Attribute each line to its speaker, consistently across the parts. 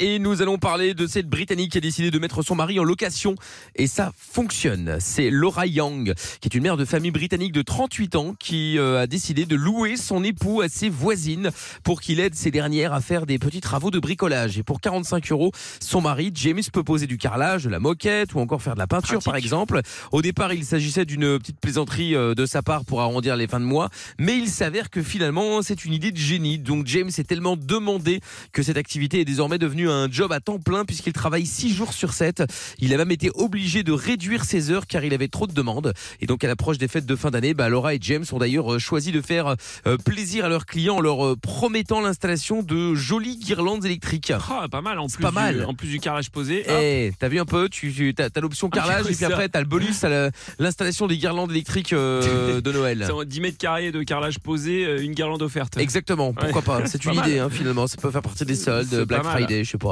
Speaker 1: et nous allons parler de cette Britannique qui a décidé de mettre son mari en location et ça fonctionne. C'est Laura Young qui est une mère de famille britannique de 38 ans qui euh, a décidé de louer son époux à ses voisines pour qu'il aide ces dernières à faire des petits travaux de bricolage. Et pour 45 euros, son mari James peut poser du carrelage, de la moquette ou encore faire de la peinture par exemple. Au départ, il s'agissait d'une petite plaisanterie euh, de sa part pour arrondir les fins de mois, mais il s'avère que finalement c'est une idée de génie. Donc James est tellement demandé que cette activité est désormais devenue un job à temps plein puisqu'il travaille 6 jours sur 7. Il a même été obligé de réduire ses heures car il avait trop de demandes. Et donc à l'approche des fêtes de fin d'année, bah, Laura et James ont d'ailleurs euh, choisi de faire euh, plaisir à leurs clients en leur euh, promettant l'installation de jolies guirlandes électriques.
Speaker 2: Ah, pas mal en plus.
Speaker 1: pas
Speaker 2: du-
Speaker 1: mal.
Speaker 2: En plus du carrelage posé. hop.
Speaker 1: Eh, t'as vu un peu, tu, tu t'as, t'as l'option
Speaker 2: Ah, j'ai
Speaker 1: carrelage
Speaker 2: cru
Speaker 1: et puis
Speaker 2: ça.
Speaker 1: après t'as le bonus, t'as le- l'installation des guirlandes électriques euh, de Noël.
Speaker 2: C'est en 10 mètres carrés de carrelage posé, euh, une guirlande offerte.
Speaker 1: Exactement, pourquoi pas C'est
Speaker 2: Pas
Speaker 1: une
Speaker 2: mal.
Speaker 1: idée hein, finalement, ça peut faire partie des soldes,
Speaker 2: C'est
Speaker 1: Black
Speaker 2: pas mal.
Speaker 1: Friday, je sais pas.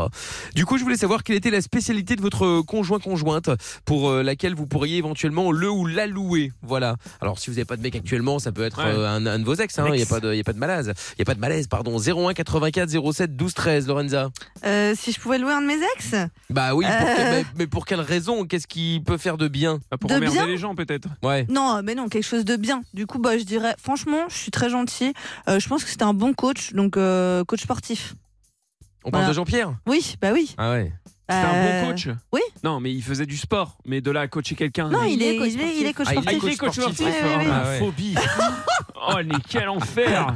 Speaker 1: Du coup, je voulais savoir quelle était la spécialité de votre conjoint conjointe pour euh, laquelle vous pourriez éventuellement le ou la louer. Voilà. Alors si vous n'avez pas de mec actuellement, ça peut être
Speaker 2: Ouais.
Speaker 1: euh, un, un de vos ex hein, il n'y
Speaker 2: Ex.
Speaker 1: a pas de il y a pas de malaise. Il y a pas de malaise, pardon. 01 84 07 12 13 Lorenza.
Speaker 3: Euh, si je pouvais louer un de mes ex
Speaker 1: Bah oui, pour
Speaker 3: Euh.
Speaker 1: quelle- mais, mais pour quelle raison Qu'est-ce qui peut faire de bien
Speaker 2: Bah, pour
Speaker 3: De
Speaker 2: emmerder
Speaker 3: bien
Speaker 2: les gens peut-être.
Speaker 1: Ouais.
Speaker 3: Non, mais non, quelque chose de bien. Du coup, bah, je dirais, franchement, je suis très gentil. Euh, je pense que c'était un bon coach, donc euh, coach sportif.
Speaker 1: On parle
Speaker 3: Voilà.
Speaker 1: de Jean-Pierre
Speaker 3: Oui, bah oui.
Speaker 1: Ah ouais.
Speaker 2: C'était un
Speaker 3: Euh,
Speaker 2: bon coach.
Speaker 3: oui.
Speaker 2: Non, mais il faisait du sport. Mais de là à coacher quelqu'un.
Speaker 3: Non,
Speaker 2: Ah, il-
Speaker 3: il,
Speaker 4: Il
Speaker 3: est,
Speaker 4: est coach
Speaker 3: il, est, il est coach
Speaker 1: Ah, il est
Speaker 3: sportif.
Speaker 2: Ah, il est coach sportif.
Speaker 3: Oui, oui,
Speaker 2: oh,
Speaker 3: oui.
Speaker 2: ma
Speaker 1: Ah, ouais.
Speaker 2: phobie. oh, mais quel enfer.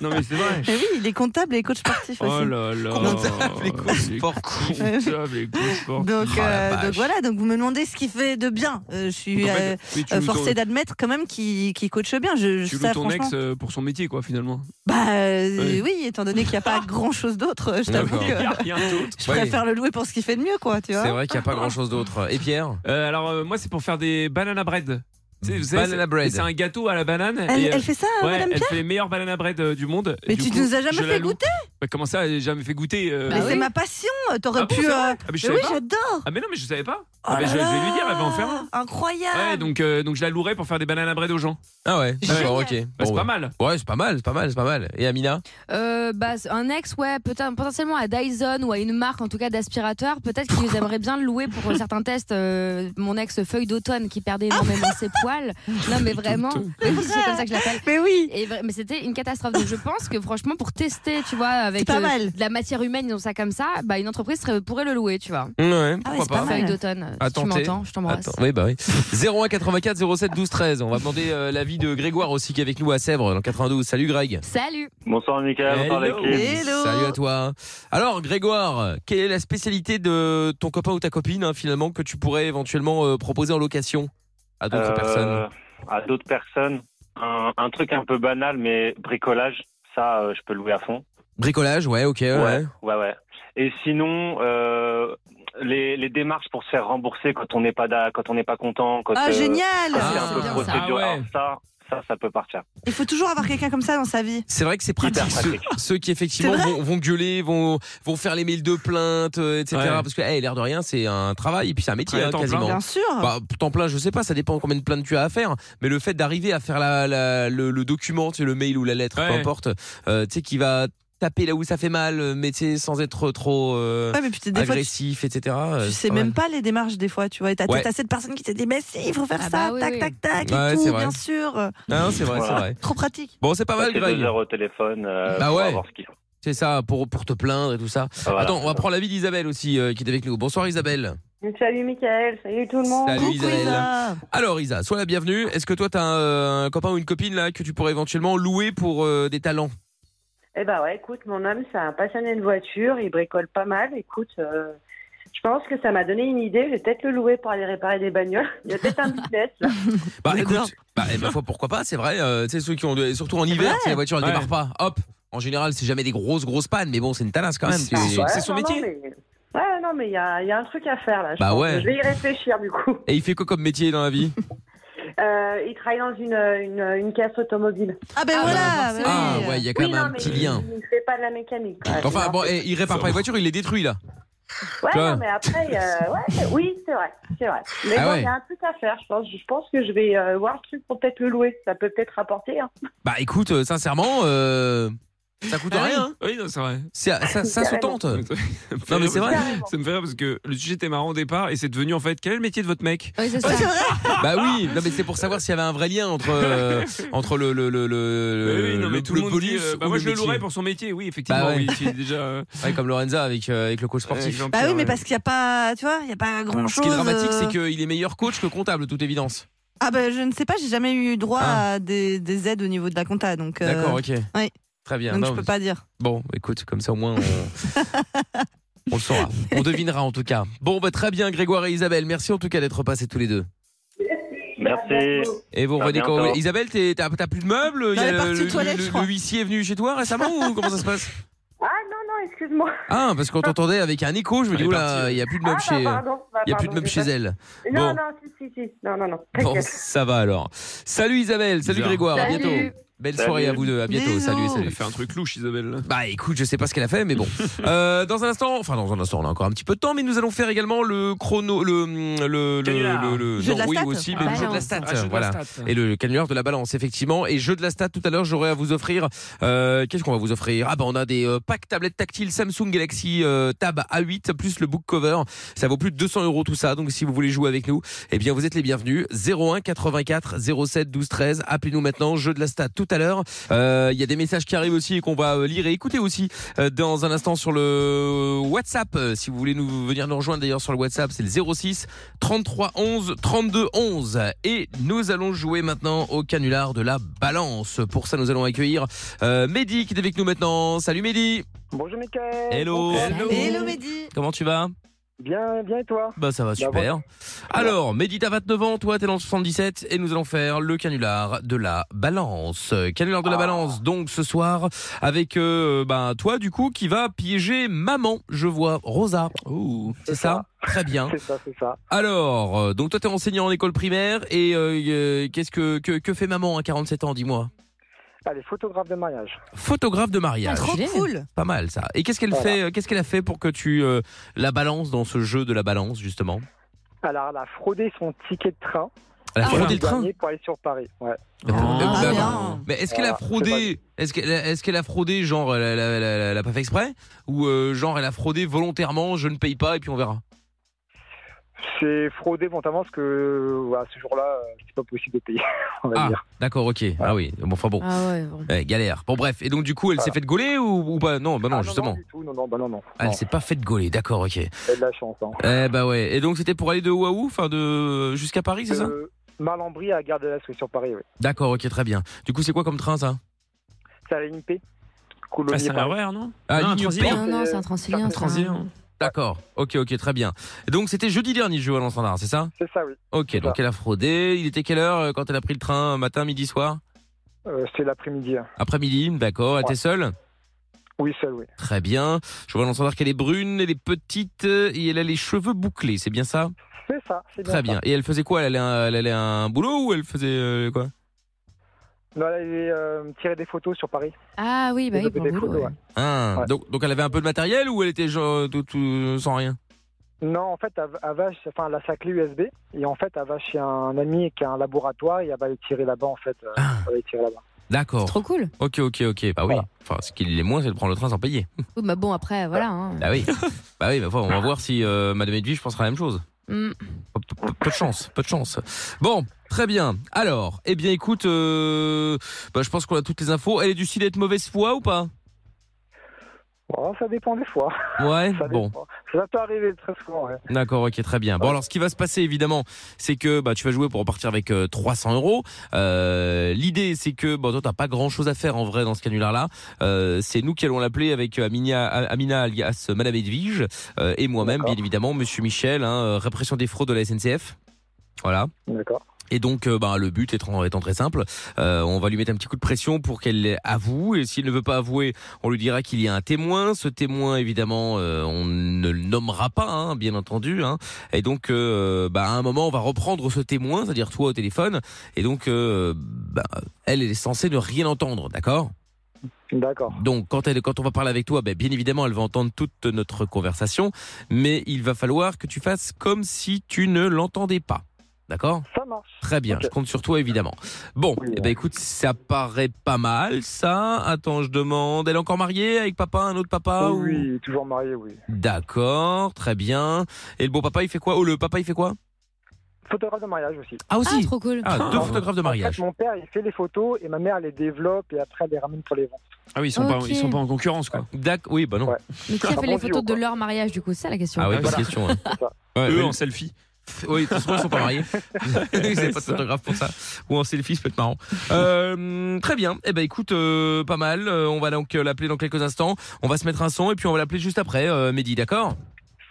Speaker 2: Non, mais c'est vrai.
Speaker 3: Mais oui, il est comptable et coach sportif
Speaker 2: Oh
Speaker 3: aussi.
Speaker 2: là là.
Speaker 1: Comment ça, les coachs
Speaker 2: Les
Speaker 1: sportifs
Speaker 2: comptables, les coachs sportifs. Ah,
Speaker 3: Donc,
Speaker 1: Oh, la
Speaker 3: euh,
Speaker 1: vache.
Speaker 3: donc voilà, donc vous me demandez ce qu'il fait de bien. Euh, je suis
Speaker 2: Donc, en
Speaker 3: euh,
Speaker 2: fait, oui, tu
Speaker 3: euh,
Speaker 2: loues ton-
Speaker 3: forcée d'admettre quand même qu'il qu'il coache bien. Je, je-
Speaker 2: Tu loues
Speaker 3: ça,
Speaker 2: ton ex
Speaker 3: franchement.
Speaker 2: euh, pour son métier, quoi, finalement.
Speaker 3: Bah euh,
Speaker 2: Ouais.
Speaker 3: oui, étant donné qu'il n'y a pas grand chose d'autre, je t'avoue
Speaker 1: D'accord.
Speaker 2: Il
Speaker 3: que
Speaker 2: y a rien d'autre.
Speaker 3: je
Speaker 1: Ouais.
Speaker 3: préfère le louer pour ce qu'il fait de mieux, quoi, tu
Speaker 1: C'est
Speaker 3: vois.
Speaker 1: vrai qu'il n'y a pas grand-chose d'autre. Et Pierre
Speaker 2: Euh, alors, euh, moi, c'est pour faire des banana bread. Tu sais, vous savez,
Speaker 1: Banana
Speaker 2: c'est-
Speaker 1: bread.
Speaker 2: C'est un gâteau à la banane.
Speaker 3: Elle,
Speaker 2: et, euh,
Speaker 3: elle fait ça, euh,
Speaker 2: ouais,
Speaker 3: madame
Speaker 2: elle
Speaker 3: Pierre
Speaker 2: fait les meilleurs banana bread euh, du monde.
Speaker 3: Mais
Speaker 2: Du
Speaker 3: tu
Speaker 2: coup,
Speaker 3: nous as
Speaker 2: je
Speaker 3: jamais
Speaker 2: la
Speaker 3: fait
Speaker 2: loue.
Speaker 3: goûter
Speaker 2: Bah, Comment ça, j'ai jamais fait goûter euh,
Speaker 3: Mais
Speaker 4: Bah
Speaker 3: c'est
Speaker 4: oui.
Speaker 3: ma passion T'aurais
Speaker 2: Ah bon,
Speaker 3: pu...
Speaker 2: c'est
Speaker 3: euh,
Speaker 2: vrai Ah, mais je
Speaker 3: Mais
Speaker 2: savais
Speaker 3: oui,
Speaker 2: pas.
Speaker 3: j'adore
Speaker 2: Ah, mais non, mais je savais pas.
Speaker 3: Oh
Speaker 2: Ah, mais
Speaker 3: là
Speaker 2: je, je vais lui
Speaker 3: là.
Speaker 2: dire, elle va en faire un. Ouais,
Speaker 3: Incroyable
Speaker 2: donc, euh, donc je la louerai pour faire des banana bread aux gens.
Speaker 1: Ah ouais, d'accord, ok.
Speaker 3: Génial.
Speaker 2: Bah, c'est
Speaker 1: Bon,
Speaker 2: pas
Speaker 1: ouais.
Speaker 2: mal.
Speaker 1: Ouais, c'est pas mal, c'est pas mal, c'est pas mal. Et Amina
Speaker 4: Euh, bah, c'est un ex, ouais, peut-être potentiellement à Dyson ou à une marque en tout cas d'aspirateur, peut-être qu'ils aimeraient bien le louer pour euh, certains tests. euh, mon ex feuille d'automne qui perdait énormément ses poils. Non, mais vraiment, c'est comme ça que je l'appelle.
Speaker 3: Mais oui
Speaker 4: Et vra- mais c'était une catastrophe. Donc je pense que franchement, pour tester, tu vois,
Speaker 3: C'est
Speaker 4: avec
Speaker 3: pas
Speaker 4: euh,
Speaker 3: mal.
Speaker 4: de la matière humaine, ils ont ça comme ça, bah, une entreprise serait- pourrait le louer, tu vois.
Speaker 1: Ouais,
Speaker 3: Ah ouais, c'est pas mal.
Speaker 4: Feuille d'automne.
Speaker 1: À
Speaker 4: Si tu
Speaker 1: tenter.
Speaker 4: m'entends, je t'embrasse.
Speaker 1: Attends, oui, bah oui. 01 84 07 12 13. On va demander euh, l'avis de Grégoire aussi qui est avec nous à Sèvres dans le 92. Salut Greg.
Speaker 4: Salut.
Speaker 5: Bonsoir Mickaël, bonsoir
Speaker 2: Hello.
Speaker 5: l'équipe.
Speaker 3: Hello.
Speaker 1: Salut à toi. Alors Grégoire, quelle est la spécialité de ton copain ou ta copine hein, finalement que tu pourrais éventuellement euh, proposer en location à d'autres
Speaker 5: Euh,
Speaker 1: personnes
Speaker 5: À d'autres personnes. Un, un truc un peu banal, mais bricolage, ça, euh, je peux louer à fond.
Speaker 1: Bricolage, ouais, ok, ouais.
Speaker 5: ouais. Ouais, ouais. Et sinon, euh, les, les démarches pour se faire rembourser quand on n'est pas, da- quand on n'est pas content, quand
Speaker 3: Ah,
Speaker 5: euh,
Speaker 3: génial
Speaker 5: quand
Speaker 1: Ah,
Speaker 5: c'est
Speaker 1: c'est
Speaker 5: un peu
Speaker 1: bien ça.
Speaker 5: procédure.
Speaker 2: Ah, ouais.
Speaker 5: Alors ça, ça, ça peut partir.
Speaker 3: Il faut toujours avoir quelqu'un comme ça dans sa vie.
Speaker 1: C'est vrai que c'est pratique.
Speaker 5: Hyper
Speaker 1: Ceux,
Speaker 5: pratique.
Speaker 1: ceux qui effectivement
Speaker 3: C'est
Speaker 1: vont, vont gueuler, vont, vont faire les mails de plainte, euh, etc.
Speaker 2: Ouais.
Speaker 1: Parce que, hey, l'air de rien, c'est un travail et puis c'est un métier
Speaker 2: Ouais,
Speaker 1: hein,
Speaker 2: temps plein.
Speaker 1: quasiment.
Speaker 3: Bien sûr
Speaker 1: Bah, temps plein, je sais pas, ça dépend combien de plaintes tu as à faire, mais le fait d'arriver à faire la, la- le, le document, tu sais, le mail ou la lettre, peu
Speaker 2: Ouais.
Speaker 1: importe, euh, tu sais, qui va taper là où ça fait mal, euh, mais tu sais, sans être trop euh,
Speaker 3: Ouais, mais putain, des fois, tu,
Speaker 1: agressif, etc. euh, c'est
Speaker 3: tu sais
Speaker 1: pas
Speaker 3: même pas les démarches des fois, tu vois. Et t'as
Speaker 1: Ouais.
Speaker 3: t'as cette personne qui te dit, mais si, il faut faire
Speaker 4: Ah
Speaker 3: ça,
Speaker 4: bah oui,
Speaker 3: tac,
Speaker 4: oui.
Speaker 3: tac, tac, et
Speaker 1: Ouais, c'est
Speaker 3: tout,
Speaker 1: vrai.
Speaker 3: bien sûr.
Speaker 1: mal. Ah Non, c'est vrai,
Speaker 5: Voilà.
Speaker 1: c'est vrai.
Speaker 3: Trop pratique.
Speaker 1: Bon, c'est pas mal,
Speaker 5: Passer
Speaker 1: Greg.
Speaker 5: deux heures au téléphone euh,
Speaker 1: Bah
Speaker 5: pour
Speaker 1: ouais.
Speaker 5: avoir ce qu'il faut.
Speaker 1: C'est ça, pour, pour te plaindre et tout ça.
Speaker 5: Voilà.
Speaker 1: Attends, on va prendre l'avis d'Isabelle aussi, euh, qui est avec nous. Bonsoir, Isabelle.
Speaker 6: Salut Mickaël, salut tout le monde.
Speaker 1: Salut.
Speaker 3: Coucou,
Speaker 1: Isabelle.
Speaker 3: Isa.
Speaker 1: Alors Isa, sois la bienvenue. Est-ce que toi t'as un, euh, un copain ou une copine là que tu pourrais éventuellement louer pour euh, des talents
Speaker 6: Eh ben ouais, écoute, mon homme, c'est un passionné de voiture, il bricole pas mal. Écoute, euh, je pense que ça m'a donné une idée, je vais peut-être le louer pour aller réparer des bagnoles. Il y a peut-être un business là.
Speaker 1: Bah
Speaker 3: J'adore.
Speaker 1: écoute, bah eh ben, fois, pourquoi pas, c'est vrai. euh, tu sais ceux qui ont de- surtout en hiver,
Speaker 3: vrai.
Speaker 1: si la voiture elle
Speaker 2: Ouais.
Speaker 1: démarre pas, hop. En général, c'est jamais des grosses grosses pannes, mais bon, c'est une talasse quand même. tu-
Speaker 2: C'est- c'est-
Speaker 6: Ouais,
Speaker 2: son
Speaker 6: non, non,
Speaker 2: métier.
Speaker 6: mais- Ouais, non, mais il y a, il y a un truc à faire là. Je,
Speaker 1: Bah
Speaker 6: pense.
Speaker 1: ouais.
Speaker 6: je vais y réfléchir du coup.
Speaker 1: Et il fait quoi comme métier dans la vie
Speaker 6: Euh, il travaille dans une, une, une caisse automobile.
Speaker 3: Ah ben
Speaker 4: Ah,
Speaker 3: voilà,
Speaker 4: bah,
Speaker 3: bah
Speaker 1: Ah
Speaker 3: oui.
Speaker 1: ouais, il y a quand
Speaker 6: Oui,
Speaker 1: même
Speaker 6: non,
Speaker 1: un
Speaker 6: mais
Speaker 1: petit lien.
Speaker 6: Il ne fait pas de la mécanique. quoi.
Speaker 1: Enfin
Speaker 6: Alors,
Speaker 1: bon, eh, il répare pas les voitures, il les détruit là.
Speaker 6: Ouais,
Speaker 1: Toi
Speaker 6: non, mais après, euh, ouais, oui, c'est vrai, c'est vrai. Mais
Speaker 1: Ah
Speaker 6: bon, il
Speaker 1: ouais.
Speaker 6: y a un truc à faire, je pense. Je pense que je vais euh, voir le truc pour peut-être le louer. Ça peut peut-être rapporter. hein.
Speaker 1: Bah écoute, euh, sincèrement, euh, Ça coûte
Speaker 2: Ah oui.
Speaker 1: rien.
Speaker 2: Oui, non, c'est vrai.
Speaker 1: C'est- Ça, ça se
Speaker 6: Carrément.
Speaker 1: tente.
Speaker 2: Ça me fait
Speaker 1: Non, mais
Speaker 2: rire
Speaker 1: c'est
Speaker 2: parce
Speaker 1: vrai.
Speaker 2: que- Ça me fait rire parce que le sujet était marrant au départ et c'est devenu en fait quel est le métier de votre mec
Speaker 4: Oui, c'est ça.
Speaker 3: Ouais, c'est vrai.
Speaker 1: Bah oui, non mais c'est pour savoir s'il y avait un vrai lien entre euh, entre le le le le,
Speaker 2: Oui, non,
Speaker 1: le-
Speaker 2: mais tout le, monde
Speaker 1: bonus
Speaker 2: dit, euh, bah
Speaker 1: ou
Speaker 2: moi je le
Speaker 1: métier.
Speaker 2: louerais pour son métier, oui, effectivement,
Speaker 1: Bah ouais.
Speaker 2: oui, qui est déjà euh,
Speaker 1: Ouais, comme Lorenza avec euh, avec le coach
Speaker 2: avec
Speaker 1: sportif.
Speaker 2: Jean-Pierre,
Speaker 3: Bah oui, mais
Speaker 2: ouais.
Speaker 3: parce euh, qu'il n'y a pas, tu vois, il y a pas grand
Speaker 1: Ce
Speaker 3: chose.
Speaker 1: qui est dramatique, c'est qu'il est meilleur coach que comptable, de toute évidence.
Speaker 3: Ah bah je ne sais pas, j'ai jamais eu droit
Speaker 2: Ah.
Speaker 3: à des, des aides au niveau de la compta, donc. euh,
Speaker 1: D'accord, ok.
Speaker 3: oui.
Speaker 1: Très bien.
Speaker 3: Donc
Speaker 1: Non,
Speaker 3: je peux
Speaker 1: mais-
Speaker 3: pas dire.
Speaker 1: Bon, écoute, comme ça au moins on, on le saura. On devinera en tout cas. Bon, bah très bien, Grégoire et Isabelle. Merci en tout cas d'être passés tous les deux.
Speaker 5: Merci.
Speaker 1: Et vous
Speaker 5: À
Speaker 1: revenez quand
Speaker 5: bientôt.
Speaker 1: vous- Isabelle, t'es-
Speaker 2: Ah,
Speaker 1: t'as t'as plus de meubles Il y a
Speaker 3: elle est partie
Speaker 1: le,
Speaker 3: aux toilettes,
Speaker 1: le-
Speaker 3: je crois.
Speaker 1: le huissier est venu chez toi récemment ou comment ça se passe
Speaker 6: Ah non, non, excuse-moi.
Speaker 1: Ah, parce qu'on t'entendait avec un écho, je me dis,
Speaker 2: Elle est
Speaker 1: oula,
Speaker 2: partie. euh.
Speaker 1: il n'y a plus de
Speaker 6: Ah,
Speaker 1: meubles
Speaker 6: bah,
Speaker 1: chez. euh,
Speaker 6: pardon, bah,
Speaker 1: Il y a plus de
Speaker 6: pardon,
Speaker 1: meubles
Speaker 6: j'ai
Speaker 1: chez
Speaker 6: pas-
Speaker 1: elle.
Speaker 6: Non,
Speaker 1: Bon.
Speaker 6: non, si, si, si. Non, non, non.
Speaker 1: Bon,
Speaker 6: t'inquiète.
Speaker 1: ça va alors. Salut Isabelle, salut
Speaker 2: Bizarre.
Speaker 1: Grégoire, à
Speaker 4: Salut.
Speaker 1: bientôt. Belle
Speaker 5: Salut.
Speaker 1: soirée à vous deux, à bientôt.
Speaker 3: Bisous.
Speaker 1: Salut,
Speaker 2: Elle a
Speaker 1: salut.
Speaker 2: fait un truc louche, Isabelle. là.
Speaker 1: Bah écoute, je sais pas ce qu'elle a fait, mais bon. Euh, dans un instant, enfin dans un instant, on a encore un petit peu de temps, mais nous allons faire également le chrono, le le le,
Speaker 2: Canular.
Speaker 1: le- le-
Speaker 3: Jeu
Speaker 1: non,
Speaker 3: de la
Speaker 1: oui
Speaker 3: stat.
Speaker 1: aussi, mais le
Speaker 4: Ah,
Speaker 1: jeu de la
Speaker 4: balance.
Speaker 1: stat,
Speaker 2: Ah, je suis de la
Speaker 1: voilà.
Speaker 2: stat.
Speaker 1: Et le canular de la balance, effectivement. Et jeu de la stat, tout à l'heure, j'aurai à vous offrir. euh, Qu'est-ce qu'on va vous offrir Ah, bah, on a des euh, packs tablettes tactiles Samsung Galaxy euh, Tab A8, plus le book cover. Ça vaut plus de 200 euros tout ça. Donc, si vous voulez jouer avec nous, eh bien, vous êtes les bienvenus. 01 84 07 12 13. Appelez-nous maintenant. Jeu de la stat tout à l'heure. Euh, Il y a des messages qui arrivent aussi et qu'on va euh, lire et écouter aussi euh, dans un instant sur le WhatsApp. Euh, Si vous voulez nous venir nous rejoindre d'ailleurs sur le WhatsApp, c'est le 06 33 11 32 11 et nous allons jouer maintenant au canular de la balance. Pour ça, nous allons accueillir euh, Mehdi qui est avec nous maintenant. Salut Mehdi.
Speaker 7: Bonjour Mickaël.
Speaker 1: Hello.
Speaker 4: Hello.
Speaker 3: Hello Mehdi.
Speaker 1: Comment tu vas
Speaker 7: Bien, bien et toi
Speaker 1: Bah ça va super.
Speaker 7: voilà.
Speaker 1: Alors, Mehdi t'as 29 ans, toi t'es dans le 77 et nous allons faire le canular de la balance. Canular de la
Speaker 7: Ah.
Speaker 1: balance donc ce soir avec euh, ben toi du coup qui va piéger maman, je vois Rosa. C'est
Speaker 7: C'est
Speaker 1: ça Très bien.
Speaker 7: C'est ça, c'est ça.
Speaker 1: Alors, euh, donc toi t'es enseignant en école primaire et euh, euh, qu'est-ce que, que que fait maman à 47 ans, dis-moi
Speaker 7: Allez, photographe de mariage.
Speaker 1: Photographe de mariage,
Speaker 3: Trop
Speaker 4: Génial.
Speaker 3: cool.
Speaker 1: pas mal ça. Et qu'est-ce qu'elle
Speaker 7: Voilà.
Speaker 1: fait euh, Qu'est-ce qu'elle a fait pour que tu euh, la balances dans ce jeu de la balance justement
Speaker 7: Alors, elle a fraudé son ticket de train.
Speaker 1: Elle a
Speaker 4: Ah,
Speaker 1: fraudé
Speaker 7: pour
Speaker 1: le train.
Speaker 7: gagner Pour aller sur Paris. Ouais.
Speaker 1: Mais-
Speaker 2: Ah,
Speaker 1: mais- mais-
Speaker 3: bien.
Speaker 1: Mais est-ce qu'elle a
Speaker 7: Voilà,
Speaker 1: fraudé Est-ce qu'elle a- est-ce qu'elle a fraudé genre elle a, elle a- elle a- elle a pas fait exprès ou euh, genre elle a fraudé volontairement Je ne paye pas et puis on verra.
Speaker 7: C'est fraudé volontairement parce que euh, à ce jour-là, euh, c'est pas possible de payer. On va
Speaker 1: Ah.
Speaker 7: dire.
Speaker 1: D'accord, ok. Ah oui. Bon, enfin bon.
Speaker 4: Ah ouais, bon.
Speaker 1: Ouais, galère. Bon bref. Et donc du coup, elle s'est
Speaker 7: Voilà.
Speaker 1: faite gauler ou, ou pas Non, bah
Speaker 7: Ah,
Speaker 1: non, justement.
Speaker 7: Non, du tout. non, non, bah non, non.
Speaker 1: Ah,
Speaker 7: Non,
Speaker 1: Elle s'est pas faite gauler. D'accord, ok.
Speaker 7: elle a de la chance. Hein.
Speaker 1: Eh bah ouais. Et donc c'était pour aller de Waouh, enfin de jusqu'à Paris, c'est ça
Speaker 7: Euh, Marlambry à Gare de la Soie sur Paris, oui.
Speaker 1: D'accord, ok, très bien. Du coup, c'est quoi comme train ça
Speaker 7: C'est à la ligne P.
Speaker 2: Ah,
Speaker 7: Coulommiers
Speaker 2: c'est un
Speaker 7: Paris. Euh,
Speaker 2: horaire, non
Speaker 1: Ah,
Speaker 2: Non, un
Speaker 1: ligne
Speaker 2: transilien.
Speaker 1: P.
Speaker 4: Non, non, c'est un transilien. ça.
Speaker 2: Transilien.
Speaker 1: D'accord. Ok, ok, très bien. Et donc c'était jeudi dernier, je vois dans le standard, c'est ça
Speaker 7: C'est ça, oui.
Speaker 1: Ok.
Speaker 7: C'est
Speaker 1: Donc elle a fraudé. Il était quelle heure euh, quand elle a pris le train Matin, midi, soir
Speaker 7: Euh, c'est l'après-midi. hein.
Speaker 1: Après-midi. D'accord. Elle était
Speaker 7: Ouais.
Speaker 1: seule.
Speaker 7: Oui, seul, oui.
Speaker 1: Très bien. Je vois dans le standard qu'elle est brune, elle est petite euh, et elle a les cheveux bouclés. C'est bien ça
Speaker 7: C'est ça, c'est bien.
Speaker 1: Très
Speaker 7: ça.
Speaker 1: bien. Et elle faisait quoi Elle allait à un, elle allait à un boulot ou elle faisait euh, quoi
Speaker 7: Non, elle allait euh, tirer des photos sur Paris.
Speaker 4: Ah oui, bah oui,
Speaker 7: Développer
Speaker 4: pour
Speaker 7: des
Speaker 4: le boulot.
Speaker 7: photos,
Speaker 4: ouais.
Speaker 1: Ah,
Speaker 7: Ouais.
Speaker 1: donc, donc elle avait un peu de matériel ou elle était genre euh, tout- tout- sans rien
Speaker 7: Non, en fait, elle, elle va, enfin, elle a sa clé USB et en fait, elle va chez un ami qui a un laboratoire et elle va les tirer là-bas en fait. euh,
Speaker 1: Ah.
Speaker 7: Elle va les tirer là-bas.
Speaker 1: D'accord.
Speaker 4: Trop cool.
Speaker 1: Ok, ok, ok. Bah oui.
Speaker 7: Voilà.
Speaker 1: Enfin, ce qu'il est moins, c'est de prendre le train sans payer.
Speaker 4: Oui, bah bon, après, voilà. hein.
Speaker 1: Bah oui. bah oui, bah, enfin, on va voir si euh, Madame Edwige pensera la même chose.
Speaker 4: Mm.
Speaker 1: Peu, peu- peu de chance, peu de chance. Bon, très bien. Alors, eh bien, écoute, euh, bah, je pense qu'on a toutes les infos. Elle est du style être mauvaise foi ou pas
Speaker 7: Bon, Oh, ça dépend des fois.
Speaker 1: Ouais.
Speaker 7: Ça,
Speaker 1: Bon,
Speaker 7: dépend. ça peut arriver très souvent. ouais.
Speaker 1: d'accord, ok, très bien. Bon,
Speaker 7: Ouais.
Speaker 1: alors, ce qui va se passer, évidemment, c'est que bah, tu vas jouer pour repartir avec euh, 300 euros. Euh, L'idée, c'est que bon, toi, t'as pas grand-chose à faire en vrai dans ce canular-là. Euh, c'est nous qui allons l'appeler avec euh, Amina, Amina alias Madame Edwige euh, et moi-même,
Speaker 7: D'accord.
Speaker 1: bien évidemment, Monsieur Michel, hein, euh, répression des fraudes de la SNCF. Voilà.
Speaker 7: D'accord.
Speaker 1: Et donc, euh, bah, le but étant, étant très simple, euh, on va lui mettre un petit coup de pression pour qu'elle avoue. Et s'il ne veut pas avouer, on lui dira qu'il y a un témoin. Ce témoin, évidemment, euh, on ne le nommera pas, hein, bien entendu. hein. Et donc, euh, bah, à un moment, on va reprendre ce témoin, c'est-à-dire toi au téléphone. Et donc, euh, bah, elle elle est censée ne rien entendre, d'accord
Speaker 7: D'accord.
Speaker 1: donc quand, elle, quand on va parler avec toi, ben, bien évidemment, elle va entendre toute notre conversation, mais il va falloir que tu fasses comme si tu ne l'entendais pas. D'accord
Speaker 7: Ça marche.
Speaker 1: Très bien,
Speaker 7: Ok.
Speaker 1: je compte sur toi évidemment. Bon,
Speaker 7: Oui,
Speaker 1: eh ben, écoute, ça paraît pas mal ça. Attends, je demande. Elle est encore mariée avec papa, un autre papa ou-
Speaker 7: oui, toujours marié, oui.
Speaker 1: D'accord, très bien. Et le beau papa, il fait quoi Oh, le papa, il fait quoi
Speaker 7: Photographe de mariage aussi.
Speaker 1: Ah
Speaker 4: Ah,
Speaker 1: aussi
Speaker 4: trop cool.
Speaker 1: Ah, deux photographes de
Speaker 7: En fait,
Speaker 1: mariage.
Speaker 7: mon père, il fait les photos et ma mère, elle les développe et après, elle les ramène pour les ventes.
Speaker 2: Ah oui, ils sont, pas,
Speaker 4: Ok.
Speaker 2: ils sont pas en concurrence quoi.
Speaker 1: D'accord, oui, bah non.
Speaker 7: Ouais.
Speaker 4: Mais qui a fait
Speaker 7: Ah, Bon
Speaker 4: les
Speaker 7: duo,
Speaker 4: photos de
Speaker 7: quoi.
Speaker 4: leur mariage du coup C'est ça la question.
Speaker 1: Ah oui, bonne
Speaker 7: Voilà.
Speaker 1: question. hein.
Speaker 7: C'est ça.
Speaker 1: Ouais,
Speaker 2: Eux
Speaker 1: mais-
Speaker 2: en selfie.
Speaker 1: Oui, de toute façon, ils sont pas mariés. Ils n'avaient pas de photographe pour ça. Ou en selfie, ça peut être marrant. Euh, très bien. Eh ben, écoute, euh, pas mal. Euh, on va donc euh, l'appeler dans quelques instants. On va se mettre un son et puis on va l'appeler juste après, euh, Mehdi, d'accord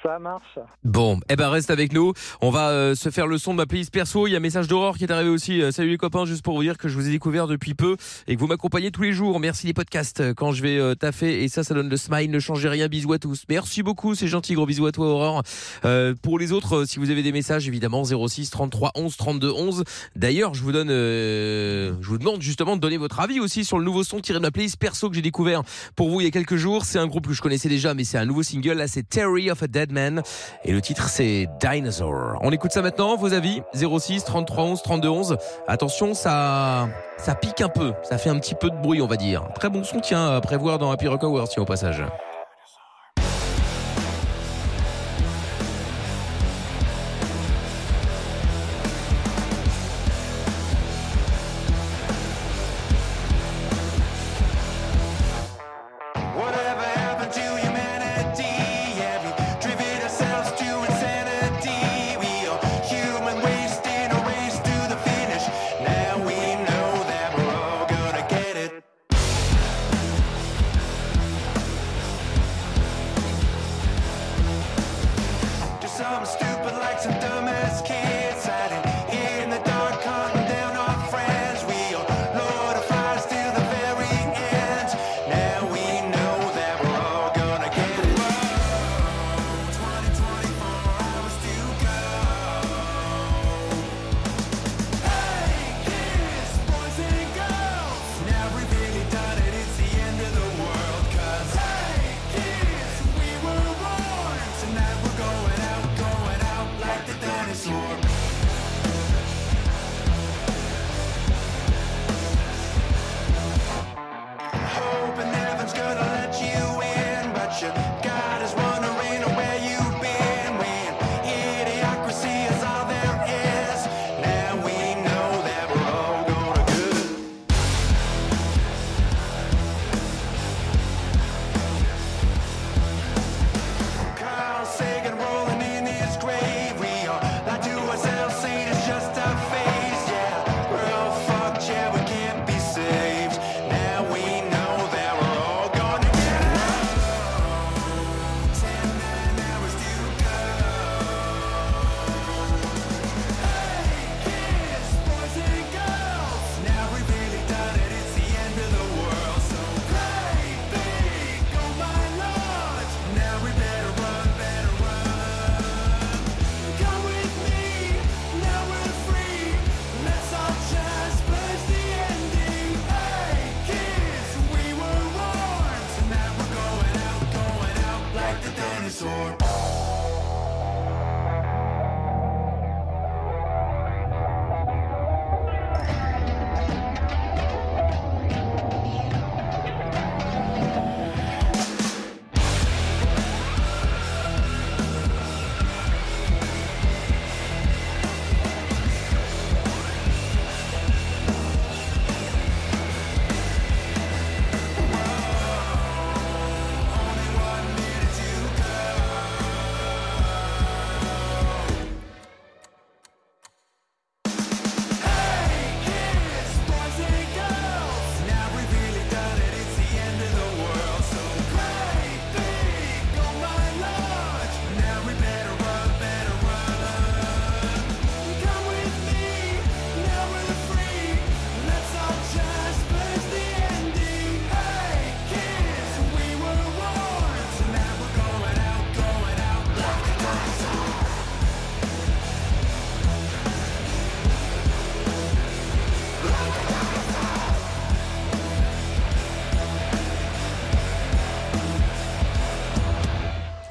Speaker 7: Ça marche.
Speaker 1: Bon, eh ben reste avec nous. On va euh, se faire le son de ma playlist perso. Il y a un message d'Aurore qui est arrivé aussi. Euh, salut les copains, juste pour vous dire que je vous ai découvert depuis peu et que vous m'accompagnez tous les jours. Merci les podcasts euh, quand je vais euh, taffer et ça, ça donne le smile. Ne changez rien. Bisous à tous. Merci beaucoup, c'est gentil. Gros bisous à toi Aurore. Euh, pour les autres, euh, si vous avez des messages, évidemment 06 33 11 32 11. D'ailleurs, je vous donne, euh, je vous demande justement de donner votre avis aussi sur le nouveau son tiré de ma playlist perso que j'ai découvert pour vous il y a quelques jours. C'est un groupe que je connaissais déjà, mais c'est un nouveau single. Là, c'est Terry of a Dead Man. Et le titre c'est Dinosaur. On écoute ça maintenant, vos avis 06 33 11 32 11. Attention, ça ça pique un peu, ça fait un petit peu de bruit, on va dire. Très bon son tiens à prévoir dans Happy Rock Hour tiens au passage.
Speaker 8: Whatever happened to humanity? Have we driven ourselves to insanity? We are human waste in a race to the finish. Now we know that we're all gonna get it. Do something stupid like some dumbass kids hiding here in the dark, hunting down our friends. We are Lord of Flies till the very end. Now we know that we're all gonna get it. 2024 hours to go. Hey, kids, boys and girls. Now we've really done it. It's the end of the world. 'Cause, hey, kids, we were warned. Tonight we're going out, going out like the dinosaur.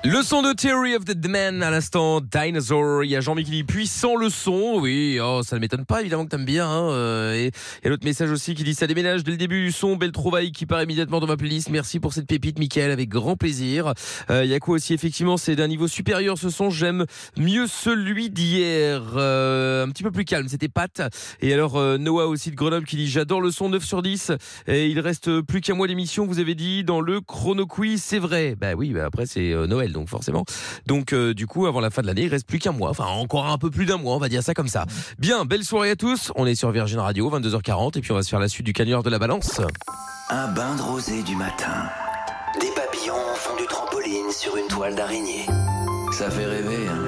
Speaker 1: Le son de Theory of the Man à l'instant, Dinosaur. Il y a Jean-Mi qui dit puissant le son. Oui, oh, ça ne m'étonne pas, évidemment que t'aimes bien. hein. Euh, Et il y a l'autre message aussi qui dit ça déménage dès le début du son. Belle trouvaille qui part immédiatement dans ma playlist. Merci pour cette pépite, Michael, avec grand plaisir. Euh, Il y a quoi aussi Effectivement, c'est d'un niveau supérieur ce son. J'aime mieux celui d'hier. Euh, un petit peu plus calme, c'était Pat. Et alors, euh, Noah aussi de Grenoble qui dit j'adore le son 9 sur 10. Et il reste plus qu'un mois d'émission, vous avez dit, dans le chrono quiz, c'est vrai. Bah oui, bah après c'est euh, Noël, donc forcément. Donc euh, du coup, avant la fin de l'année, il reste plus qu'un mois, enfin encore un peu plus d'un mois, on va dire ça comme ça. Bien, belle soirée à tous, on est sur Virgin Radio, 22h40, et puis on va se faire la suite du canular de la balance.
Speaker 9: Un bain de rosée du matin. Des papillons font du trampoline sur une toile d'araignée. Ça fait rêver, hein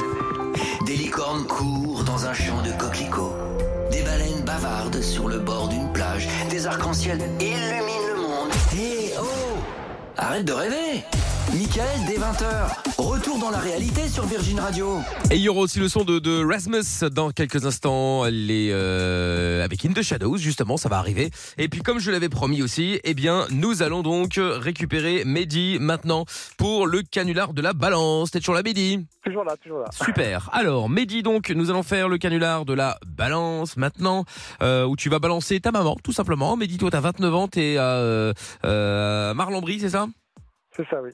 Speaker 9: Des licornes courent dans un champ de coquelicots. Des baleines bavardent sur le bord d'une plage. Des arcs-en-ciel illuminent le monde. Et oh Arrête de rêver Michael, dès 20h, retour dans la réalité sur Virgin Radio.
Speaker 1: Et il y aura aussi le son de, de Rasmus dans quelques instants, les, euh, avec In the Shadows, justement, ça va arriver. Et puis, comme je l'avais promis aussi, eh bien, nous allons donc récupérer Mehdi maintenant pour le canular de la balance. T'es toujours là, Mehdi
Speaker 7: Toujours là, toujours là.
Speaker 1: Super. Alors, Mehdi, donc, nous allons faire le canular de la balance maintenant, euh, où tu vas balancer ta maman, tout simplement. Mehdi, toi, t'as 29 ans, t'es à euh, euh, Marlambry, c'est ça
Speaker 7: C'est ça, oui.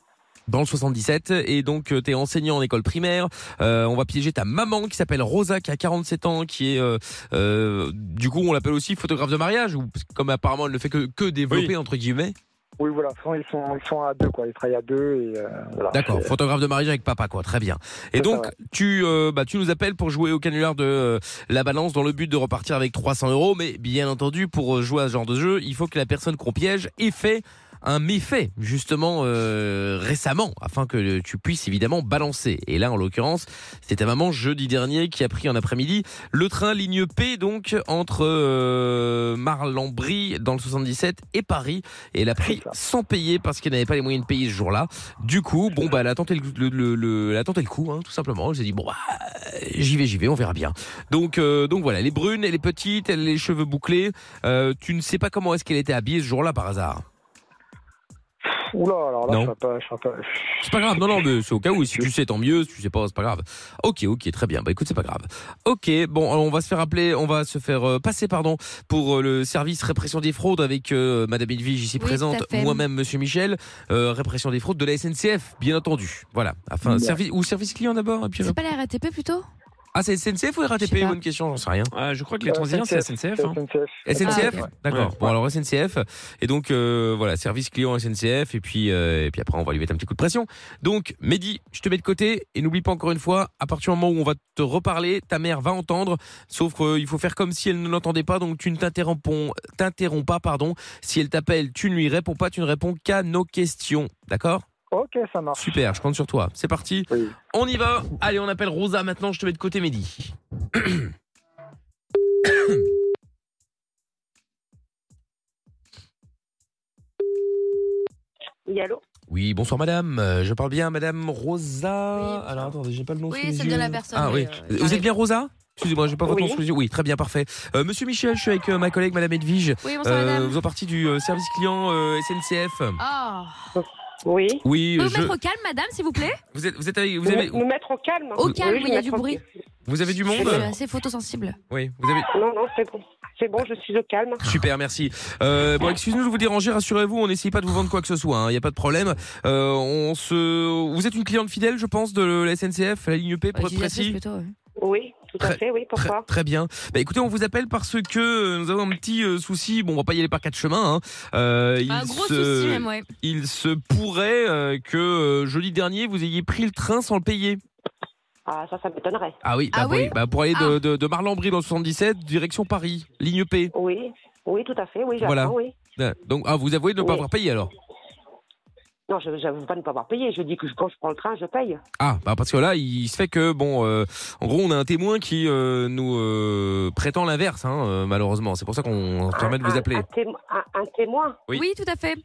Speaker 1: dans le 77 et donc tu es enseignant en école primaire. Euh, on va piéger ta maman qui s'appelle Rosa qui a 47 ans qui est euh, euh, du coup on l'appelle aussi photographe de mariage ou parce que comme apparemment elle ne fait que que développer entre guillemets.
Speaker 7: Oui, voilà. Enfin, ils, sont, ils sont à deux, quoi. Ils travaillent à deux. Et, euh, voilà.
Speaker 1: D'accord, photographe de mariage avec papa quoi, très bien. Et
Speaker 7: C'est
Speaker 1: donc
Speaker 7: ça, ouais.
Speaker 1: tu euh, bah tu nous appelles pour jouer au canular de euh, la balance dans le but de repartir avec 300 euros mais bien entendu pour euh, jouer à ce genre de jeu, il faut que la personne qu'on piège ait fait un méfait justement euh, récemment afin que euh, tu puisses évidemment balancer. Et là en l'occurrence, c'était ta maman jeudi dernier qui a pris en après-midi le train ligne P donc entre euh, Marlambry dans le 77 et Paris et elle a pris
Speaker 7: C'est ça.
Speaker 1: sans payer parce qu'elle n'avait pas les moyens de payer ce jour-là. Du coup, bon bah elle a tenté le, le, le- le- elle a tenté le coup hein, tout simplement. Elle s'est dit bon bah j'y vais, j'y vais, on verra bien. Donc euh, donc voilà, elle est brune, elle est petite, elle a les cheveux bouclés. Euh, tu ne sais pas comment est-ce qu'elle était habillée ce jour-là par hasard.
Speaker 7: Oula, alors là,
Speaker 1: Non.
Speaker 7: je ne pas. Je sais pas
Speaker 1: C'est pas grave, non, non, mais c'est au cas où. Si tu sais, tant mieux. Si tu sais pas, c'est pas grave. Ok, ok, très bien. Bah écoute, c'est pas grave. Ok, bon, alors on va se faire appeler, on va se faire euh, passer, pardon, pour euh, le service répression des fraudes avec euh, Madame Edwige ici
Speaker 4: Oui,
Speaker 1: présente,
Speaker 4: tout à fait.
Speaker 1: moi-même, Monsieur Michel, euh, répression des fraudes de la SNCF, bien entendu. Voilà, afin
Speaker 7: Bien.
Speaker 1: service ou service client d'abord. et puis-
Speaker 4: C'est pas la RATP plutôt
Speaker 1: Ah, c'est SNCF ou
Speaker 4: Je sais
Speaker 1: RATP
Speaker 4: pas. Euh,
Speaker 1: Bonne question, j'en sais rien.
Speaker 2: Ah, je
Speaker 1: Euh,
Speaker 2: crois que les transiliens, c'est la SNCF. hein.
Speaker 7: SNCF.
Speaker 1: SNCF
Speaker 4: Ah,
Speaker 1: D'accord.
Speaker 2: Ouais.
Speaker 1: Bon alors SNCF et donc euh, voilà service client SNCF et puis euh, et puis après on va lui mettre un petit coup de pression. Donc Mehdi, je te mets de côté et n'oublie pas encore une fois à partir du moment où on va te reparler, ta mère va entendre sauf qu'il faut faire comme si elle ne l'entendait pas donc tu ne t'interromps t'interromps pas pardon. Si elle t'appelle, tu ne lui réponds pas, tu ne réponds qu'à nos questions. D'accord
Speaker 7: Ok, ça marche.
Speaker 1: Super, je compte sur toi. C'est parti.
Speaker 7: Oui.
Speaker 1: On y va. Allez, on appelle Rosa maintenant, je te mets de côté Mehdi.
Speaker 6: Oui, allô
Speaker 1: Oui, bonsoir madame. Euh, Je parle bien à madame
Speaker 4: Oui,
Speaker 1: Rosa.
Speaker 4: bonsoir.
Speaker 1: Alors attendez, j'ai pas le nom
Speaker 4: Oui,
Speaker 1: sous les
Speaker 4: c'est
Speaker 1: yeux.
Speaker 4: bien la personne,
Speaker 1: Ah oui.
Speaker 4: mais, euh,
Speaker 1: Vous êtes
Speaker 4: j'arrive.
Speaker 1: bien Rosa Excusez-moi, j'ai pas votre
Speaker 6: Oui.
Speaker 1: nom sous les yeux. Oui, très bien, parfait. Euh, Monsieur Michel, je suis avec euh, ma collègue madame Edwige.
Speaker 4: Oui, bonsoir
Speaker 1: Euh,
Speaker 4: madame.
Speaker 1: vous êtes partie du euh, service client euh, SNCF.
Speaker 4: Oh.
Speaker 6: Oui.
Speaker 1: Oui, euh,
Speaker 4: Vous pouvez
Speaker 1: je...
Speaker 4: vous mettre au calme, madame, s'il vous plaît
Speaker 1: vous êtes, vous êtes avec- vous
Speaker 6: Nous-
Speaker 1: avez,
Speaker 6: nous, mettre au calme.
Speaker 4: Au calme,
Speaker 6: Oui,
Speaker 4: il y a
Speaker 6: nous
Speaker 4: du
Speaker 6: mettre au-
Speaker 4: bruit.
Speaker 1: vous avez du
Speaker 4: Je
Speaker 1: monde.
Speaker 4: suis assez photosensible.
Speaker 1: Oui, vous avez.
Speaker 6: Non, non, c'est bon. C'est bon, je suis au calme.
Speaker 1: Super, merci. Euh, bon, excusez-nous de vous déranger, rassurez-vous, on n'essaye pas de vous vendre quoi que ce soit, il n'y a pas de problème. Euh, on se... Vous êtes une cliente fidèle, je pense, de la SNCF, la ligne P, pour être
Speaker 4: Utilisatrice
Speaker 1: précis
Speaker 4: Euh, plutôt, ouais.
Speaker 6: Oui, tout à
Speaker 1: Très-
Speaker 6: fait, oui,
Speaker 1: Très,
Speaker 6: pourquoi
Speaker 1: très bien. Bah écoutez, on vous appelle parce que euh, nous avons un petit euh, souci. Bon, on va pas y aller par quatre chemins. Hein. Euh, il,
Speaker 4: Un gros
Speaker 1: se,
Speaker 4: souci, même, ouais.
Speaker 1: il se pourrait euh, que euh, jeudi dernier vous ayez pris le train sans le payer.
Speaker 6: Ah, ça, ça m'étonnerait.
Speaker 1: Ah oui. bah,
Speaker 4: Ah oui
Speaker 1: pour, bah, pour aller de, de, de Marlambry dans le 77 direction Paris, ligne P.
Speaker 6: Oui, oui, tout à fait, oui, j'attends,
Speaker 1: Voilà.
Speaker 6: oui.
Speaker 1: Ah, Donc ah, vous avouez ne pas
Speaker 6: Oui.
Speaker 1: avoir payé alors.
Speaker 6: Non, je n'avoue pas ne pas avoir payé. Je dis que je- quand je prends le train, je paye.
Speaker 1: Ah bah parce que là il se fait que bon euh, en gros on a un témoin qui euh, nous euh, prétend l'inverse hein, euh, malheureusement. C'est pour ça qu'on se permet de vous
Speaker 6: Un-
Speaker 1: appeler.
Speaker 6: Un, témo- un- un témoin
Speaker 1: Oui.
Speaker 4: Oui. tout à fait.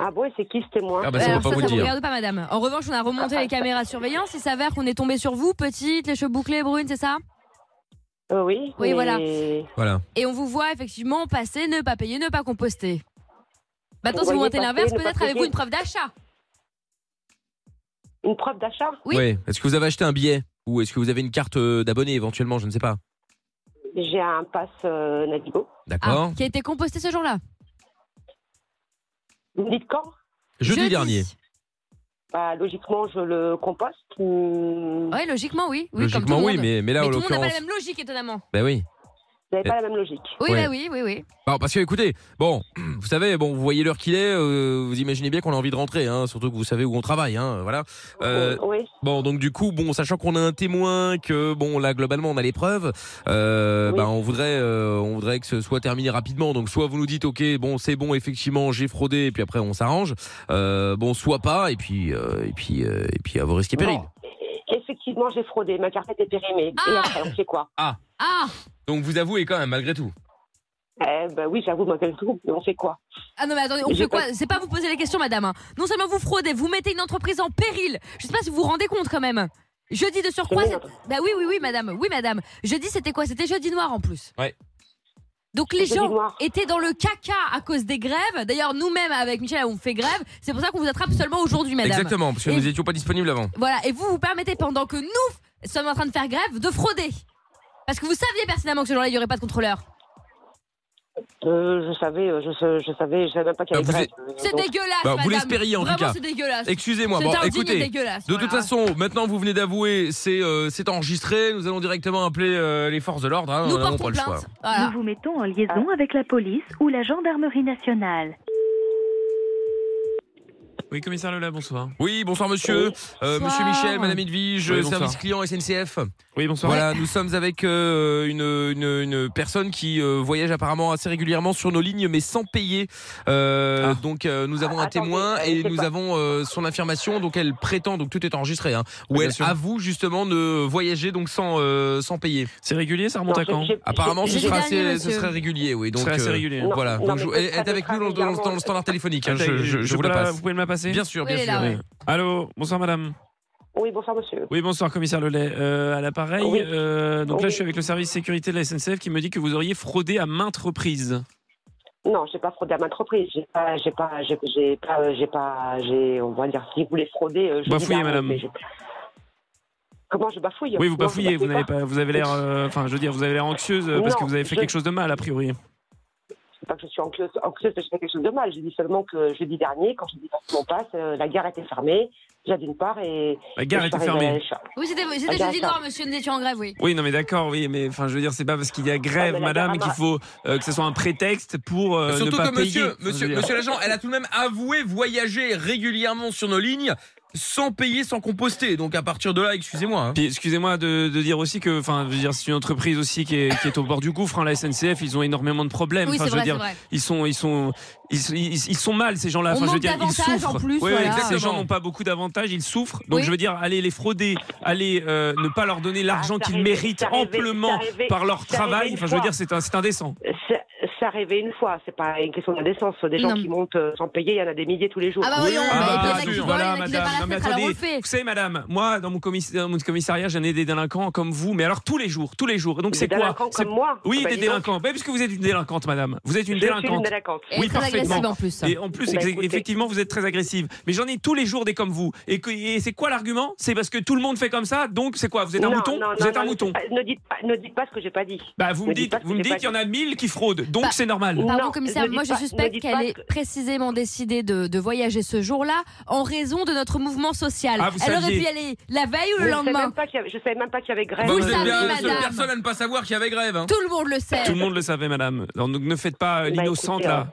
Speaker 6: Ah bon, et c'est qui ce témoin
Speaker 1: Ah bah ça on va
Speaker 4: Alors
Speaker 1: pas
Speaker 4: ça,
Speaker 1: vous
Speaker 4: ça
Speaker 1: le
Speaker 4: vous
Speaker 1: dire.
Speaker 4: regarde pas, madame. En revanche, on a remonté les caméras de surveillance. Il s'avère qu'on est tombé sur vous, petite, les cheveux bouclés, brunes, c'est ça
Speaker 6: Euh, Oui,
Speaker 4: Oui,
Speaker 6: mais-
Speaker 4: voilà.
Speaker 1: Voilà.
Speaker 4: Et on vous voit effectivement passer, ne pas payer, ne pas composter. Maintenant,
Speaker 6: Vous
Speaker 4: si vous
Speaker 6: voyez
Speaker 4: montez
Speaker 6: passer,
Speaker 4: l'inverse,
Speaker 6: ne pas
Speaker 4: peut-être avez-vous
Speaker 6: payer.
Speaker 4: une preuve d'achat
Speaker 6: Une preuve d'achat
Speaker 4: Oui.
Speaker 1: Ouais. Est-ce que vous avez acheté un billet ou est-ce que vous avez une carte euh, d'abonné éventuellement Je ne sais pas.
Speaker 6: J'ai un pass euh, Navigo.
Speaker 1: D'accord.
Speaker 4: qui a été composté ce jour-là.
Speaker 6: Vous me dites quand
Speaker 1: Jeudi, dernier.
Speaker 6: bah, Logiquement, je le composte. Hmm. ou-
Speaker 4: Oui, logiquement, oui. oui comme tout
Speaker 1: Logiquement,
Speaker 4: le
Speaker 1: oui,
Speaker 4: monde.
Speaker 1: mais, mais là, en
Speaker 4: tout le monde n'a pas
Speaker 1: l'occurrence.
Speaker 4: la même logique, étonnamment.
Speaker 1: Ben oui.
Speaker 6: Vous n'avez pas la même logique.
Speaker 4: Oui,
Speaker 1: Ouais.
Speaker 4: bah oui, oui, oui.
Speaker 1: Bon, parce que écoutez, bon, vous savez, bon, vous voyez l'heure qu'il est, euh, vous imaginez bien qu'on a envie de rentrer, hein, surtout que vous savez où on travaille, hein, voilà. Euh,
Speaker 6: Oui.
Speaker 1: Bon, donc du coup, bon, sachant qu'on a un témoin, que bon, là globalement on a les preuves, euh,
Speaker 6: Oui.
Speaker 1: bah, on voudrait, euh, on voudrait que ce soit terminé rapidement. Donc soit vous nous dites, ok, bon, c'est bon, effectivement, j'ai fraudé, et puis après on s'arrange. Euh, bon, soit pas, et puis, euh, et puis, euh, et puis à vos risques et périls.
Speaker 6: Bon. Effectivement, j'ai fraudé. Ma carte était périmée. Et
Speaker 4: Ah
Speaker 6: après, on fait quoi
Speaker 4: Ah
Speaker 1: Donc vous avouez quand même, malgré tout.
Speaker 6: Eh ben oui, j'avoue, ma gueule trouble, mais on fait quoi
Speaker 4: Ah non mais attendez, on
Speaker 6: J'ai
Speaker 4: fait quoi C'est pas vous poser les questions madame. hein. Non seulement vous fraudez, vous mettez une entreprise en péril. Je sais pas si vous vous rendez compte quand même. Jeudi de surcroît,
Speaker 6: C'est
Speaker 4: c'est-
Speaker 6: bon.
Speaker 4: bah oui oui oui madame, oui madame. Jeudi c'était quoi C'était jeudi noir en plus.
Speaker 1: Ouais.
Speaker 4: Donc les
Speaker 6: Jeudi
Speaker 4: gens
Speaker 6: noir.
Speaker 4: étaient dans le caca à cause des grèves. D'ailleurs nous-mêmes avec Michel on fait grève. C'est pour ça qu'on vous attrape seulement aujourd'hui madame.
Speaker 1: Exactement, parce que
Speaker 4: Et-
Speaker 1: nous étions pas disponibles avant.
Speaker 4: Voilà et vous vous permettez pendant que nous sommes en train de faire grève de frauder. Parce que vous saviez pertinemment que ce jour-là il y aurait pas de contrôleur.
Speaker 6: euh, Je savais, euh, je, sa- je savais, je savais même pas qu'il y avait
Speaker 1: Ah, vous
Speaker 6: grève.
Speaker 4: C'est
Speaker 6: Donc,
Speaker 4: dégueulasse
Speaker 1: Bah, vous
Speaker 4: madame.
Speaker 1: l'espériez, en tout
Speaker 4: Vraiment,
Speaker 1: cas.
Speaker 4: c'est dégueulasse.
Speaker 1: Excusez-moi,
Speaker 4: C'est
Speaker 1: bon,
Speaker 4: indigne et
Speaker 1: écoutez.
Speaker 4: dégueulasse,
Speaker 1: De toute
Speaker 4: voilà.
Speaker 1: façon, maintenant vous venez d'avouer, c'est euh, c'est enregistré. Nous allons directement appeler euh, les forces de l'ordre. hein,
Speaker 4: Nous
Speaker 1: on n'a
Speaker 4: portons
Speaker 1: pas le choix.
Speaker 4: plainte. Voilà.
Speaker 10: Nous vous mettons en liaison avec la police ou la gendarmerie nationale.
Speaker 2: Oui, commissaire Lola, bonsoir.
Speaker 1: Oui, bonsoir monsieur. Euh, monsieur
Speaker 4: Bonsoir.
Speaker 1: Michel, madame Edwige,
Speaker 2: Oui, bonsoir.
Speaker 1: service client SNCF.
Speaker 2: Oui, bonsoir.
Speaker 1: Voilà, nous sommes avec euh, une, une, une personne qui euh, voyage apparemment assez régulièrement sur nos lignes, mais sans payer. Euh,
Speaker 2: Ah.
Speaker 1: Donc euh, nous avons un
Speaker 6: Attendez,
Speaker 1: témoin
Speaker 6: euh,
Speaker 1: et
Speaker 6: c'est
Speaker 1: nous
Speaker 6: pas-
Speaker 1: avons euh, son affirmation. Donc elle prétend, donc tout est enregistré, hein, où
Speaker 2: Oui,
Speaker 1: elle
Speaker 2: bien sûr.
Speaker 1: avoue justement de voyager donc sans euh, sans payer.
Speaker 2: C'est régulier, ça remonte
Speaker 6: non,
Speaker 2: à quand
Speaker 6: j'ai- j'ai-
Speaker 1: Apparemment, ce
Speaker 4: Jeudi
Speaker 6: j'ai-
Speaker 1: sera
Speaker 4: dernier,
Speaker 1: assez, ce
Speaker 4: monsieur.
Speaker 1: serait régulier, oui.
Speaker 2: Donc,
Speaker 1: Donc
Speaker 2: assez
Speaker 1: euh,
Speaker 2: régulier.
Speaker 6: Non.
Speaker 1: voilà. Donc je-
Speaker 6: mais
Speaker 1: elle
Speaker 6: ça
Speaker 1: est avec
Speaker 6: sera
Speaker 1: nous dans, dans- dans le standard téléphonique. hein, je, je- je vous
Speaker 2: peux
Speaker 1: la passe.
Speaker 2: Ah, Vous pouvez me la passer
Speaker 1: Bien sûr,
Speaker 4: Oui,
Speaker 1: bien
Speaker 4: elle est
Speaker 1: sûr.
Speaker 4: là.
Speaker 2: Oui. Allô, bonsoir madame.
Speaker 6: Oui, bonsoir, monsieur.
Speaker 2: Oui, bonsoir commissaire Lelay. Euh, à l'appareil,
Speaker 6: Oui.
Speaker 2: euh, donc là
Speaker 6: Oui.
Speaker 2: je suis avec le service sécurité de la SNCF qui me dit que vous auriez fraudé à maintes reprises.
Speaker 6: Non, j'ai pas fraudé à ma entreprise. J'ai pas, j'ai pas, j'ai- j'ai pas, euh, j'ai pas, j'ai, on va dire, si vous voulez frauder, euh, je
Speaker 2: Bafouillez,
Speaker 6: dis la honte,
Speaker 2: madame.
Speaker 6: mais je- Comment je bafouille
Speaker 2: Oui, vous
Speaker 6: Non, je
Speaker 2: bafouillez, vous
Speaker 6: bafouille
Speaker 2: n'avez pas, vous avez l'air, euh, enfin, je veux dire, vous avez l'air anxieuse euh, parce
Speaker 6: Bah, Non,
Speaker 2: que vous avez fait
Speaker 6: je-
Speaker 2: quelque chose de mal a priori.
Speaker 6: C'est pas que je suis anxieuse, anxieuse de faire quelque chose de mal. Je dis seulement que jeudi dernier, quand je dis passe mon passe, euh, la gare était fermée, déjà d'une part, et.
Speaker 2: La gare
Speaker 6: et je
Speaker 2: était
Speaker 6: suis arrivée-
Speaker 2: fermée.
Speaker 6: je suis-
Speaker 4: Oui, c'était c'était
Speaker 6: D'accord.
Speaker 4: jeudi noir, monsieur, nous étions en grève, oui.
Speaker 2: Oui, non, mais d'accord, oui, mais enfin, je veux dire, c'est pas parce qu'il y a grève,
Speaker 6: Ah, mais la
Speaker 2: madame,
Speaker 6: gare
Speaker 2: qu'il
Speaker 6: à-
Speaker 2: faut euh, que ce soit un prétexte pour euh, ne
Speaker 1: Surtout
Speaker 2: pas
Speaker 1: que monsieur,
Speaker 2: payer. Je
Speaker 1: monsieur,
Speaker 2: veux dire,
Speaker 1: monsieur l'agent, elle a tout de même avoué voyager régulièrement sur nos lignes sans payer, sans composter. Donc à partir de là, excusez-moi. hein.
Speaker 2: Puis excusez-moi de, de dire aussi que, enfin, je veux dire, c'est une entreprise aussi qui est, qui est au bord du gouffre. hein, la SNCF, ils ont énormément de problèmes.
Speaker 4: Oui,
Speaker 2: Enfin,
Speaker 4: c'est
Speaker 2: je veux
Speaker 4: vrai, c'est
Speaker 2: dire,
Speaker 4: vrai.
Speaker 2: ils sont, ils sont, ils, sont- ils- ils sont mal ces
Speaker 4: On
Speaker 2: gens-là. Enfin, je veux
Speaker 4: manque
Speaker 2: dire, ils
Speaker 4: d'avantages,
Speaker 2: souffrent.
Speaker 4: en plus,
Speaker 2: Oui, oui,
Speaker 4: voilà.
Speaker 2: exactement. Ces gens
Speaker 1: Exactement.
Speaker 2: n'ont pas beaucoup d'avantages, ils souffrent. Donc,
Speaker 4: Oui.
Speaker 2: je veux dire, allez les frauder, allez euh, ne pas leur donner l'argent
Speaker 6: Ah, c'est
Speaker 2: qu'ils
Speaker 6: arrivé,
Speaker 2: méritent
Speaker 6: c'est arrivé,
Speaker 2: amplement
Speaker 6: c'est arrivé,
Speaker 2: par leur
Speaker 6: c'est arrivé
Speaker 2: travail.
Speaker 6: une
Speaker 2: Enfin, je veux
Speaker 6: fois.
Speaker 2: dire, c'est un- c'est indécent.
Speaker 6: C'est c'est arrivé une fois, c'est pas une question d'indécence. Des gens
Speaker 4: Non.
Speaker 6: qui montent euh, sans payer, il y en a des milliers tous les jours.
Speaker 4: Ah bah
Speaker 1: Oui,
Speaker 4: voyons,
Speaker 1: on-
Speaker 4: bah,
Speaker 1: Ah,
Speaker 4: il y en a qui
Speaker 1: sûr,
Speaker 4: vont,
Speaker 2: voilà,
Speaker 4: il y en a qui
Speaker 2: madame. Non,
Speaker 4: veulent
Speaker 2: mais
Speaker 4: pas la fête, alors on
Speaker 2: attendez.
Speaker 4: le fait.
Speaker 2: Vous savez, madame, moi, dans mon, commis- dans mon commissariat, j'en ai des délinquants comme vous, mais alors tous les jours, tous les jours. Et Donc,
Speaker 6: Des
Speaker 2: c'est quoi
Speaker 6: délinquants
Speaker 2: C'est-
Speaker 6: comme moi
Speaker 2: Oui,
Speaker 6: Bah,
Speaker 2: des
Speaker 6: dis donc,
Speaker 2: délinquants. Mais puisque vous êtes une délinquante, madame. Vous êtes une
Speaker 6: Je suis une
Speaker 2: délinquante.
Speaker 6: délinquante.
Speaker 4: Elle
Speaker 2: Oui,
Speaker 4: est très
Speaker 2: parfaitement.
Speaker 4: agressive en plus.
Speaker 2: Et en plus,
Speaker 6: Bah,
Speaker 2: ex-
Speaker 6: écoutez.
Speaker 2: effectivement, vous êtes très agressive. Mais j'en ai tous les jours des comme vous. Et, que- et c'est quoi l'argument C'est parce que tout le monde fait comme ça, donc c'est quoi Vous êtes un
Speaker 6: Non,
Speaker 2: mouton
Speaker 6: non,
Speaker 2: Vous
Speaker 6: non,
Speaker 2: êtes un
Speaker 6: non,
Speaker 2: mouton.
Speaker 6: Ne dites, pas, ne dites pas ce que j'ai pas dit.
Speaker 2: Bah, vous
Speaker 6: ne
Speaker 2: me
Speaker 6: dites
Speaker 2: dites,
Speaker 6: pas ce
Speaker 2: vous
Speaker 6: que
Speaker 2: me
Speaker 6: j'ai
Speaker 2: dites
Speaker 6: pas
Speaker 2: qu'il y en a mille qui fraudent, donc
Speaker 4: Bah,
Speaker 2: c'est normal.
Speaker 4: Pardon,
Speaker 6: Non,
Speaker 4: commissaire,
Speaker 6: ne dites
Speaker 4: moi je
Speaker 6: pas- ne
Speaker 4: suspecte
Speaker 6: dites
Speaker 4: qu'elle
Speaker 6: pas
Speaker 4: ait
Speaker 6: que-
Speaker 4: précisément décidé de, de voyager ce jour-là en raison de notre mouvement social.
Speaker 2: Ah, vous
Speaker 4: Elle aurait
Speaker 2: saviez.
Speaker 4: pu y aller la veille ou
Speaker 6: Je
Speaker 4: le
Speaker 6: savais même
Speaker 4: lendemain.
Speaker 6: pas qu'il y avait- Je savais même pas qu'il y avait grève.
Speaker 1: Bah,
Speaker 4: vous
Speaker 1: êtes
Speaker 4: savez,
Speaker 1: bien la seule
Speaker 4: madame.
Speaker 1: personne à ne pas savoir qu'il y avait grève. hein.
Speaker 4: Tout le monde le sait.
Speaker 2: Tout le monde le savait, madame. Alors, donc, ne faites pas euh,
Speaker 6: Bah,
Speaker 2: l'innocente
Speaker 6: écoutez,
Speaker 2: là.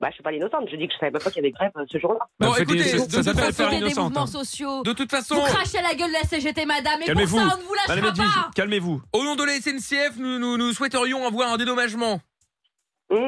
Speaker 6: Bah, je suis pas l'innocente, je dis que je savais même pas qu'il y avait grève euh, ce jour-là.
Speaker 2: Bah,
Speaker 1: Bon,
Speaker 2: faites-
Speaker 1: écoutez,
Speaker 2: ça-
Speaker 1: de
Speaker 2: ça
Speaker 1: toute
Speaker 4: Vous
Speaker 2: s'appelle
Speaker 1: façon,
Speaker 2: faire
Speaker 4: profitez des
Speaker 2: l'innocente.
Speaker 4: mouvements
Speaker 2: hein.
Speaker 4: sociaux.
Speaker 1: De toute façon,
Speaker 4: Vous crachez à la gueule de la CGT, madame, et pour
Speaker 2: Calmez-vous.
Speaker 4: ça, on ne vous
Speaker 2: Madame
Speaker 4: lâchera
Speaker 2: Edwige,
Speaker 4: pas.
Speaker 2: calmez-vous.
Speaker 1: au nom de la SNCF, nous, nous, nous souhaiterions avoir un dédommagement.
Speaker 6: Hum, euh,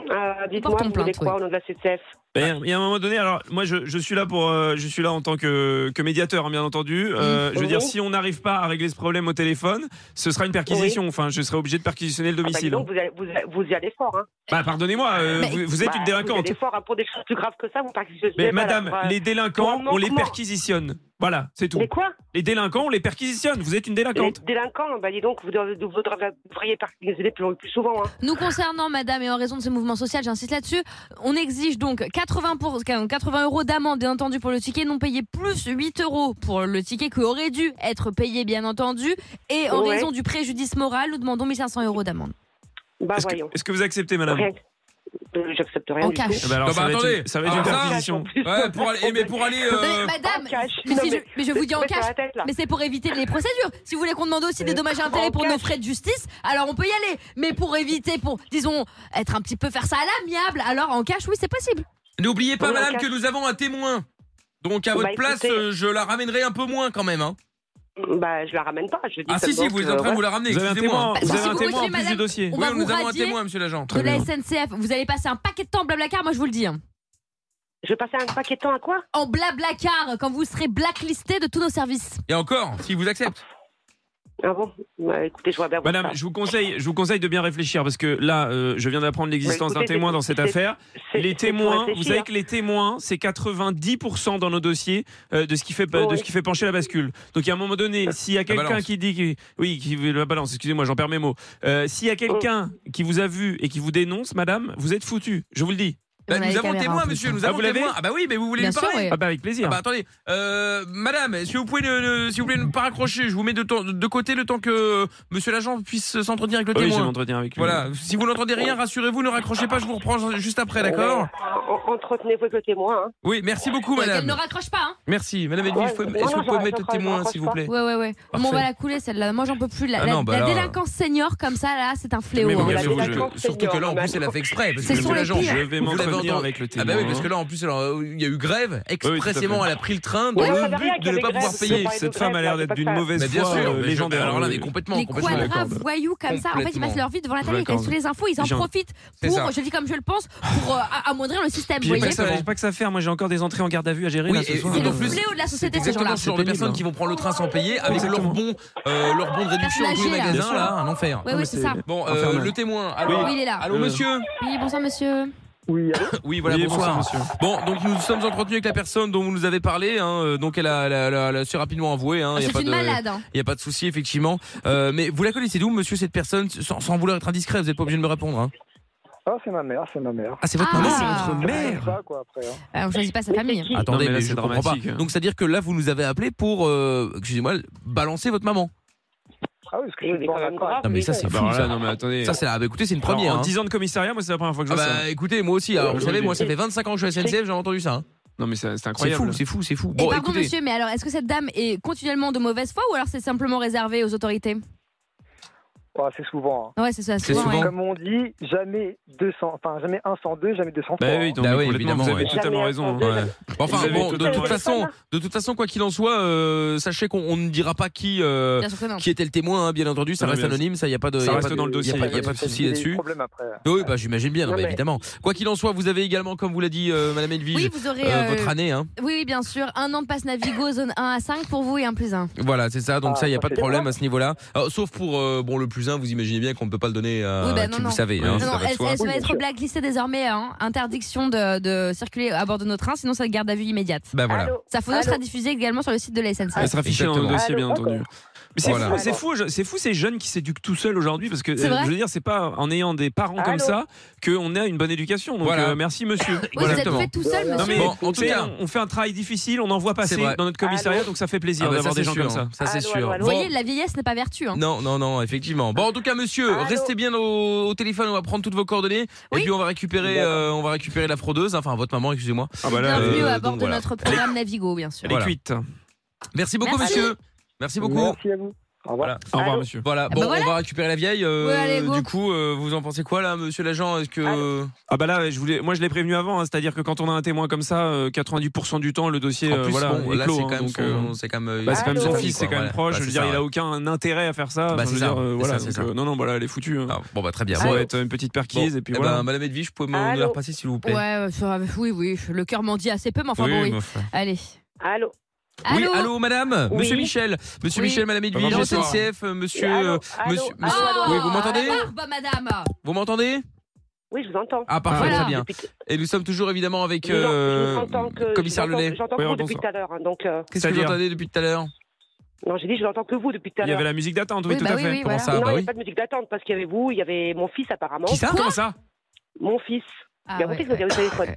Speaker 6: Dites-moi,
Speaker 4: Portons
Speaker 6: vous voulez
Speaker 4: plainte,
Speaker 6: quoi au nom de la CTF
Speaker 2: Ben, Il y a un moment donné, alors moi je, je suis là pour, euh, je suis là en tant que, que médiateur, hein, bien entendu. Euh, Je veux dire,
Speaker 6: Oui.
Speaker 2: si on n'arrive pas à régler ce problème au téléphone, ce sera une perquisition. Enfin, je serai obligé de perquisitionner le
Speaker 6: Ah, bah, dis
Speaker 2: domicile.
Speaker 6: donc, vous, allez- vous allez- vous y allez fort. Hein.
Speaker 2: Bah, pardonnez-moi, euh,
Speaker 4: Mais-
Speaker 2: vous, vous êtes
Speaker 6: Bah, Vous y
Speaker 2: une délinquante.
Speaker 6: allez fort hein, pour des choses plus graves que ça. Vous participez
Speaker 2: Mais
Speaker 6: pas, là,
Speaker 2: madame,
Speaker 6: pour, euh,
Speaker 2: les
Speaker 6: pour un
Speaker 2: délinquants, on les
Speaker 6: manquement.
Speaker 2: perquisitionne. Voilà, c'est tout.
Speaker 6: Les quoi
Speaker 2: Les délinquants, on les perquisitionne. Vous êtes une
Speaker 6: Les
Speaker 2: délinquante.
Speaker 6: délinquants, bah dis donc, vous devriez, vous devriez- vous devriez partir plus, plus souvent. Hein.
Speaker 4: Nous concernant, madame, et en raison de ce mouvement social, j'insiste là-dessus, on exige donc 4 80, pour, donc 80 euros d'amende, bien entendu, pour le ticket non payé, plus 8 euros pour le ticket qui aurait dû être payé, bien entendu. Et en
Speaker 2: Ouais.
Speaker 4: raison du préjudice moral, nous demandons 1500 euros d'amende.
Speaker 6: Bah
Speaker 2: Est-ce que,
Speaker 6: voyons.
Speaker 2: est-ce que vous acceptez, madame
Speaker 6: Rien. Euh, J'accepte rien.
Speaker 4: En
Speaker 6: du
Speaker 4: cash.
Speaker 6: tout.
Speaker 2: Eh ben alors,
Speaker 1: Non,
Speaker 2: ça
Speaker 1: bah,
Speaker 2: va être
Speaker 1: attendez.
Speaker 2: une- ça va être une
Speaker 1: Alors ça,
Speaker 2: perquisition.
Speaker 1: Ouais, pour aller, eh, mais pour aller. euh,
Speaker 4: Mais madame,
Speaker 6: En cash.
Speaker 4: mais,
Speaker 6: Non,
Speaker 4: si je,
Speaker 6: mais-
Speaker 4: mais je vous dis en
Speaker 6: mais sur
Speaker 4: cash,
Speaker 6: la tête, là.
Speaker 4: mais c'est pour éviter les procédures. Si vous voulez qu'on demande aussi des dommages et intérêts
Speaker 6: en
Speaker 4: pour
Speaker 6: cash.
Speaker 4: nos frais de justice, alors on peut y aller. Mais pour éviter, pour, disons, être un petit peu faire ça à l'amiable, alors en cash, oui, c'est possible.
Speaker 1: N'oubliez pas,
Speaker 6: Oui, en
Speaker 1: madame,
Speaker 6: cas-
Speaker 1: que nous avons un témoin. Donc, à
Speaker 6: Bah,
Speaker 1: votre place,
Speaker 6: écoutez-
Speaker 1: euh, je la ramènerai un peu moins quand même. hein.
Speaker 6: Bah, je la ramène pas. Je dis
Speaker 1: Ah, si, si,
Speaker 6: seulement
Speaker 1: vous
Speaker 6: que,
Speaker 1: êtes en train de
Speaker 6: ouais.
Speaker 1: vous la ramener.
Speaker 2: Vous avez un
Speaker 1: Excusez-moi.
Speaker 2: témoin, vous
Speaker 4: Bah, si
Speaker 2: avez un
Speaker 4: vous
Speaker 2: témoin en
Speaker 4: refusez,
Speaker 2: plus du
Speaker 4: madame,
Speaker 2: dossier.
Speaker 4: on
Speaker 1: Oui,
Speaker 4: va
Speaker 1: nous
Speaker 4: vous
Speaker 1: avons un
Speaker 4: radier
Speaker 1: témoin, monsieur l'agent.
Speaker 4: de la SNCF, vous allez passer un paquet de temps en blablacar, moi je vous le dis. hein.
Speaker 6: Je vais passer un paquet de temps à quoi
Speaker 4: En blablacar, quand vous serez blacklisté de tous nos services.
Speaker 1: Et encore, s'il vous accepte.
Speaker 6: Ah bon Bah, écoutez, je vois bien. voir
Speaker 2: Madame,
Speaker 6: ça.
Speaker 2: je vous conseille, je vous conseille de bien réfléchir parce que là, euh, je viens d'apprendre l'existence
Speaker 6: Bah,
Speaker 2: d'un
Speaker 6: écoutez,
Speaker 2: témoin
Speaker 6: c'est-
Speaker 2: dans cette
Speaker 6: c'est-
Speaker 2: affaire.
Speaker 6: C'est-
Speaker 2: Les
Speaker 6: c'est pour
Speaker 2: témoins, vous
Speaker 6: réfléchir.
Speaker 2: savez que les témoins, c'est 90% dans nos dossiers euh, de ce qui fait pa- de
Speaker 6: Oui.
Speaker 2: ce qui fait pencher la bascule. Donc à un moment donné, s'il y a quelqu'un
Speaker 1: balance.
Speaker 2: qui dit que- oui, qui la balance, excusez-moi, j'en perds mes mots. Euh, s'il y a quelqu'un
Speaker 6: Oh.
Speaker 2: qui vous a vu et qui vous dénonce, madame, vous êtes foutu. Je vous le dis.
Speaker 1: Bah,
Speaker 4: On a les
Speaker 1: nous avons
Speaker 4: caméras, en
Speaker 1: témoin,
Speaker 4: plus,
Speaker 1: monsieur.
Speaker 4: hein.
Speaker 1: Nous
Speaker 2: Ah,
Speaker 1: avons
Speaker 2: vous l'avez
Speaker 1: témoin. Ah, bah oui, mais vous voulez
Speaker 4: Bien
Speaker 1: lui
Speaker 4: sûr,
Speaker 1: parler
Speaker 4: ouais.
Speaker 2: Ah bah avec plaisir.
Speaker 1: Ah bah attendez, euh, madame, est-ce que vous pouvez, ne, ne- si vous voulez ne pas raccrocher, je vous mets de, temps- de côté le temps que euh, monsieur l'agent puisse s'entretenir avec le
Speaker 2: Ah oui, j'ai
Speaker 1: témoin.
Speaker 2: l'entretien avec lui.
Speaker 1: Voilà, si vous n'entendez rien, rassurez-vous, ne raccrochez pas, je vous reprends juste après, d'accord
Speaker 6: En- en- Entretenez-vous avec le témoin. hein.
Speaker 1: Oui, merci beaucoup,
Speaker 4: Euh, Qu'elle ne
Speaker 1: madame.
Speaker 4: raccroche pas, hein.
Speaker 1: Merci, madame Edwige,
Speaker 6: Ouais,
Speaker 1: faut-
Speaker 6: non,
Speaker 1: est-ce que vous
Speaker 6: je
Speaker 1: pouvez mettre le
Speaker 6: raccroche, je
Speaker 1: témoin,
Speaker 6: raccroche
Speaker 1: s'il vous
Speaker 6: pas.
Speaker 1: plaît
Speaker 4: Ouais, ouais, ouais. Bon, on
Speaker 1: Parfait.
Speaker 4: va la couler celle-là. Moi, j'en peux plus. La,
Speaker 1: Ah
Speaker 4: la-
Speaker 1: non, bah
Speaker 4: la
Speaker 1: là-
Speaker 4: délinquance senior comme ça, là, c'est un fléau.
Speaker 2: Mais bon,
Speaker 4: hein.
Speaker 2: bien
Speaker 6: la
Speaker 2: sûr, vous-
Speaker 6: délinquance,
Speaker 1: je- surtout que là, en
Speaker 6: senior,
Speaker 1: plus, elle a fait exprès. Parce
Speaker 4: C'est
Speaker 1: que
Speaker 4: sur
Speaker 1: monsieur
Speaker 4: les
Speaker 1: l'agent,
Speaker 4: pires.
Speaker 2: Je vais
Speaker 1: vous l'avez
Speaker 2: m'entretenir
Speaker 1: entendu-
Speaker 2: avec le témoin.
Speaker 1: Ah bah oui, parce que là, en plus, alors, euh, il y a eu grève,
Speaker 2: tout à fait.
Speaker 1: expressément, elle a pris le train dans
Speaker 6: Ouais, ça
Speaker 1: le
Speaker 6: veut
Speaker 1: but de
Speaker 6: rien qu'il y
Speaker 1: ne
Speaker 6: a
Speaker 1: pas
Speaker 6: des
Speaker 1: pouvoir
Speaker 6: grèves,
Speaker 1: payer.
Speaker 6: c'est pas-
Speaker 2: cette femme a l'air d'être
Speaker 6: Mais
Speaker 2: d'une
Speaker 6: bien
Speaker 2: mauvaise
Speaker 1: Mais bien
Speaker 2: foi
Speaker 1: sûr,
Speaker 2: euh,
Speaker 1: mais je-
Speaker 2: légendaire.
Speaker 1: Alors là, mais
Speaker 2: Oui.
Speaker 1: complètement,
Speaker 4: Les
Speaker 1: complètement.
Speaker 4: quadras
Speaker 2: l'accorde.
Speaker 4: voyous comme ça, en fait, ils passent leur vie devant la télé, ils
Speaker 2: Complètement.
Speaker 4: restent sous les infos, ils en
Speaker 2: J'en-
Speaker 4: profitent
Speaker 1: C'est ça.
Speaker 4: pour, je dis comme je le pense, pour euh, a- amoindrir le système.
Speaker 2: Puis
Speaker 4: Vous
Speaker 2: j'ai pas,
Speaker 4: voyez
Speaker 2: que ça- j'ai pas que ça à faire. Moi, j'ai encore des entrées en garde à vue à gérer
Speaker 1: Oui,
Speaker 2: là, ce
Speaker 1: et-
Speaker 2: soir.
Speaker 1: et
Speaker 4: C'est le
Speaker 1: en plus,
Speaker 4: fléau de la société, ces
Speaker 1: Exactement
Speaker 4: gens-là.
Speaker 1: ce genre de
Speaker 2: pénible,
Speaker 1: personnes
Speaker 2: hein.
Speaker 1: qui vont prendre le train sans payer avec leur
Speaker 2: Exactement.
Speaker 1: bon, euh, leur bon de réduction dans tous les
Speaker 4: Personnagé, là.
Speaker 1: magasins, là, un enfer.
Speaker 4: Oui,
Speaker 2: Non, mais
Speaker 4: oui, c'est ça.
Speaker 1: Bon,
Speaker 2: Enfer,
Speaker 1: euh,
Speaker 2: ouais.
Speaker 1: le témoin.
Speaker 4: Oui,
Speaker 1: Alors,
Speaker 4: il est là.
Speaker 1: Allô,
Speaker 2: Euh.
Speaker 1: monsieur
Speaker 4: Oui, bonsoir, monsieur.
Speaker 7: Oui, allô
Speaker 1: Oui, voilà,
Speaker 2: Oui,
Speaker 1: bonsoir.
Speaker 2: monsieur.
Speaker 1: Bon, donc nous nous sommes entretenus avec la personne dont vous nous avez parlé. Hein, euh, donc elle a, elle a- elle a- elle a assez rapidement avoué. Hein, y a
Speaker 4: C'est
Speaker 1: pas
Speaker 4: une
Speaker 1: de,
Speaker 4: malade. hein.
Speaker 1: Il n'y a pas de souci, effectivement. Euh, mais vous la connaissez d'où, monsieur, cette personne sans, sans vouloir être indiscret, vous n'êtes pas obligé de me répondre. Hein.
Speaker 7: Ah, c'est ma mère, c'est ma mère.
Speaker 1: Ah, c'est votre
Speaker 4: Ah.
Speaker 1: maman
Speaker 4: C'est votre
Speaker 7: C'est ça, quoi, après. hein.
Speaker 4: Ah, On choisit pas sa famille.
Speaker 1: Attendez,
Speaker 2: Non, mais
Speaker 1: mais,
Speaker 2: là,
Speaker 1: je
Speaker 2: c'est
Speaker 1: comprends pas.
Speaker 2: dramatique. hein.
Speaker 1: Donc, c'est-à-dire que là, vous nous avez appelé pour, euh, excusez-moi, balancer votre maman.
Speaker 7: Ah oui, parce que
Speaker 6: Je
Speaker 7: je
Speaker 6: vais
Speaker 7: suis en
Speaker 6: quand même
Speaker 7: accord.
Speaker 6: grave.
Speaker 1: Non, mais ça,
Speaker 6: Oui,
Speaker 1: c'est
Speaker 2: Ah bah
Speaker 1: fou.
Speaker 2: alors là,
Speaker 1: ça.
Speaker 2: non, mais attendez.
Speaker 1: Ça, c'est la... bah, écoutez, c'est une
Speaker 2: Alors,
Speaker 1: première.
Speaker 2: En
Speaker 1: hein.
Speaker 2: 10 ans de commissariat, moi, c'est la première fois que je
Speaker 1: Ah
Speaker 2: vois ça.
Speaker 1: bah écoutez, moi aussi. Alors, vous
Speaker 2: Oui,
Speaker 1: savez,
Speaker 2: oui.
Speaker 1: moi, ça fait 25 ans que je suis à SNCF, j'ai entendu ça. hein.
Speaker 2: Non, mais c'est c'est
Speaker 1: C'est
Speaker 2: incroyable.
Speaker 1: fou, c'est fou, c'est fou.
Speaker 4: Et
Speaker 1: Bon,
Speaker 4: Eh pardon,
Speaker 1: écoutez.
Speaker 4: monsieur, mais alors, est-ce que cette dame est continuellement de mauvaise foi ou alors c'est simplement réservé aux autorités
Speaker 7: Ouais, c'est souvent. hein.
Speaker 4: Ouais, c'est ça,
Speaker 1: C'est
Speaker 4: souvent,
Speaker 1: souvent.
Speaker 4: ouais.
Speaker 7: Comme on dit, jamais 200, enfin jamais 102, jamais 203.
Speaker 2: Bah oui, donc,
Speaker 1: Bah oui,
Speaker 2: complètement,
Speaker 1: évidemment,
Speaker 2: vous avez
Speaker 1: ouais.
Speaker 2: totalement raison.
Speaker 6: Jamais
Speaker 2: hein.
Speaker 6: entendu,
Speaker 1: Bon, Enfin,
Speaker 2: Vous avez
Speaker 1: bon, de
Speaker 2: totalement
Speaker 1: toute
Speaker 6: raison.
Speaker 1: façon, de toute façon, quoi qu'il en soit, euh, sachez qu'on on ne dira pas qui euh,
Speaker 4: Bien sûr que non.
Speaker 1: qui était le témoin, hein, bien entendu. Ça
Speaker 2: Non,
Speaker 1: reste
Speaker 2: mais
Speaker 1: anonyme, ça, il y a pas de.
Speaker 2: ça
Speaker 1: y a
Speaker 2: reste
Speaker 1: pas de-
Speaker 2: dans le dossier,
Speaker 1: y a pas- y a pas de souci là-dessus.
Speaker 7: problème après. euh.
Speaker 1: Oui, bah j'imagine bien, non,
Speaker 6: Non,
Speaker 1: bah,
Speaker 6: mais-
Speaker 1: évidemment. Quoi qu'il en soit, vous avez également, comme vous l'a dit euh, Madame Edwige,
Speaker 4: Oui, vous aurez.
Speaker 1: euh,
Speaker 4: euh,
Speaker 1: votre année. Hein.
Speaker 4: Oui, oui, bien sûr. Un an de passe Navigo, zone 1 à 5 pour vous et un plus 1.
Speaker 1: Voilà, c'est ça. Donc
Speaker 7: Ah,
Speaker 1: ça, il n'y a
Speaker 7: ça,
Speaker 1: pas de
Speaker 7: c'est
Speaker 1: problème à ce niveau-là. Alors, Sauf pour euh, bon le plus 1 vous imaginez bien qu'on ne peut pas le donner à
Speaker 4: Oui, bah, non,
Speaker 1: qui
Speaker 4: non.
Speaker 1: vous savez.
Speaker 2: Oui,
Speaker 1: hein,
Speaker 2: non,
Speaker 1: ça
Speaker 4: non,
Speaker 1: va de
Speaker 4: elle,
Speaker 1: soi.
Speaker 4: elle
Speaker 7: Oui,
Speaker 4: va
Speaker 7: bien
Speaker 4: être
Speaker 7: sûr.
Speaker 4: blacklistée désormais. hein. Interdiction de, de circuler à bord de nos trains, sinon ça garde à vue immédiate.
Speaker 1: Bah voilà.
Speaker 6: Allô
Speaker 4: Sa photo
Speaker 6: Allô
Speaker 4: sera diffusée également sur le site de la SNCF.
Speaker 2: Elle sera affichée dans le
Speaker 1: Exactement.
Speaker 2: dossier, bien
Speaker 6: Allô,
Speaker 2: entendu. Mais c'est
Speaker 1: Voilà.
Speaker 2: fou, c'est fou, je- c'est fou ces jeunes qui s'éduquent tout seuls aujourd'hui parce que
Speaker 4: C'est
Speaker 2: euh,
Speaker 4: vrai
Speaker 2: je veux dire, c'est pas en ayant des parents comme
Speaker 6: Allô
Speaker 2: ça qu'on a une bonne éducation. Donc
Speaker 1: Voilà.
Speaker 2: euh, merci monsieur.
Speaker 4: Oui, vous êtes
Speaker 1: Exactement.
Speaker 4: fait tout seul,
Speaker 7: Non,
Speaker 2: Non
Speaker 4: monsieur.
Speaker 2: mais
Speaker 1: Bon, en
Speaker 2: en
Speaker 1: tout
Speaker 2: tout
Speaker 1: cas-
Speaker 2: on fait un travail difficile, on en voit passer
Speaker 1: vrai.
Speaker 2: dans notre commissariat,
Speaker 6: Allô
Speaker 2: donc ça fait
Speaker 1: Ah,
Speaker 2: plaisir
Speaker 1: bah, ça,
Speaker 2: d'avoir
Speaker 1: c'est
Speaker 2: des gens
Speaker 1: sûr,
Speaker 2: comme ça.
Speaker 1: hein. Ça c'est
Speaker 6: Allô,
Speaker 1: sûr.
Speaker 6: allô, allô.
Speaker 4: Vous
Speaker 1: Bon.
Speaker 4: voyez, la vieillesse n'est pas vertu. hein.
Speaker 1: Non, non, non, effectivement. Bon, en tout cas, monsieur,
Speaker 6: Allô
Speaker 1: restez bien au, au téléphone. On va prendre toutes vos coordonnées et
Speaker 4: Oui.
Speaker 1: puis on va récupérer, euh, on va récupérer la fraudeuse. Enfin, votre maman, excusez-moi.
Speaker 2: Ah bah là,
Speaker 4: Bienvenue
Speaker 1: euh,
Speaker 4: à bord
Speaker 1: donc
Speaker 4: de
Speaker 1: voilà.
Speaker 4: notre programme Navigo, bien sûr.
Speaker 2: elle est
Speaker 1: Voilà.
Speaker 2: cuite.
Speaker 1: Merci beaucoup,
Speaker 4: Merci.
Speaker 1: monsieur. Merci beaucoup.
Speaker 7: Merci à vous. Au revoir.
Speaker 1: Voilà.
Speaker 2: Au revoir
Speaker 6: Allô
Speaker 2: monsieur.
Speaker 1: Voilà.
Speaker 4: bah
Speaker 1: Bon,
Speaker 4: voilà.
Speaker 1: on va récupérer la vieille. euh,
Speaker 4: Ouais, allez, go.
Speaker 1: du coup, euh, vous en pensez quoi là, monsieur l'agent Est-ce que
Speaker 2: Ah bah là, je voulais, moi je l'ai prévenu avant, hein, c'est-à-dire que quand on a un témoin comme ça, euh, 90% du temps le dossier,
Speaker 1: en
Speaker 2: euh,
Speaker 1: plus,
Speaker 2: voilà,
Speaker 1: bon,
Speaker 2: est
Speaker 1: là,
Speaker 2: clos,
Speaker 1: c'est
Speaker 2: hein,
Speaker 1: quand même,
Speaker 2: donc,
Speaker 1: son,
Speaker 2: euh,
Speaker 1: c'est quand même,
Speaker 2: bah, c'est quand même son
Speaker 6: Allô
Speaker 2: fils, c'est quand
Speaker 1: quoi,
Speaker 2: même
Speaker 1: voilà.
Speaker 2: proche.
Speaker 1: Bah,
Speaker 2: je veux
Speaker 1: c'est
Speaker 2: dire,
Speaker 1: ça,
Speaker 2: il a
Speaker 1: ouais.
Speaker 2: aucun intérêt à faire ça.
Speaker 1: Bah,
Speaker 2: Enfin, je
Speaker 1: c'est
Speaker 2: veux
Speaker 1: ça,
Speaker 2: dire, euh,
Speaker 1: c'est
Speaker 2: voilà,
Speaker 1: ça,
Speaker 2: donc,
Speaker 1: c'est
Speaker 2: euh,
Speaker 1: ça.
Speaker 2: non, non, voilà, elle est foutue. hein.
Speaker 1: Ah, bon, bah très bien.
Speaker 2: Ça
Speaker 1: Bon,
Speaker 2: va être une petite perquise
Speaker 1: Bon,
Speaker 2: et puis
Speaker 1: eh
Speaker 2: voilà.
Speaker 1: ben, Madame Edwige, vous pouvez me nous la
Speaker 6: Allô
Speaker 1: repasser, s'il vous plaît.
Speaker 4: Ouais, euh, oui, oui, le cœur m'en dit assez peu, mais enfin bon, oui.
Speaker 1: mais enfin.
Speaker 4: Allez.
Speaker 6: Allô
Speaker 1: Oui,
Speaker 4: Allô
Speaker 1: allô, madame,
Speaker 6: Oui.
Speaker 1: monsieur Michel, monsieur
Speaker 4: Oui.
Speaker 1: Michel, madame Edwige,
Speaker 2: Bonsoir.
Speaker 1: SNCF, euh, monsieur,
Speaker 6: Allô
Speaker 1: euh,
Speaker 6: Allô
Speaker 1: monsieur-
Speaker 6: Allô
Speaker 1: monsieur-
Speaker 6: Allô
Speaker 1: Oui, vous m'entendez
Speaker 2: Ah,
Speaker 4: la barbe, madame
Speaker 1: vous m'entendez
Speaker 6: Oui, je vous entends.
Speaker 1: Ah, parfait,
Speaker 4: Voilà.
Speaker 1: très bien.
Speaker 6: Depuis t-
Speaker 1: Et nous sommes toujours évidemment avec
Speaker 6: je vous en-
Speaker 1: euh,
Speaker 6: je vous entends que-
Speaker 1: commissaire
Speaker 6: je vous entends-
Speaker 1: Lelay.
Speaker 6: J'entends
Speaker 2: Oui,
Speaker 6: que vous depuis
Speaker 2: bonsoir.
Speaker 6: tout à l'heure. hein, Donc, euh,
Speaker 1: Qu'est-ce que vous
Speaker 2: C'est-à-dire
Speaker 1: entendez depuis tout à l'heure
Speaker 6: non, j'ai dit, je n'entends que vous depuis tout à
Speaker 2: Il y avait
Speaker 6: l'heure.
Speaker 2: la musique d'attente, oui,
Speaker 4: Oui,
Speaker 2: tout
Speaker 4: bah
Speaker 2: à
Speaker 4: oui,
Speaker 2: fait.
Speaker 4: oui,
Speaker 1: Comment
Speaker 4: voilà.
Speaker 1: ça
Speaker 6: non,
Speaker 1: Bah
Speaker 6: il n'y
Speaker 1: oui.
Speaker 6: a pas de musique d'attente parce qu'il y avait vous, il y avait mon fils apparemment.
Speaker 1: Qui ça
Speaker 2: Comment ça
Speaker 6: Mon fils.
Speaker 4: Ah,
Speaker 6: Il a compris
Speaker 4: ouais,
Speaker 6: que c'était au téléphone.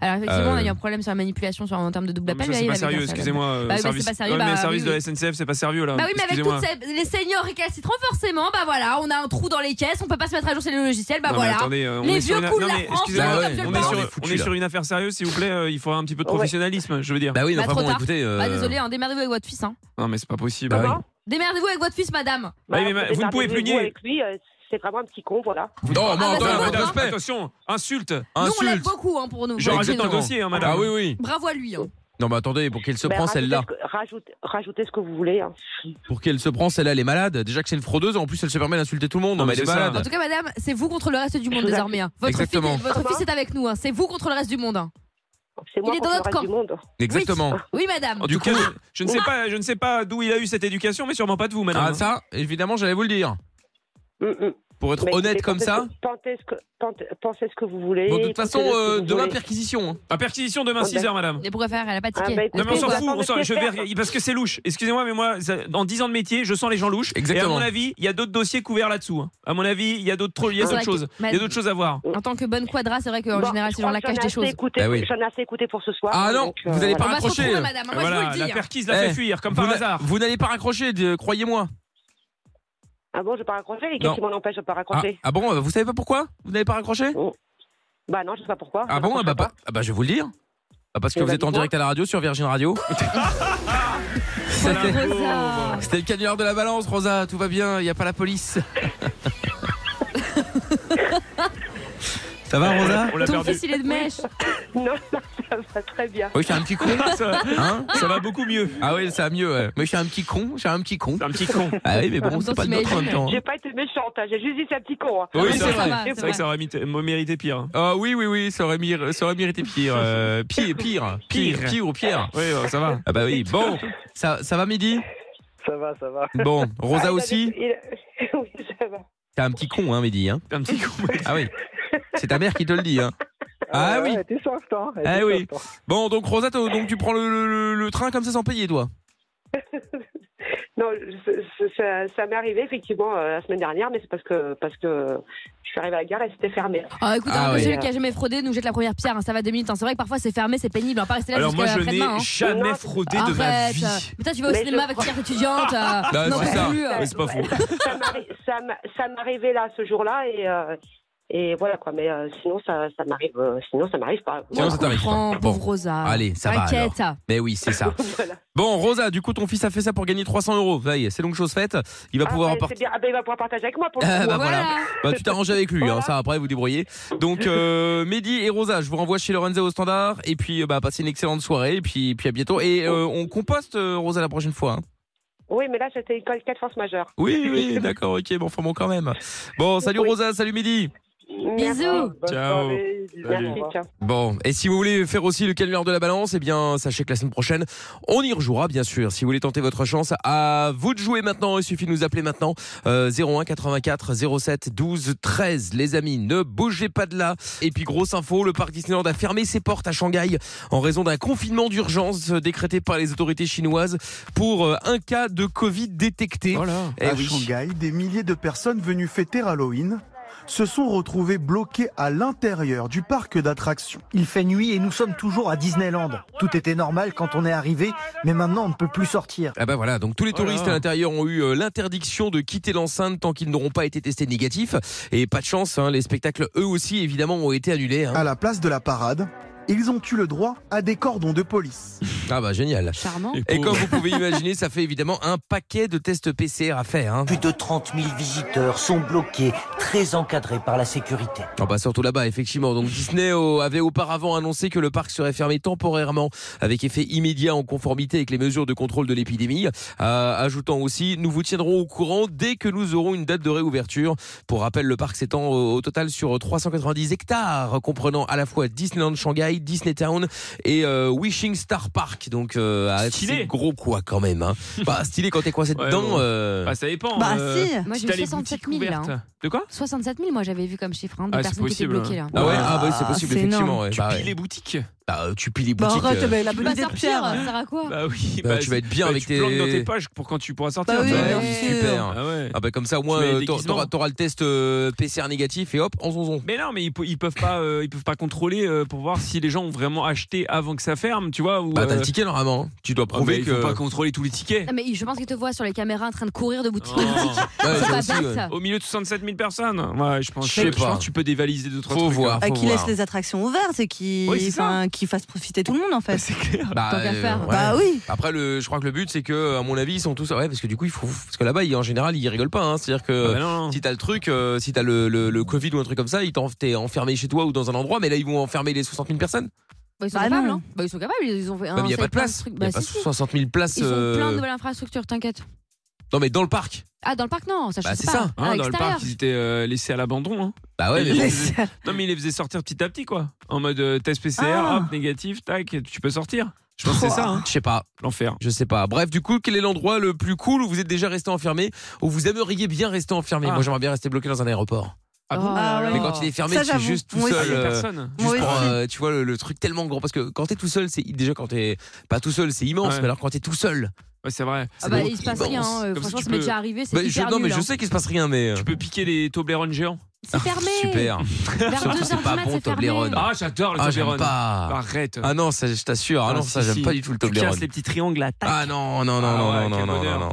Speaker 4: Alors effectivement, on a eu
Speaker 2: Euh.
Speaker 4: un problème sur la manipulation sur, en termes de double
Speaker 2: Non, mais
Speaker 4: appel.
Speaker 2: ça,
Speaker 4: mais
Speaker 2: c'est
Speaker 4: il
Speaker 2: pas
Speaker 4: avait
Speaker 2: sérieux,
Speaker 4: bien fait,
Speaker 2: excusez-moi.
Speaker 4: là-bas.
Speaker 2: euh,
Speaker 4: Bah oui, mais
Speaker 2: service-
Speaker 4: c'est pas sérieux.
Speaker 2: Ouais,
Speaker 4: bah,
Speaker 2: mais le
Speaker 4: oui,
Speaker 2: service
Speaker 4: oui.
Speaker 2: de la SNCF, c'est pas sérieux là.
Speaker 4: Bah oui, mais avec
Speaker 2: Excusez-moi.
Speaker 4: toutes ces- les seniors récalcitrants, forcément, bah voilà, on a un trou dans les caisses, on peut pas se mettre à jour sur le logiciel, bah
Speaker 2: Non, mais
Speaker 4: voilà.
Speaker 2: attendez, euh, on
Speaker 4: les
Speaker 2: est sur
Speaker 4: vieux
Speaker 2: une-
Speaker 4: coups de
Speaker 2: non,
Speaker 4: la
Speaker 2: mais
Speaker 4: France,
Speaker 2: excusez-moi,
Speaker 1: bah
Speaker 4: bah,
Speaker 1: ouais,
Speaker 2: on
Speaker 4: absolument.
Speaker 2: est,
Speaker 1: Non,
Speaker 2: sur,
Speaker 1: on est
Speaker 2: on
Speaker 1: foutus,
Speaker 2: est
Speaker 1: là.
Speaker 2: sur une affaire sérieuse, s'il vous plaît. euh, il faudra un petit peu de
Speaker 6: Ouais.
Speaker 2: professionnalisme, je veux dire.
Speaker 1: Bah oui, non,
Speaker 4: Bah,
Speaker 1: enfin
Speaker 4: Oh, trop
Speaker 1: bon,
Speaker 4: tard.
Speaker 1: écoutez. euh,
Speaker 4: Bah désolé, hein, démerdez-vous avec votre fils. Hein.
Speaker 2: Non, mais c'est pas possible.
Speaker 1: bah oui.
Speaker 4: Démerdez-vous avec votre fils, madame.
Speaker 2: Bah oui, mais
Speaker 6: Voilà,
Speaker 2: vous ne pouvez plus
Speaker 6: détardez-vous
Speaker 2: nier.
Speaker 6: Avec lui, euh, c'est vraiment un petit con, voilà.
Speaker 1: Non, non,
Speaker 4: bah,
Speaker 1: attends,
Speaker 4: c'est bon,
Speaker 1: un peu de
Speaker 2: madame,
Speaker 1: respect.
Speaker 2: attention, insulte.
Speaker 4: Nous, on l'aime
Speaker 1: Oh, Insulte.
Speaker 4: beaucoup hein, pour nous.
Speaker 2: Je rajoute dans le
Speaker 1: Exactement.
Speaker 2: dossier, hein, madame.
Speaker 1: Ah oui, oui.
Speaker 4: Bravo à lui. Hein.
Speaker 1: Non, mais attendez, pour qu'elle se
Speaker 6: Ben,
Speaker 1: prend
Speaker 6: rajoutez
Speaker 1: celle-là.
Speaker 6: ce que- rajoutez, rajoutez ce que vous voulez. hein.
Speaker 1: Pour qu'elle se prend celle-là, elle est malade. Déjà que c'est une fraudeuse, en plus elle se permet d'insulter tout le monde.
Speaker 2: Non,
Speaker 1: Non, mais
Speaker 2: Ah, mais
Speaker 1: elle est
Speaker 2: c'est ça.
Speaker 1: malade.
Speaker 4: En tout cas, madame, c'est vous contre le reste du monde désormais. hein. Votre, fille-
Speaker 1: Exactement.
Speaker 4: votre fils est avec nous. hein. C'est vous contre le reste du monde. hein.
Speaker 6: C'est moi
Speaker 4: Il
Speaker 6: contre
Speaker 4: est dans
Speaker 6: le
Speaker 4: notre
Speaker 6: reste
Speaker 4: camp.
Speaker 6: du monde.
Speaker 1: Exactement.
Speaker 4: Oui, madame.
Speaker 2: En
Speaker 1: Du
Speaker 2: tout cas,
Speaker 1: coup-
Speaker 2: je- Ah, je ne sais pas, je ne sais pas d'où il a eu cette éducation, mais sûrement pas de vous, madame.
Speaker 1: Ah, ça, évidemment, j'allais vous le dire.
Speaker 6: Mm, mm.
Speaker 1: Pour être
Speaker 6: Mais
Speaker 1: honnête
Speaker 6: écoutez,
Speaker 1: comme
Speaker 6: pensez
Speaker 1: ça.
Speaker 6: ce que- Pensez ce que, pensez, pensez ce que vous voulez.
Speaker 1: Bon, de toute façon,
Speaker 6: pensez ce que
Speaker 1: euh,
Speaker 6: vous
Speaker 1: demain,
Speaker 6: voulez.
Speaker 1: perquisition. hein.
Speaker 2: À perquisition demain
Speaker 6: Ah,
Speaker 2: 6h, madame.
Speaker 4: Mais pourquoi faire Elle a pas
Speaker 6: Ah,
Speaker 4: tiqué.
Speaker 6: bah, écoute,
Speaker 2: Non mais on s'en
Speaker 6: On va
Speaker 2: fout,
Speaker 6: attendre
Speaker 2: on s'en-
Speaker 6: de
Speaker 2: je
Speaker 6: faire.
Speaker 2: vais parce que c'est louche. Excusez-moi, mais moi, ça- en 10 ans de métier, je sens les gens louches.
Speaker 1: Exactement.
Speaker 2: Et à mon avis, il y a d'autres dossiers couverts là-dessous. hein. À mon avis, il y a d'autres tro- il y a
Speaker 4: C'est vrai que-
Speaker 2: d'autres choses, il y a
Speaker 4: mais-
Speaker 2: d'autres choses à voir.
Speaker 4: En tant que bonne quadra, c'est vrai qu'en
Speaker 6: Bon,
Speaker 4: général,
Speaker 6: je
Speaker 4: c'est dans
Speaker 6: crois
Speaker 4: la
Speaker 6: que j'en ai
Speaker 4: cache des
Speaker 6: assez
Speaker 4: choses.
Speaker 6: écouté-
Speaker 2: Ah
Speaker 1: Bah oui.
Speaker 6: J'en ai assez écouté pour ce soir.
Speaker 1: Ah non,
Speaker 6: donc, euh,
Speaker 1: vous allez pas
Speaker 4: euh, On va se
Speaker 1: raccrocher.
Speaker 4: retrouver, madame. Moi,
Speaker 2: Voilà,
Speaker 4: je vous
Speaker 2: la
Speaker 4: le dis. hein.
Speaker 2: perquise l'a fait
Speaker 1: Eh,
Speaker 2: fuir, comme
Speaker 1: Vous
Speaker 2: par
Speaker 1: n'a-
Speaker 2: hasard.
Speaker 1: Vous n'allez pas raccrocher, de- croyez-moi.
Speaker 6: Ah bon, je vais pas raccrocher les
Speaker 1: Non.
Speaker 6: gars qui m'en empêchent de pas
Speaker 1: Ah,
Speaker 6: raccrocher.
Speaker 1: ah bon, euh, vous savez pas pourquoi Vous n'allez pas raccrocher
Speaker 4: Oh,
Speaker 6: Bah non, je sais pas pourquoi.
Speaker 1: Ah
Speaker 6: je
Speaker 1: bon, ah
Speaker 6: raccroche
Speaker 1: bah,
Speaker 6: pas.
Speaker 1: bah- ah bah, je vais vous le dire. Bah, parce que
Speaker 6: Eh
Speaker 1: vous
Speaker 6: bah,
Speaker 1: êtes en
Speaker 6: dites-moi.
Speaker 1: direct à la radio sur Virgin Radio. C'était
Speaker 4: Rosa.
Speaker 1: c'était le canular de la balance, Rosa. Tout va bien, il n'y a pas la police. Ça va, Rosa
Speaker 2: On l'a
Speaker 4: Ton
Speaker 2: perdu.
Speaker 4: fils, il est de mèche.
Speaker 6: Non, ça va très bien.
Speaker 1: Oui, je suis un petit con.
Speaker 2: ça, va-
Speaker 1: Hein
Speaker 2: ça va beaucoup mieux.
Speaker 1: ah oui, ça va mieux. ouais. Mais je suis un petit con, je suis un petit con.
Speaker 2: C'est un petit con.
Speaker 1: Ah oui, mais bon,
Speaker 4: même
Speaker 1: c'est
Speaker 4: temps,
Speaker 1: pas de notre en même temps. hein.
Speaker 6: J'ai pas été méchante, hein, j'ai juste dit c'est un petit con. hein.
Speaker 1: Oui,
Speaker 2: c'est
Speaker 1: c'est
Speaker 2: vrai.
Speaker 1: vrai.
Speaker 2: C'est vrai que ça aurait mité- mérité pire. hein.
Speaker 1: Ah oui, oui, oui, ça aurait, mir- ça aurait mérité pire. euh, pire, pire, pire,
Speaker 2: Pire.
Speaker 1: pire ou pire.
Speaker 2: Oui, euh, ça va.
Speaker 1: Ah bah oui, bon, ça, ça va midi
Speaker 7: Ça va, ça va.
Speaker 1: Bon,
Speaker 6: Ah, il
Speaker 1: Rosa
Speaker 6: a
Speaker 1: aussi
Speaker 6: des- il a- Oui, ça va.
Speaker 1: T'es un petit con, hein, midi. Hein.
Speaker 2: Un petit con.
Speaker 1: Ah oui, c'est ta mère qui te le dit. Hein. Ah
Speaker 7: ouais,
Speaker 1: oui.
Speaker 7: ouais, T'es soft, hein.
Speaker 1: Ah
Speaker 7: t'es
Speaker 1: oui.
Speaker 7: soft,
Speaker 1: Bon, donc Rosa, t'as- donc tu prends le, le- le train comme ça sans payer, toi
Speaker 6: Non, je- je- ça, ça m'est arrivé effectivement euh, la semaine dernière, mais c'est parce que, parce que je suis arrivée à la gare et c'était fermé.
Speaker 4: Ah, écoute,
Speaker 1: Ah
Speaker 4: un
Speaker 1: oui.
Speaker 4: monsieur qui a jamais fraudé nous jette la première pierre. hein. Ça va deux minutes. hein. C'est vrai que parfois c'est fermé, c'est pénible. On va pas rester là
Speaker 2: Alors moi,
Speaker 4: jusqu'à
Speaker 2: je
Speaker 4: après-demain.
Speaker 2: n'ai
Speaker 4: hein.
Speaker 2: jamais
Speaker 6: Non,
Speaker 2: fraudé de ma
Speaker 4: Arrête.
Speaker 2: vie. Ah,
Speaker 4: Mais toi, tu vas au
Speaker 6: Mais
Speaker 4: cinéma
Speaker 6: je
Speaker 4: avec pierre étudiante. euh,
Speaker 1: Bah,
Speaker 4: Non,
Speaker 1: c'est ça.
Speaker 4: plus. euh.
Speaker 2: Mais c'est pas faux.
Speaker 6: Ça m'arri- ça m'a- ça m'est arrivé là ce jour-là et, euh, et voilà quoi, mais euh, sinon ça, ça m'arrive euh, sinon ça m'arrive pas.
Speaker 1: Sinon, ça t'arrive
Speaker 4: Prends,
Speaker 1: pas. Bon.
Speaker 4: pauvre Rosa.
Speaker 1: Allez, ça va alors.
Speaker 4: T'inquiète.
Speaker 1: Mais oui, c'est ça.
Speaker 6: Ah, Voilà.
Speaker 1: Bon, Rosa, du coup, ton fils a fait ça pour gagner 300 euros. Ça y est, c'est donc chose faite. Il va
Speaker 6: Ah,
Speaker 1: pouvoir
Speaker 6: ben,
Speaker 1: apporter.
Speaker 6: c'est bien. Ah, ben, il va pouvoir partager avec moi pour le
Speaker 1: Ah,
Speaker 6: coup,
Speaker 1: bah
Speaker 6: hein.
Speaker 1: voilà. Bah, tu t'arranges avec lui, hein,
Speaker 6: Voilà.
Speaker 1: ça après vous débrouillez. Donc euh, Mehdi et Rosa, je vous renvoie chez Lorenzo au standard et puis euh, bah, passez une excellente soirée et puis, puis à bientôt. Et euh,
Speaker 6: Oh.
Speaker 1: on composte euh, Rosa la prochaine fois. hein.
Speaker 6: Oui, mais là c'était une école 4 forces majeures.
Speaker 1: Oui, oui, d'accord, ok, bon, enfin bon quand même. Bon, salut
Speaker 6: Oui.
Speaker 1: Rosa, salut Mehdi.
Speaker 6: Merci.
Speaker 4: Bisous.
Speaker 7: Bonne
Speaker 2: Ciao.
Speaker 7: soirée, bisous, au
Speaker 6: Merci,
Speaker 7: revoir.
Speaker 6: ciao.
Speaker 1: Bon, et si vous voulez faire aussi le canular de la balance, eh bien, sachez que la semaine prochaine, on y rejouera, bien sûr. Si vous voulez tenter votre chance, à vous de jouer maintenant. Il suffit de nous appeler maintenant. euh, 01 84 07 12 13. Les amis, ne bougez pas de là. Et puis, grosse info, le parc Disneyland a fermé ses portes à Shanghai en raison d'un confinement d'urgence décrété par les autorités chinoises pour euh, un cas de Covid détecté.
Speaker 2: Voilà.
Speaker 1: Eh
Speaker 11: à
Speaker 1: oui.
Speaker 11: Shanghai, des milliers de personnes venues fêter Halloween se sont retrouvées bloquées à l'intérieur du parc d'attractions.
Speaker 12: Il fait nuit et nous sommes toujours à Disneyland. Tout était normal quand on est arrivé, mais maintenant on ne peut plus sortir.
Speaker 1: Ah bah voilà, donc tous les
Speaker 2: Voilà.
Speaker 1: touristes à l'intérieur ont eu euh, l'interdiction de quitter l'enceinte tant qu'ils n'auront pas été testés négatifs. Et pas de chance, hein, les spectacles eux aussi évidemment ont été annulés.
Speaker 13: Ah.
Speaker 1: hein.
Speaker 11: À la place de la parade, ils ont eu le droit à des cordons de police.
Speaker 1: Ah bah génial.
Speaker 4: Charmant.
Speaker 1: Et comme vous pouvez imaginer, ça fait évidemment un paquet de tests PCR à faire. Hein.
Speaker 12: Plus de 30 000 visiteurs sont bloqués, très encadrés par la sécurité.
Speaker 1: Ah bah surtout là-bas, effectivement. Donc Disney au- avait auparavant annoncé que le parc serait fermé temporairement avec effet immédiat en conformité avec les mesures de contrôle de l'épidémie. Euh, ajoutant aussi, nous vous tiendrons au courant dès que nous aurons une date de réouverture. Pour rappel, le parc s'étend au, au total sur 390 hectares, comprenant à la fois Disneyland Shanghai, Disney Town et euh, Wishing Star Park. Donc euh, ah,
Speaker 2: Stylé.
Speaker 1: c'est gros quoi quand même. Hein. Bah stylé quand t'es coincé
Speaker 2: Ouais,
Speaker 1: dedans.
Speaker 2: bon.
Speaker 1: euh,
Speaker 2: Bah, ça dépend.
Speaker 3: Bah
Speaker 2: euh,
Speaker 3: si.
Speaker 4: Moi,
Speaker 2: si
Speaker 4: j'ai
Speaker 2: t'as
Speaker 4: eu
Speaker 2: les boutiques
Speaker 4: 67 000 là.
Speaker 2: ouvertes.
Speaker 4: hein.
Speaker 2: De quoi
Speaker 4: 67 000, moi, j'avais vu comme chiffre hein, de
Speaker 2: Ah, c'est
Speaker 4: personnes qui étaient
Speaker 2: possible,
Speaker 4: bloquées là.
Speaker 1: Ah ouais,
Speaker 12: Ouah,
Speaker 1: ah bah oui, c'est possible
Speaker 3: c'est
Speaker 1: effectivement. ouais. Bah ouais.
Speaker 2: Puis les boutiques.
Speaker 1: Bah, euh, tu plies les
Speaker 3: Bah,
Speaker 1: boutiques.
Speaker 3: arrête,
Speaker 1: euh,
Speaker 3: mais la
Speaker 1: tu-
Speaker 3: bonne idée de Pierre.
Speaker 4: Ça sert à quoi
Speaker 2: Bah oui,
Speaker 1: Bah, tu vas être bien
Speaker 2: bah,
Speaker 1: avec
Speaker 2: tu plantes
Speaker 1: tes-
Speaker 2: dans tes pages pour quand tu pourras sortir.
Speaker 1: Bah
Speaker 2: tu vois.
Speaker 1: ouais, super. Ah, bah comme ça au moins
Speaker 2: Tu mets
Speaker 1: euh,
Speaker 2: les
Speaker 1: t'a-
Speaker 2: déguisements.
Speaker 1: t'auras t'auras le test euh, PCR négatif et hop, en zonzon.
Speaker 2: Mais non, mais ils, pe- ils peuvent pas, euh, ils peuvent pas contrôler euh, pour voir si les gens ont vraiment acheté avant que ça ferme, tu vois. Ou,
Speaker 1: Bah t'as
Speaker 2: euh,
Speaker 1: le ticket normalement. Tu dois
Speaker 2: ah,
Speaker 1: prouver
Speaker 2: mais il
Speaker 1: que.
Speaker 2: faut pas contrôler tous les tickets.
Speaker 4: Non, Ah, mais je pense qu'il te voit sur les caméras en train de courir de boutique Bah, en
Speaker 2: Oh.
Speaker 4: boutique.
Speaker 3: Ah,
Speaker 2: Ouais,
Speaker 4: C'est
Speaker 2: ça
Speaker 4: pas
Speaker 2: aussi,
Speaker 4: bête,
Speaker 2: ouais.
Speaker 4: ça.
Speaker 2: Au milieu de 67 000 personnes. Ouais, je pense.
Speaker 1: Je sais
Speaker 2: je pense
Speaker 1: pas.
Speaker 2: que tu peux dévaliser deux trois
Speaker 1: Faut
Speaker 2: trucs.
Speaker 1: voir,
Speaker 2: hein.
Speaker 3: Bah, qui laisse les attractions ouvertes et qui
Speaker 2: Oui, c'est ça.
Speaker 3: enfin, qui fasse profiter tout le monde en fait. C'est
Speaker 2: clair.
Speaker 1: Bah,
Speaker 3: Tant qu'à
Speaker 1: euh,
Speaker 3: faire.
Speaker 1: ouais.
Speaker 3: Bah oui.
Speaker 1: Après, le, je crois que le but, c'est que, à mon avis, ils sont tous. Ouais, parce que du coup, il faut. Parce que là-bas, ils- en général, ils rigolent pas. hein. C'est-à-dire que
Speaker 2: Ah bah non.
Speaker 1: si t'as le truc, euh, si t'as le, le, le Covid ou un truc comme ça, ils t'en- t'es enfermé chez toi ou dans un endroit, mais là, ils vont enfermer les 60 000 personnes.
Speaker 4: Bah, ils sont
Speaker 3: Bah,
Speaker 4: capables,
Speaker 3: non.
Speaker 4: hein. Bah, ils sont capables, ils ont fait
Speaker 1: non, mais il n'y a
Speaker 4: un
Speaker 1: pas de place.
Speaker 4: truc.
Speaker 1: Il
Speaker 4: Bah,
Speaker 1: a pas
Speaker 4: si, si.
Speaker 1: 60 000 places.
Speaker 4: Ils ont plein
Speaker 1: euh,
Speaker 4: de nouvelles infrastructures, t'inquiète.
Speaker 1: Non, mais dans le parc.
Speaker 4: Ah, dans le parc, non, ça
Speaker 1: Bah,
Speaker 4: change
Speaker 1: c'est
Speaker 4: pas.
Speaker 1: ça.
Speaker 4: Ah,
Speaker 2: Hein,
Speaker 4: à
Speaker 2: dans le
Speaker 4: l'extérieur.
Speaker 2: parc, ils étaient euh, laissés à l'abandon. hein.
Speaker 1: Bah ouais,
Speaker 2: Et
Speaker 1: mais
Speaker 2: ils
Speaker 1: bon.
Speaker 2: les faisaient- Non, mais ils les faisaient sortir petit à petit, quoi. En mode euh, test PCR,
Speaker 1: Ah.
Speaker 2: hop, négatif, tac, tu peux sortir. Je pense que c'est ça. hein.
Speaker 1: Je sais pas.
Speaker 2: L'enfer.
Speaker 1: Je sais pas. Bref, du coup, quel est l'endroit le plus cool où vous êtes déjà resté enfermé, où vous aimeriez bien rester enfermé
Speaker 2: Ah.
Speaker 1: Moi, j'aimerais bien rester bloqué dans un aéroport.
Speaker 2: Ah bon
Speaker 3: Ah ouais.
Speaker 1: Mais quand il est fermé,
Speaker 3: Ça,
Speaker 1: tu es
Speaker 3: j'avoue.
Speaker 1: juste tout
Speaker 3: Moi aussi.
Speaker 1: seul.
Speaker 2: Ah, y a
Speaker 1: euh,
Speaker 2: personne.
Speaker 1: juste
Speaker 3: Moi
Speaker 1: pour,
Speaker 3: aussi.
Speaker 1: euh, tu vois, le, le truc tellement grand. Parce que quand t'es tout seul, c'est déjà quand t'es pas tout seul, c'est immense.
Speaker 2: Ouais.
Speaker 1: Mais alors quand t'es tout seul,
Speaker 2: Ouais, c'est vrai.
Speaker 4: Ah
Speaker 1: c'est
Speaker 4: bah,
Speaker 1: donc
Speaker 4: il se passe
Speaker 1: immense.
Speaker 4: rien. hein.
Speaker 2: Comme ça,
Speaker 4: Franchement,
Speaker 2: tu
Speaker 4: ça m'est
Speaker 2: peux-
Speaker 4: déjà arrivé, c'est
Speaker 1: Bah, je,
Speaker 4: hyper
Speaker 1: non, mais
Speaker 4: nul,
Speaker 1: je
Speaker 4: hein.
Speaker 1: sais qu'il se passe rien, mais. euh,
Speaker 2: Tu peux piquer les Toblerone géants.
Speaker 4: C'est fermé.
Speaker 1: Ah, Super.
Speaker 4: Vers
Speaker 1: Surtout,
Speaker 4: 2h
Speaker 1: c'est
Speaker 4: du
Speaker 1: pas
Speaker 4: mat,
Speaker 1: bon,
Speaker 4: c'est fermé.
Speaker 1: Toblerone.
Speaker 2: Ah, j'adore le
Speaker 1: Ah, j'aime
Speaker 2: Toblerone.
Speaker 1: pas.
Speaker 2: Bah, Arrête.
Speaker 1: Ah non, ça, je t'assure. Ah non,
Speaker 2: si,
Speaker 1: ça, j'aime
Speaker 2: si.
Speaker 1: pas du tout le
Speaker 2: Tu
Speaker 1: Toblerone.
Speaker 2: casses les petits triangles là. tac.
Speaker 1: Ah non, non, non,
Speaker 2: Ah
Speaker 1: non,
Speaker 2: ouais,
Speaker 1: non,
Speaker 2: quel
Speaker 1: non, non,
Speaker 2: bonheur.
Speaker 1: non.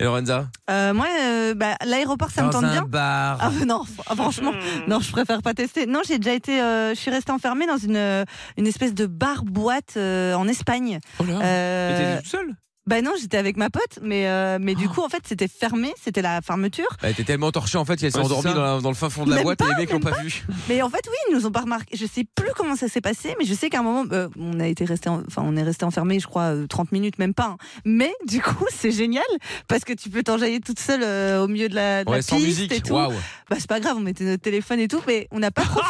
Speaker 1: Et Lorenza
Speaker 3: Euh, moi, euh, bah, l'aéroport, ça me
Speaker 1: Dans
Speaker 3: tente
Speaker 1: un
Speaker 3: bien.
Speaker 1: bar.
Speaker 3: Ah bah non, fr- ah, franchement,
Speaker 2: Hmm.
Speaker 3: non, je préfère pas tester. Non, j'ai déjà été, euh, je suis restée enfermée dans une, euh, une espèce de bar boîte euh, en Espagne.
Speaker 2: Oh là. Mais
Speaker 3: Euh,
Speaker 2: t'es tout seul
Speaker 3: bah non, j'étais avec ma pote, mais euh, mais
Speaker 1: Oh.
Speaker 3: du coup en fait c'était fermé, c'était la fermeture.
Speaker 1: Elle était tellement torchée en fait qu'elle s'est
Speaker 2: Ouais, c'est
Speaker 1: endormie
Speaker 2: ça.
Speaker 1: dans, la- dans le fin fond de la
Speaker 3: Même
Speaker 1: boîte
Speaker 3: pas,
Speaker 1: et les mecs l'ont
Speaker 3: même
Speaker 1: pas, vu.
Speaker 3: Mais en fait oui, ils nous ont pas remarqué. Je sais plus comment ça s'est passé, mais je sais qu'à un moment euh, on a été resté, en- enfin on est resté enfermé, je crois euh, 30 minutes même pas. hein. Mais du coup c'est génial parce que tu peux t'enjailler toute seule euh, au milieu de la, de la
Speaker 1: Ouais, sans
Speaker 3: piste et
Speaker 1: musique.
Speaker 3: tout.
Speaker 1: Waouh.
Speaker 3: Bah c'est pas grave, on mettait notre téléphone et tout, mais on n'a pas trop,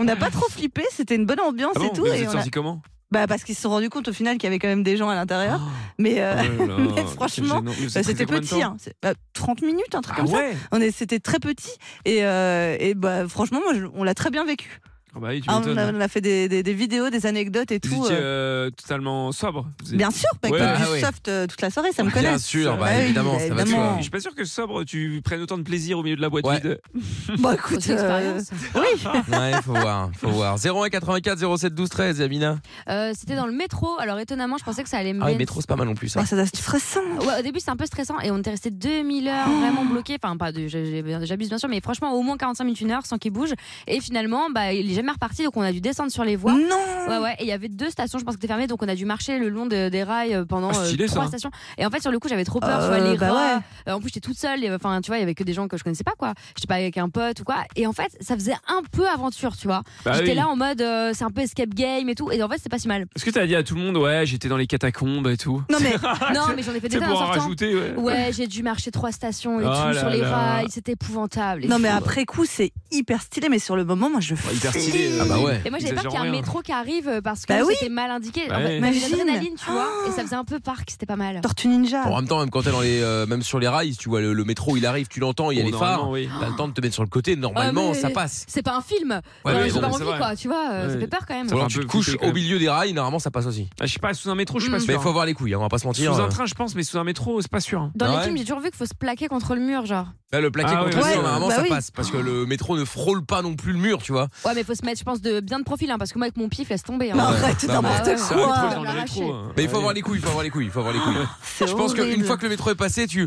Speaker 3: on n'a pas trop flippé. C'était une bonne ambiance
Speaker 2: Ah bon
Speaker 3: et tout.
Speaker 2: Mais
Speaker 3: et
Speaker 2: Vous êtes
Speaker 3: on a-
Speaker 2: sorti comment
Speaker 3: Bah parce qu'ils se sont rendus compte au final qu'il y avait quand même des gens à l'intérieur. Mais, euh,
Speaker 2: Oh là là,
Speaker 3: mais
Speaker 2: quel
Speaker 3: franchement,
Speaker 2: gênant. Mais vous êtes
Speaker 3: bah, c'était
Speaker 2: resté combien de
Speaker 3: petit,
Speaker 2: temps
Speaker 3: hein. C'est- bah, 30 minutes, un truc
Speaker 2: Ah
Speaker 3: comme
Speaker 2: ouais
Speaker 3: ça. On est, c'était très petit et, euh, et bah franchement, moi, je- on l'a très bien vécu.
Speaker 2: Ah bah oui, tu
Speaker 3: Ah, on, a,
Speaker 2: m'étonnes.
Speaker 3: on a fait des, des- des vidéos, des anecdotes et
Speaker 2: Vous
Speaker 3: tout.
Speaker 2: étiez
Speaker 3: euh,
Speaker 2: euh, totalement sobre. Vous êtes-
Speaker 3: Bien sûr, bah,
Speaker 2: Ouais.
Speaker 3: comme
Speaker 1: Ah
Speaker 3: du
Speaker 1: ouais.
Speaker 3: soft euh, toute la soirée, ça me connaît.
Speaker 1: Bien sûr, bah,
Speaker 3: Ah oui,
Speaker 1: évidemment, ça va de
Speaker 3: évidemment.
Speaker 1: soi.
Speaker 2: Je suis pas sûr que sobre, tu prennes autant de plaisir au milieu de la boîte
Speaker 1: Ouais.
Speaker 2: vide.
Speaker 3: Bah
Speaker 4: Faut
Speaker 3: écoute,
Speaker 4: aussi
Speaker 3: euh,
Speaker 4: expérience.
Speaker 3: oui.
Speaker 1: Ouais, faut voir, faut voir. 01 84 07 12 13, Yamina.
Speaker 4: Euh, C'était dans le métro. Alors étonnamment, je pensais que ça allait me
Speaker 1: Ah, le métro, c'est pas mal non plus. ça.
Speaker 3: Ah, ça doit être stressant. Oh.
Speaker 4: Ouais, au début, c'était un peu stressant et on était resté 2000 heures vraiment bloqués. Enfin, pas de, j'ai- j'ai- j'abuse bien sûr, mais franchement, au moins 45 minutes, une heure sans qu'il bouge. Et finalement, bah, il est jamais reparti, donc on a dû descendre sur les voies.
Speaker 3: Non.
Speaker 4: Ouais, ouais, et il y avait deux stations, je pense que c'était fermé, donc on a dû marcher le long de- des rails euh, pendant
Speaker 2: Ah, stylé,
Speaker 4: euh,
Speaker 2: ça.
Speaker 4: trois stations. Et en fait, sur le coup, j'avais trop peur, tu
Speaker 3: Euh,
Speaker 4: vois, les
Speaker 3: bah
Speaker 4: rats.
Speaker 3: ouais.
Speaker 4: Euh, en plus, j'étais toute seule, et, enfin, tu vois, il y avait que des gens que je connaissais pas, quoi. J'étais pas avec un pote ou quoi. Et en fait, ça faisait un peu aventure, tu vois.
Speaker 2: Bah
Speaker 4: j'étais
Speaker 2: oui.
Speaker 4: là en mode, euh, c'est un peu escape game et tout, et en fait, c'est pas si mal.
Speaker 2: Est-ce que t'as dit à tout le monde, ouais, j'étais dans les catacombes et tout
Speaker 3: Non mais
Speaker 4: non, mais j'en ai fait des
Speaker 2: Ah, C'est
Speaker 4: tas en
Speaker 2: pour en
Speaker 4: sortant.
Speaker 2: rajouter, ouais.
Speaker 4: Ouais, j'ai dû marcher trois stations et
Speaker 2: Oh
Speaker 4: tout
Speaker 2: là
Speaker 4: sur les
Speaker 2: là.
Speaker 4: rails, c'était épouvantable. et
Speaker 3: non mais
Speaker 4: tout.
Speaker 3: après coup, c'est hyper stylé, mais sur le moment, moi, je.
Speaker 2: Ouais, Oh, Hyper stylé.
Speaker 1: Ah bah ouais.
Speaker 4: Et moi j'avais peur qu'il y ait un
Speaker 2: Exagérons rien.
Speaker 4: métro qui arrive euh, parce que
Speaker 3: Bah oui.
Speaker 4: c'était mal indiqué. En
Speaker 2: hein. Ouais.
Speaker 4: fait, t'avais
Speaker 3: Imagine. Oh.
Speaker 4: l'adrénaline, tu vois, et ça faisait un peu parc, c'était pas mal.
Speaker 3: Tortue ninja.
Speaker 1: Bon, en même temps, même quand elle est dans les, euh, même sur les rails, tu vois le, le métro, il arrive, tu l'entends, il y a
Speaker 2: Bon,
Speaker 1: les phares.
Speaker 2: Oh, normalement, oui.
Speaker 1: T'as le temps de te mettre sur le côté. Normalement,
Speaker 4: Ah, mais-
Speaker 1: ça passe.
Speaker 4: C'est pas un film.
Speaker 1: Ouais,
Speaker 4: Non,
Speaker 1: mais
Speaker 4: J'ai
Speaker 1: bon,
Speaker 4: pas
Speaker 2: c'est
Speaker 4: envie,
Speaker 2: vrai.
Speaker 4: quoi, tu
Speaker 3: Ah,
Speaker 4: vois, euh, ça
Speaker 2: Ouais.
Speaker 4: fait peur quand même.
Speaker 1: Ou alors
Speaker 2: un
Speaker 1: tu
Speaker 2: peu
Speaker 1: te couches
Speaker 2: flipper, quand
Speaker 1: au
Speaker 2: même.
Speaker 1: milieu des rails. Normalement, ça passe aussi.
Speaker 2: Ah, je sais pas, sous un métro, je suis pas
Speaker 4: Mm.
Speaker 1: Mais
Speaker 2: sûr.
Speaker 1: faut avoir les couilles. hein, On va pas se mentir.
Speaker 2: Sous un
Speaker 1: euh.
Speaker 2: train, je pense, mais sous un métro, c'est pas sûr. hein.
Speaker 4: Dans
Speaker 1: Ah
Speaker 4: les
Speaker 1: ouais.
Speaker 4: films, j'ai toujours vu qu'il faut se plaquer contre le mur, genre.
Speaker 1: Là, le plaqué
Speaker 2: Ah
Speaker 1: contre
Speaker 2: ouais,
Speaker 1: le
Speaker 2: ouais.
Speaker 1: mur, normalement,
Speaker 3: Bah
Speaker 1: ça
Speaker 3: oui.
Speaker 1: passe parce que le métro ne frôle pas non plus le mur, tu vois.
Speaker 4: Ouais, mais faut se mettre, je pense, de bien de profil, hein, parce que moi avec mon pif, laisse tomber. hein.
Speaker 3: Mais arrête,
Speaker 1: Non, mais-
Speaker 3: n'importe
Speaker 4: Ah ouais,
Speaker 2: C'est un
Speaker 4: ouais.
Speaker 3: quoi.
Speaker 2: métro
Speaker 4: Ouais.
Speaker 2: dans le
Speaker 4: Ouais.
Speaker 2: métro. hein.
Speaker 1: Mais il faut
Speaker 2: Ouais.
Speaker 1: avoir les couilles, il faut avoir les couilles, il faut avoir les couilles.
Speaker 3: Ah, C'est
Speaker 1: Je pense qu'une
Speaker 3: horrible.
Speaker 1: fois que le métro est passé, tu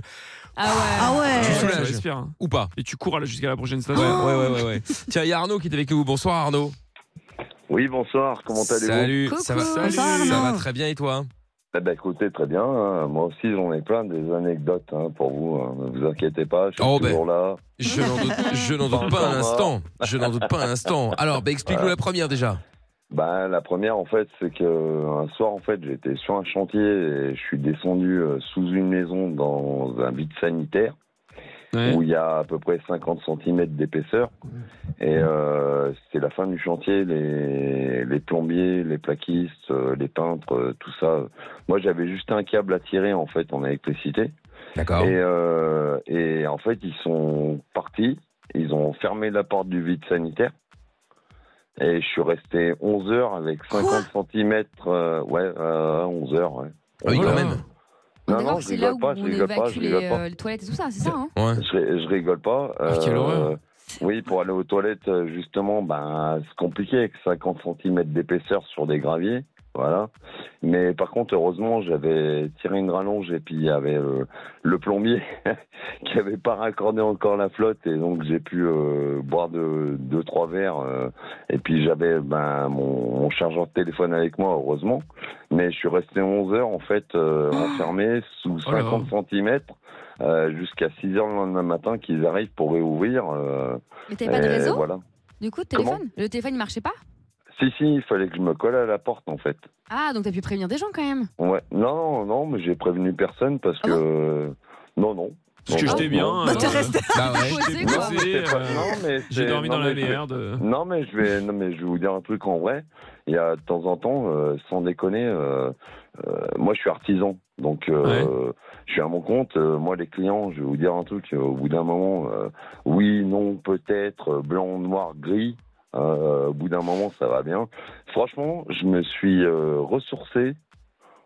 Speaker 4: Ah ouais.
Speaker 3: Ah ouais.
Speaker 1: Tu
Speaker 2: Ouais,
Speaker 1: soulages.
Speaker 2: tu respires, hein.
Speaker 1: ou pas.
Speaker 2: Et tu cours là, jusqu'à la prochaine
Speaker 1: Ouais,
Speaker 2: station.
Speaker 1: ouais, ouais, ouais. ouais. Tiens, il y a Arnaud qui est avec nous. Bonsoir Arnaud.
Speaker 14: Oui, bonsoir, comment allez-vous
Speaker 1: Salut.
Speaker 4: Coucou.
Speaker 1: Ça va,
Speaker 4: Salut.
Speaker 1: ça va
Speaker 3: Arnaud.
Speaker 1: très bien et toi
Speaker 14: Eh ben, Écoutez, très bien. hein. Moi aussi, j'en ai plein des anecdotes hein, pour vous. hein. Ne vous inquiétez pas, je suis
Speaker 1: Oh, ben.
Speaker 14: toujours là.
Speaker 1: Je n'en doute, je n'en doute pas un instant. Je n'en doute pas un instant. Alors, bah, explique-nous la première déjà.
Speaker 14: Ben, la première, en fait, c'est que un soir, en fait, j'étais sur un chantier et je suis descendu euh, sous une maison dans un vide sanitaire
Speaker 2: Ouais.
Speaker 14: où il y a à peu près 50 cm d'épaisseur. Et euh, c'est la fin du chantier. Les, les plombiers, les plaquistes, euh, les peintres, euh, tout ça. Moi, j'avais juste un câble à tirer, en fait, en électricité.
Speaker 1: D'accord.
Speaker 14: Et, euh, et en fait, ils sont partis, ils ont fermé la porte du vide sanitaire. Et je suis resté 11 heures avec 50 cm. ouais, euh, 11 heures, ouais.
Speaker 1: Ah oui,
Speaker 14: quand
Speaker 1: même.
Speaker 14: Non,
Speaker 4: Ah, D'accord,
Speaker 14: non, je
Speaker 4: c'est là
Speaker 14: rigole
Speaker 4: où
Speaker 14: pas, je
Speaker 4: on
Speaker 14: rigole pas, je
Speaker 4: évacue les,
Speaker 14: rigole pas.
Speaker 4: euh, les toilettes et tout ça, c'est ça hein
Speaker 14: Je, ri- je rigole pas.
Speaker 2: Ah, quelle
Speaker 14: euh,
Speaker 2: horreur.
Speaker 14: Oui, pour aller aux toilettes, euh, justement, ben, c'est compliqué avec 50 cm d'épaisseur sur des graviers. Voilà. Mais par contre, heureusement, j'avais tiré une rallonge et puis il y avait euh, le plombier qui avait pas raccordé encore la flotte et donc j'ai pu euh, boire deux, deux, trois verres euh, et puis j'avais ben, mon, mon chargeur de téléphone avec moi, heureusement. Mais je suis resté 11 heures en fait euh, enfermé sous
Speaker 2: Oh là là.
Speaker 14: 50 cm Euh, jusqu'à 6 heures le lendemain matin qu'ils arrivent pour réouvrir. euh,
Speaker 4: Mais t'avais pas de
Speaker 14: et
Speaker 4: réseau
Speaker 14: Voilà.
Speaker 4: Du coup, le
Speaker 14: Comment
Speaker 4: téléphone Le téléphone, il marchait pas
Speaker 14: Si, si, il fallait que je me colle à la porte en fait.
Speaker 4: Ah, donc t'as pu prévenir des gens quand même
Speaker 14: Ouais. Non, non, non, mais j'ai prévenu personne parce que. non, non.
Speaker 2: Parce que
Speaker 14: Non,
Speaker 2: j'étais
Speaker 14: non,
Speaker 2: bien.
Speaker 14: non.
Speaker 2: euh,
Speaker 14: J'étais
Speaker 2: J'étais
Speaker 14: bien,
Speaker 2: posé,
Speaker 14: j'étais pas-
Speaker 2: euh,
Speaker 14: non, mais
Speaker 2: J'ai
Speaker 14: c'est-
Speaker 2: dormi
Speaker 14: non,
Speaker 2: dans la
Speaker 14: mais je vais-
Speaker 2: merde.
Speaker 14: Non mais je vais, non mais je vais vous dire un truc en vrai. Il y a de temps en temps, euh, sans déconner, euh, euh, moi je suis artisan, donc euh, je suis à mon compte. Euh, moi les clients, je vais vous dire un truc. euh, au bout d'un moment, euh, oui, non, peut-être, euh, blanc, noir, gris. euh, au bout d'un moment, ça va bien. Franchement, je me suis euh, ressourcé.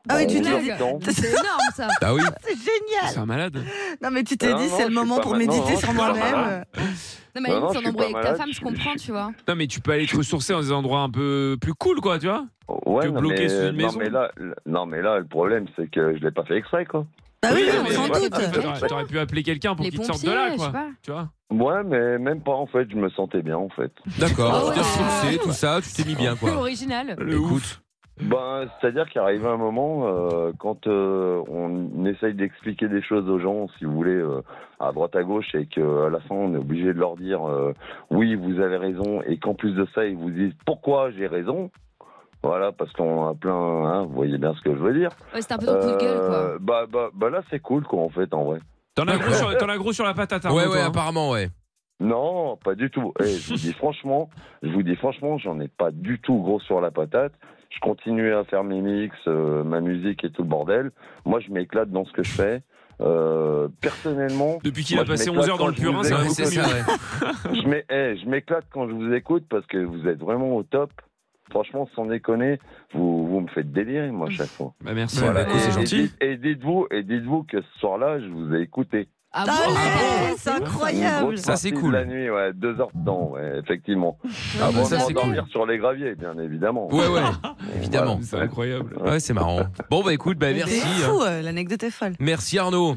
Speaker 3: Ah oui,
Speaker 14: en
Speaker 3: tu
Speaker 14: aucun
Speaker 3: l'as.
Speaker 14: temps.
Speaker 3: C'est
Speaker 4: énorme ça.
Speaker 2: Bah
Speaker 14: Ah oui.
Speaker 3: C'est génial.
Speaker 2: un malade.
Speaker 3: Non mais tu t'es
Speaker 14: Non,
Speaker 3: dit
Speaker 2: Ah,
Speaker 14: non,
Speaker 3: c'est
Speaker 14: je
Speaker 3: le
Speaker 14: suis
Speaker 3: moment
Speaker 14: pas
Speaker 3: pour
Speaker 14: malade. Non,
Speaker 3: méditer
Speaker 14: non,
Speaker 3: sur
Speaker 14: je suis pas
Speaker 3: moi-même.
Speaker 4: Non, mais
Speaker 14: Non, non,
Speaker 4: Aline,
Speaker 14: je
Speaker 4: s'en
Speaker 14: suis
Speaker 4: embrouiller
Speaker 14: pas
Speaker 4: avec ta
Speaker 14: malade,
Speaker 4: femme, je comprends, tu vois.
Speaker 2: Non, mais tu peux aller te ressourcer dans des endroits un peu plus cool, quoi, tu vois
Speaker 14: Ouais,
Speaker 2: Que
Speaker 14: non,
Speaker 2: bloquer
Speaker 14: mais, euh,
Speaker 2: sous une
Speaker 14: non,
Speaker 2: maison.
Speaker 14: mais là, le- non, mais là, le problème, c'est que je l'ai pas fait exprès, quoi.
Speaker 3: Bah oui,
Speaker 2: mais
Speaker 3: sans
Speaker 2: voilà,
Speaker 3: doute.
Speaker 2: t'aurais- T'aurais pu appeler quelqu'un pour
Speaker 4: Les
Speaker 2: qu'il te
Speaker 4: pompiers,
Speaker 2: sorte de là,
Speaker 4: je sais
Speaker 2: quoi.
Speaker 4: pas.
Speaker 2: Tu vois
Speaker 14: Ouais, mais même pas, en fait, je me sentais bien, en fait.
Speaker 3: Ah
Speaker 1: D'accord, tu t'es ressourcé, tout ça, tu t'es mis bien,
Speaker 4: Plus
Speaker 1: quoi.
Speaker 4: original.
Speaker 1: Écoute,
Speaker 14: Ben, c'est-à-dire qu'il arrivait un moment, euh, quand euh, on essaye d'expliquer des choses aux gens, si vous voulez, euh, à droite à gauche, et qu'à la fin, on est obligé de leur dire euh, oui, vous avez raison, et qu'en plus de ça, ils vous disent pourquoi j'ai raison. Voilà, parce qu'on a plein, hein, vous voyez bien ce que je veux dire.
Speaker 4: Ouais, c'était un peu ton coup de gueule, quoi.
Speaker 14: Euh, bah, bah, bah là, c'est cool, quoi, en fait, en vrai.
Speaker 2: T'en as gros sur- t'en as gros sur la patate, Arnaud,
Speaker 1: ouais, ouais,
Speaker 2: toi, hein.
Speaker 1: apparemment, ouais.
Speaker 14: Non, pas du tout. Eh, je vous dis franchement, je vous dis franchement, j'en ai pas du tout gros sur la patate. Je continue à faire mes mix, euh, ma musique et tout le bordel. Moi, je m'éclate dans ce que je fais. Euh, personnellement,
Speaker 2: Depuis qu'il
Speaker 14: moi,
Speaker 2: a
Speaker 14: je
Speaker 2: passé
Speaker 14: m'éclate
Speaker 2: 11 heures dans
Speaker 14: quand
Speaker 2: le
Speaker 14: je vous
Speaker 2: purin, ça va
Speaker 14: écoute.
Speaker 2: beaucoup mieux.
Speaker 14: Je m'é- eh, je m'éclate quand je vous écoute parce que vous êtes vraiment au top. Franchement, sans déconner, vous, vous me faites délirer moi à chaque fois.
Speaker 2: Bah, merci.
Speaker 14: Voilà.
Speaker 2: Bah, écoute, c'est
Speaker 14: Et- et
Speaker 2: gentil.
Speaker 14: dites- Et dites-vous, et dites-vous que ce soir-là, je vous ai écouté.
Speaker 4: Ah
Speaker 3: Allez,
Speaker 2: Ah
Speaker 3: c'est
Speaker 14: Une
Speaker 3: incroyable.
Speaker 14: grosse partie de La nuit, ouais, deux heures dedans, ouais, effectivement. Avant
Speaker 1: ça,
Speaker 14: de
Speaker 1: c'est
Speaker 14: m'endormir sur les graviers, bien évidemment.
Speaker 1: Ouais, ouais, évidemment.
Speaker 2: C'est incroyable.
Speaker 1: Ouais, c'est marrant. Bon, bah écoute, bah merci.
Speaker 3: C'est
Speaker 1: hein.
Speaker 3: fou, euh, l'anecdote est folle.
Speaker 1: Merci Arnaud.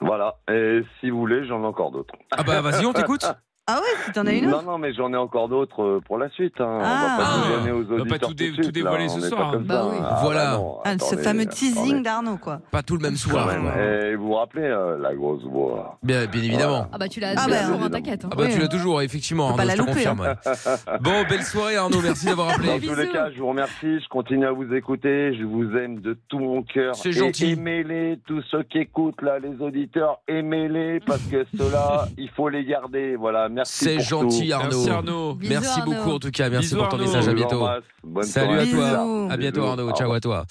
Speaker 14: Voilà. Et si vous voulez, j'en ai encore d'autres.
Speaker 1: Ah bah vas-y, on t'écoute.
Speaker 3: Ah ouais, si t'en as une
Speaker 14: Non,
Speaker 3: autre.
Speaker 14: non, mais j'en ai encore d'autres euh, pour la suite. Hein.
Speaker 3: Ah.
Speaker 14: On va pas
Speaker 2: Ah.
Speaker 14: tout donner aux
Speaker 2: On va pas
Speaker 14: auditeurs.
Speaker 2: tout dé-
Speaker 14: de suite,
Speaker 2: tout dévoiler
Speaker 14: là.
Speaker 2: ce
Speaker 14: On est
Speaker 2: soir,
Speaker 14: pas
Speaker 2: hein.
Speaker 14: comme
Speaker 4: Bah
Speaker 14: ça,
Speaker 4: oui.
Speaker 14: hein.
Speaker 1: Voilà.
Speaker 14: bah non,
Speaker 3: Ah, ce
Speaker 14: attendez,
Speaker 3: fameux
Speaker 14: attendez.
Speaker 3: teasing d'Arnaud, quoi.
Speaker 1: Pas tout le même soir.
Speaker 14: Quand même, Et vous vous rappelez euh, la grosse voix
Speaker 1: Bien, bien évidemment.
Speaker 4: Ah bah tu l'as
Speaker 3: Ah bah,
Speaker 4: toujours,
Speaker 14: euh,
Speaker 4: hein, t'inquiète. hein.
Speaker 1: Ah bah
Speaker 3: Oui.
Speaker 1: tu l'as toujours, effectivement,
Speaker 3: Faut pas
Speaker 1: Arnaud, je te
Speaker 3: la louper,
Speaker 1: confirme.
Speaker 14: hein.
Speaker 1: ouais. Bon, belle soirée Arnaud, merci d'avoir
Speaker 14: Dans
Speaker 1: appelé.
Speaker 14: tous les
Speaker 4: Bisous.
Speaker 14: cas, je vous remercie, je continue à vous écouter, je vous aime de tout mon cœur.
Speaker 1: C'est
Speaker 14: Et
Speaker 1: gentil.
Speaker 14: Aimez-les, tous ceux qui écoutent là, les auditeurs, aimez-les parce que ceux-là, il faut les garder. Voilà, merci.
Speaker 1: C'est
Speaker 14: pour
Speaker 1: gentil
Speaker 14: tout.
Speaker 1: Arnaud.
Speaker 2: Merci, Arnaud.
Speaker 4: Bisous,
Speaker 1: Merci
Speaker 4: Arnaud.
Speaker 1: beaucoup en tout cas, merci
Speaker 2: Bisous,
Speaker 1: pour ton
Speaker 2: Arnaud.
Speaker 1: message, à
Speaker 14: Je vous
Speaker 1: bientôt.
Speaker 14: embrasse. Bonne
Speaker 1: Salut à
Speaker 14: soirée.
Speaker 1: toi.
Speaker 3: Bisous.
Speaker 1: À bientôt
Speaker 14: Bisous.
Speaker 1: Arnaud.
Speaker 14: Au
Speaker 1: Ciao
Speaker 14: revoir.
Speaker 1: à toi.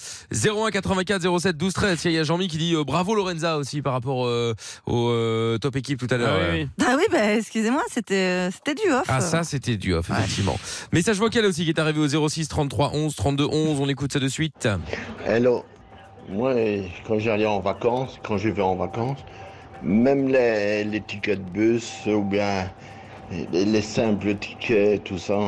Speaker 1: 01 84 07 12 13. Tiens, Il y a Jean-Mi qui dit euh, bravo Lorenza aussi par rapport euh, au euh, top équipe tout à l'heure.
Speaker 2: Ah oui, oui.
Speaker 3: Ah oui, bah excusez-moi, c'était euh, c'était du off.
Speaker 1: Ah ça c'était du off effectivement. Message vocal aussi qui est arrivé au 06 33 11 32 11. On écoute ça de suite.
Speaker 15: Hello. Moi, quand j'allais en vacances, quand je vais en vacances, même les, les tickets de bus ou bien les, les simples tickets, tout ça,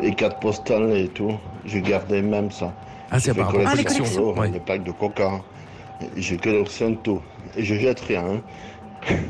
Speaker 15: les cartes postales et tout, je gardais même ça.
Speaker 1: Ah, c'est
Speaker 15: Je fais
Speaker 1: par rapport aux
Speaker 15: collecter
Speaker 1: collections.
Speaker 15: les photos,
Speaker 1: Ouais.
Speaker 15: Les packs de coca, je collectionne tout. Et je jette rien. hein.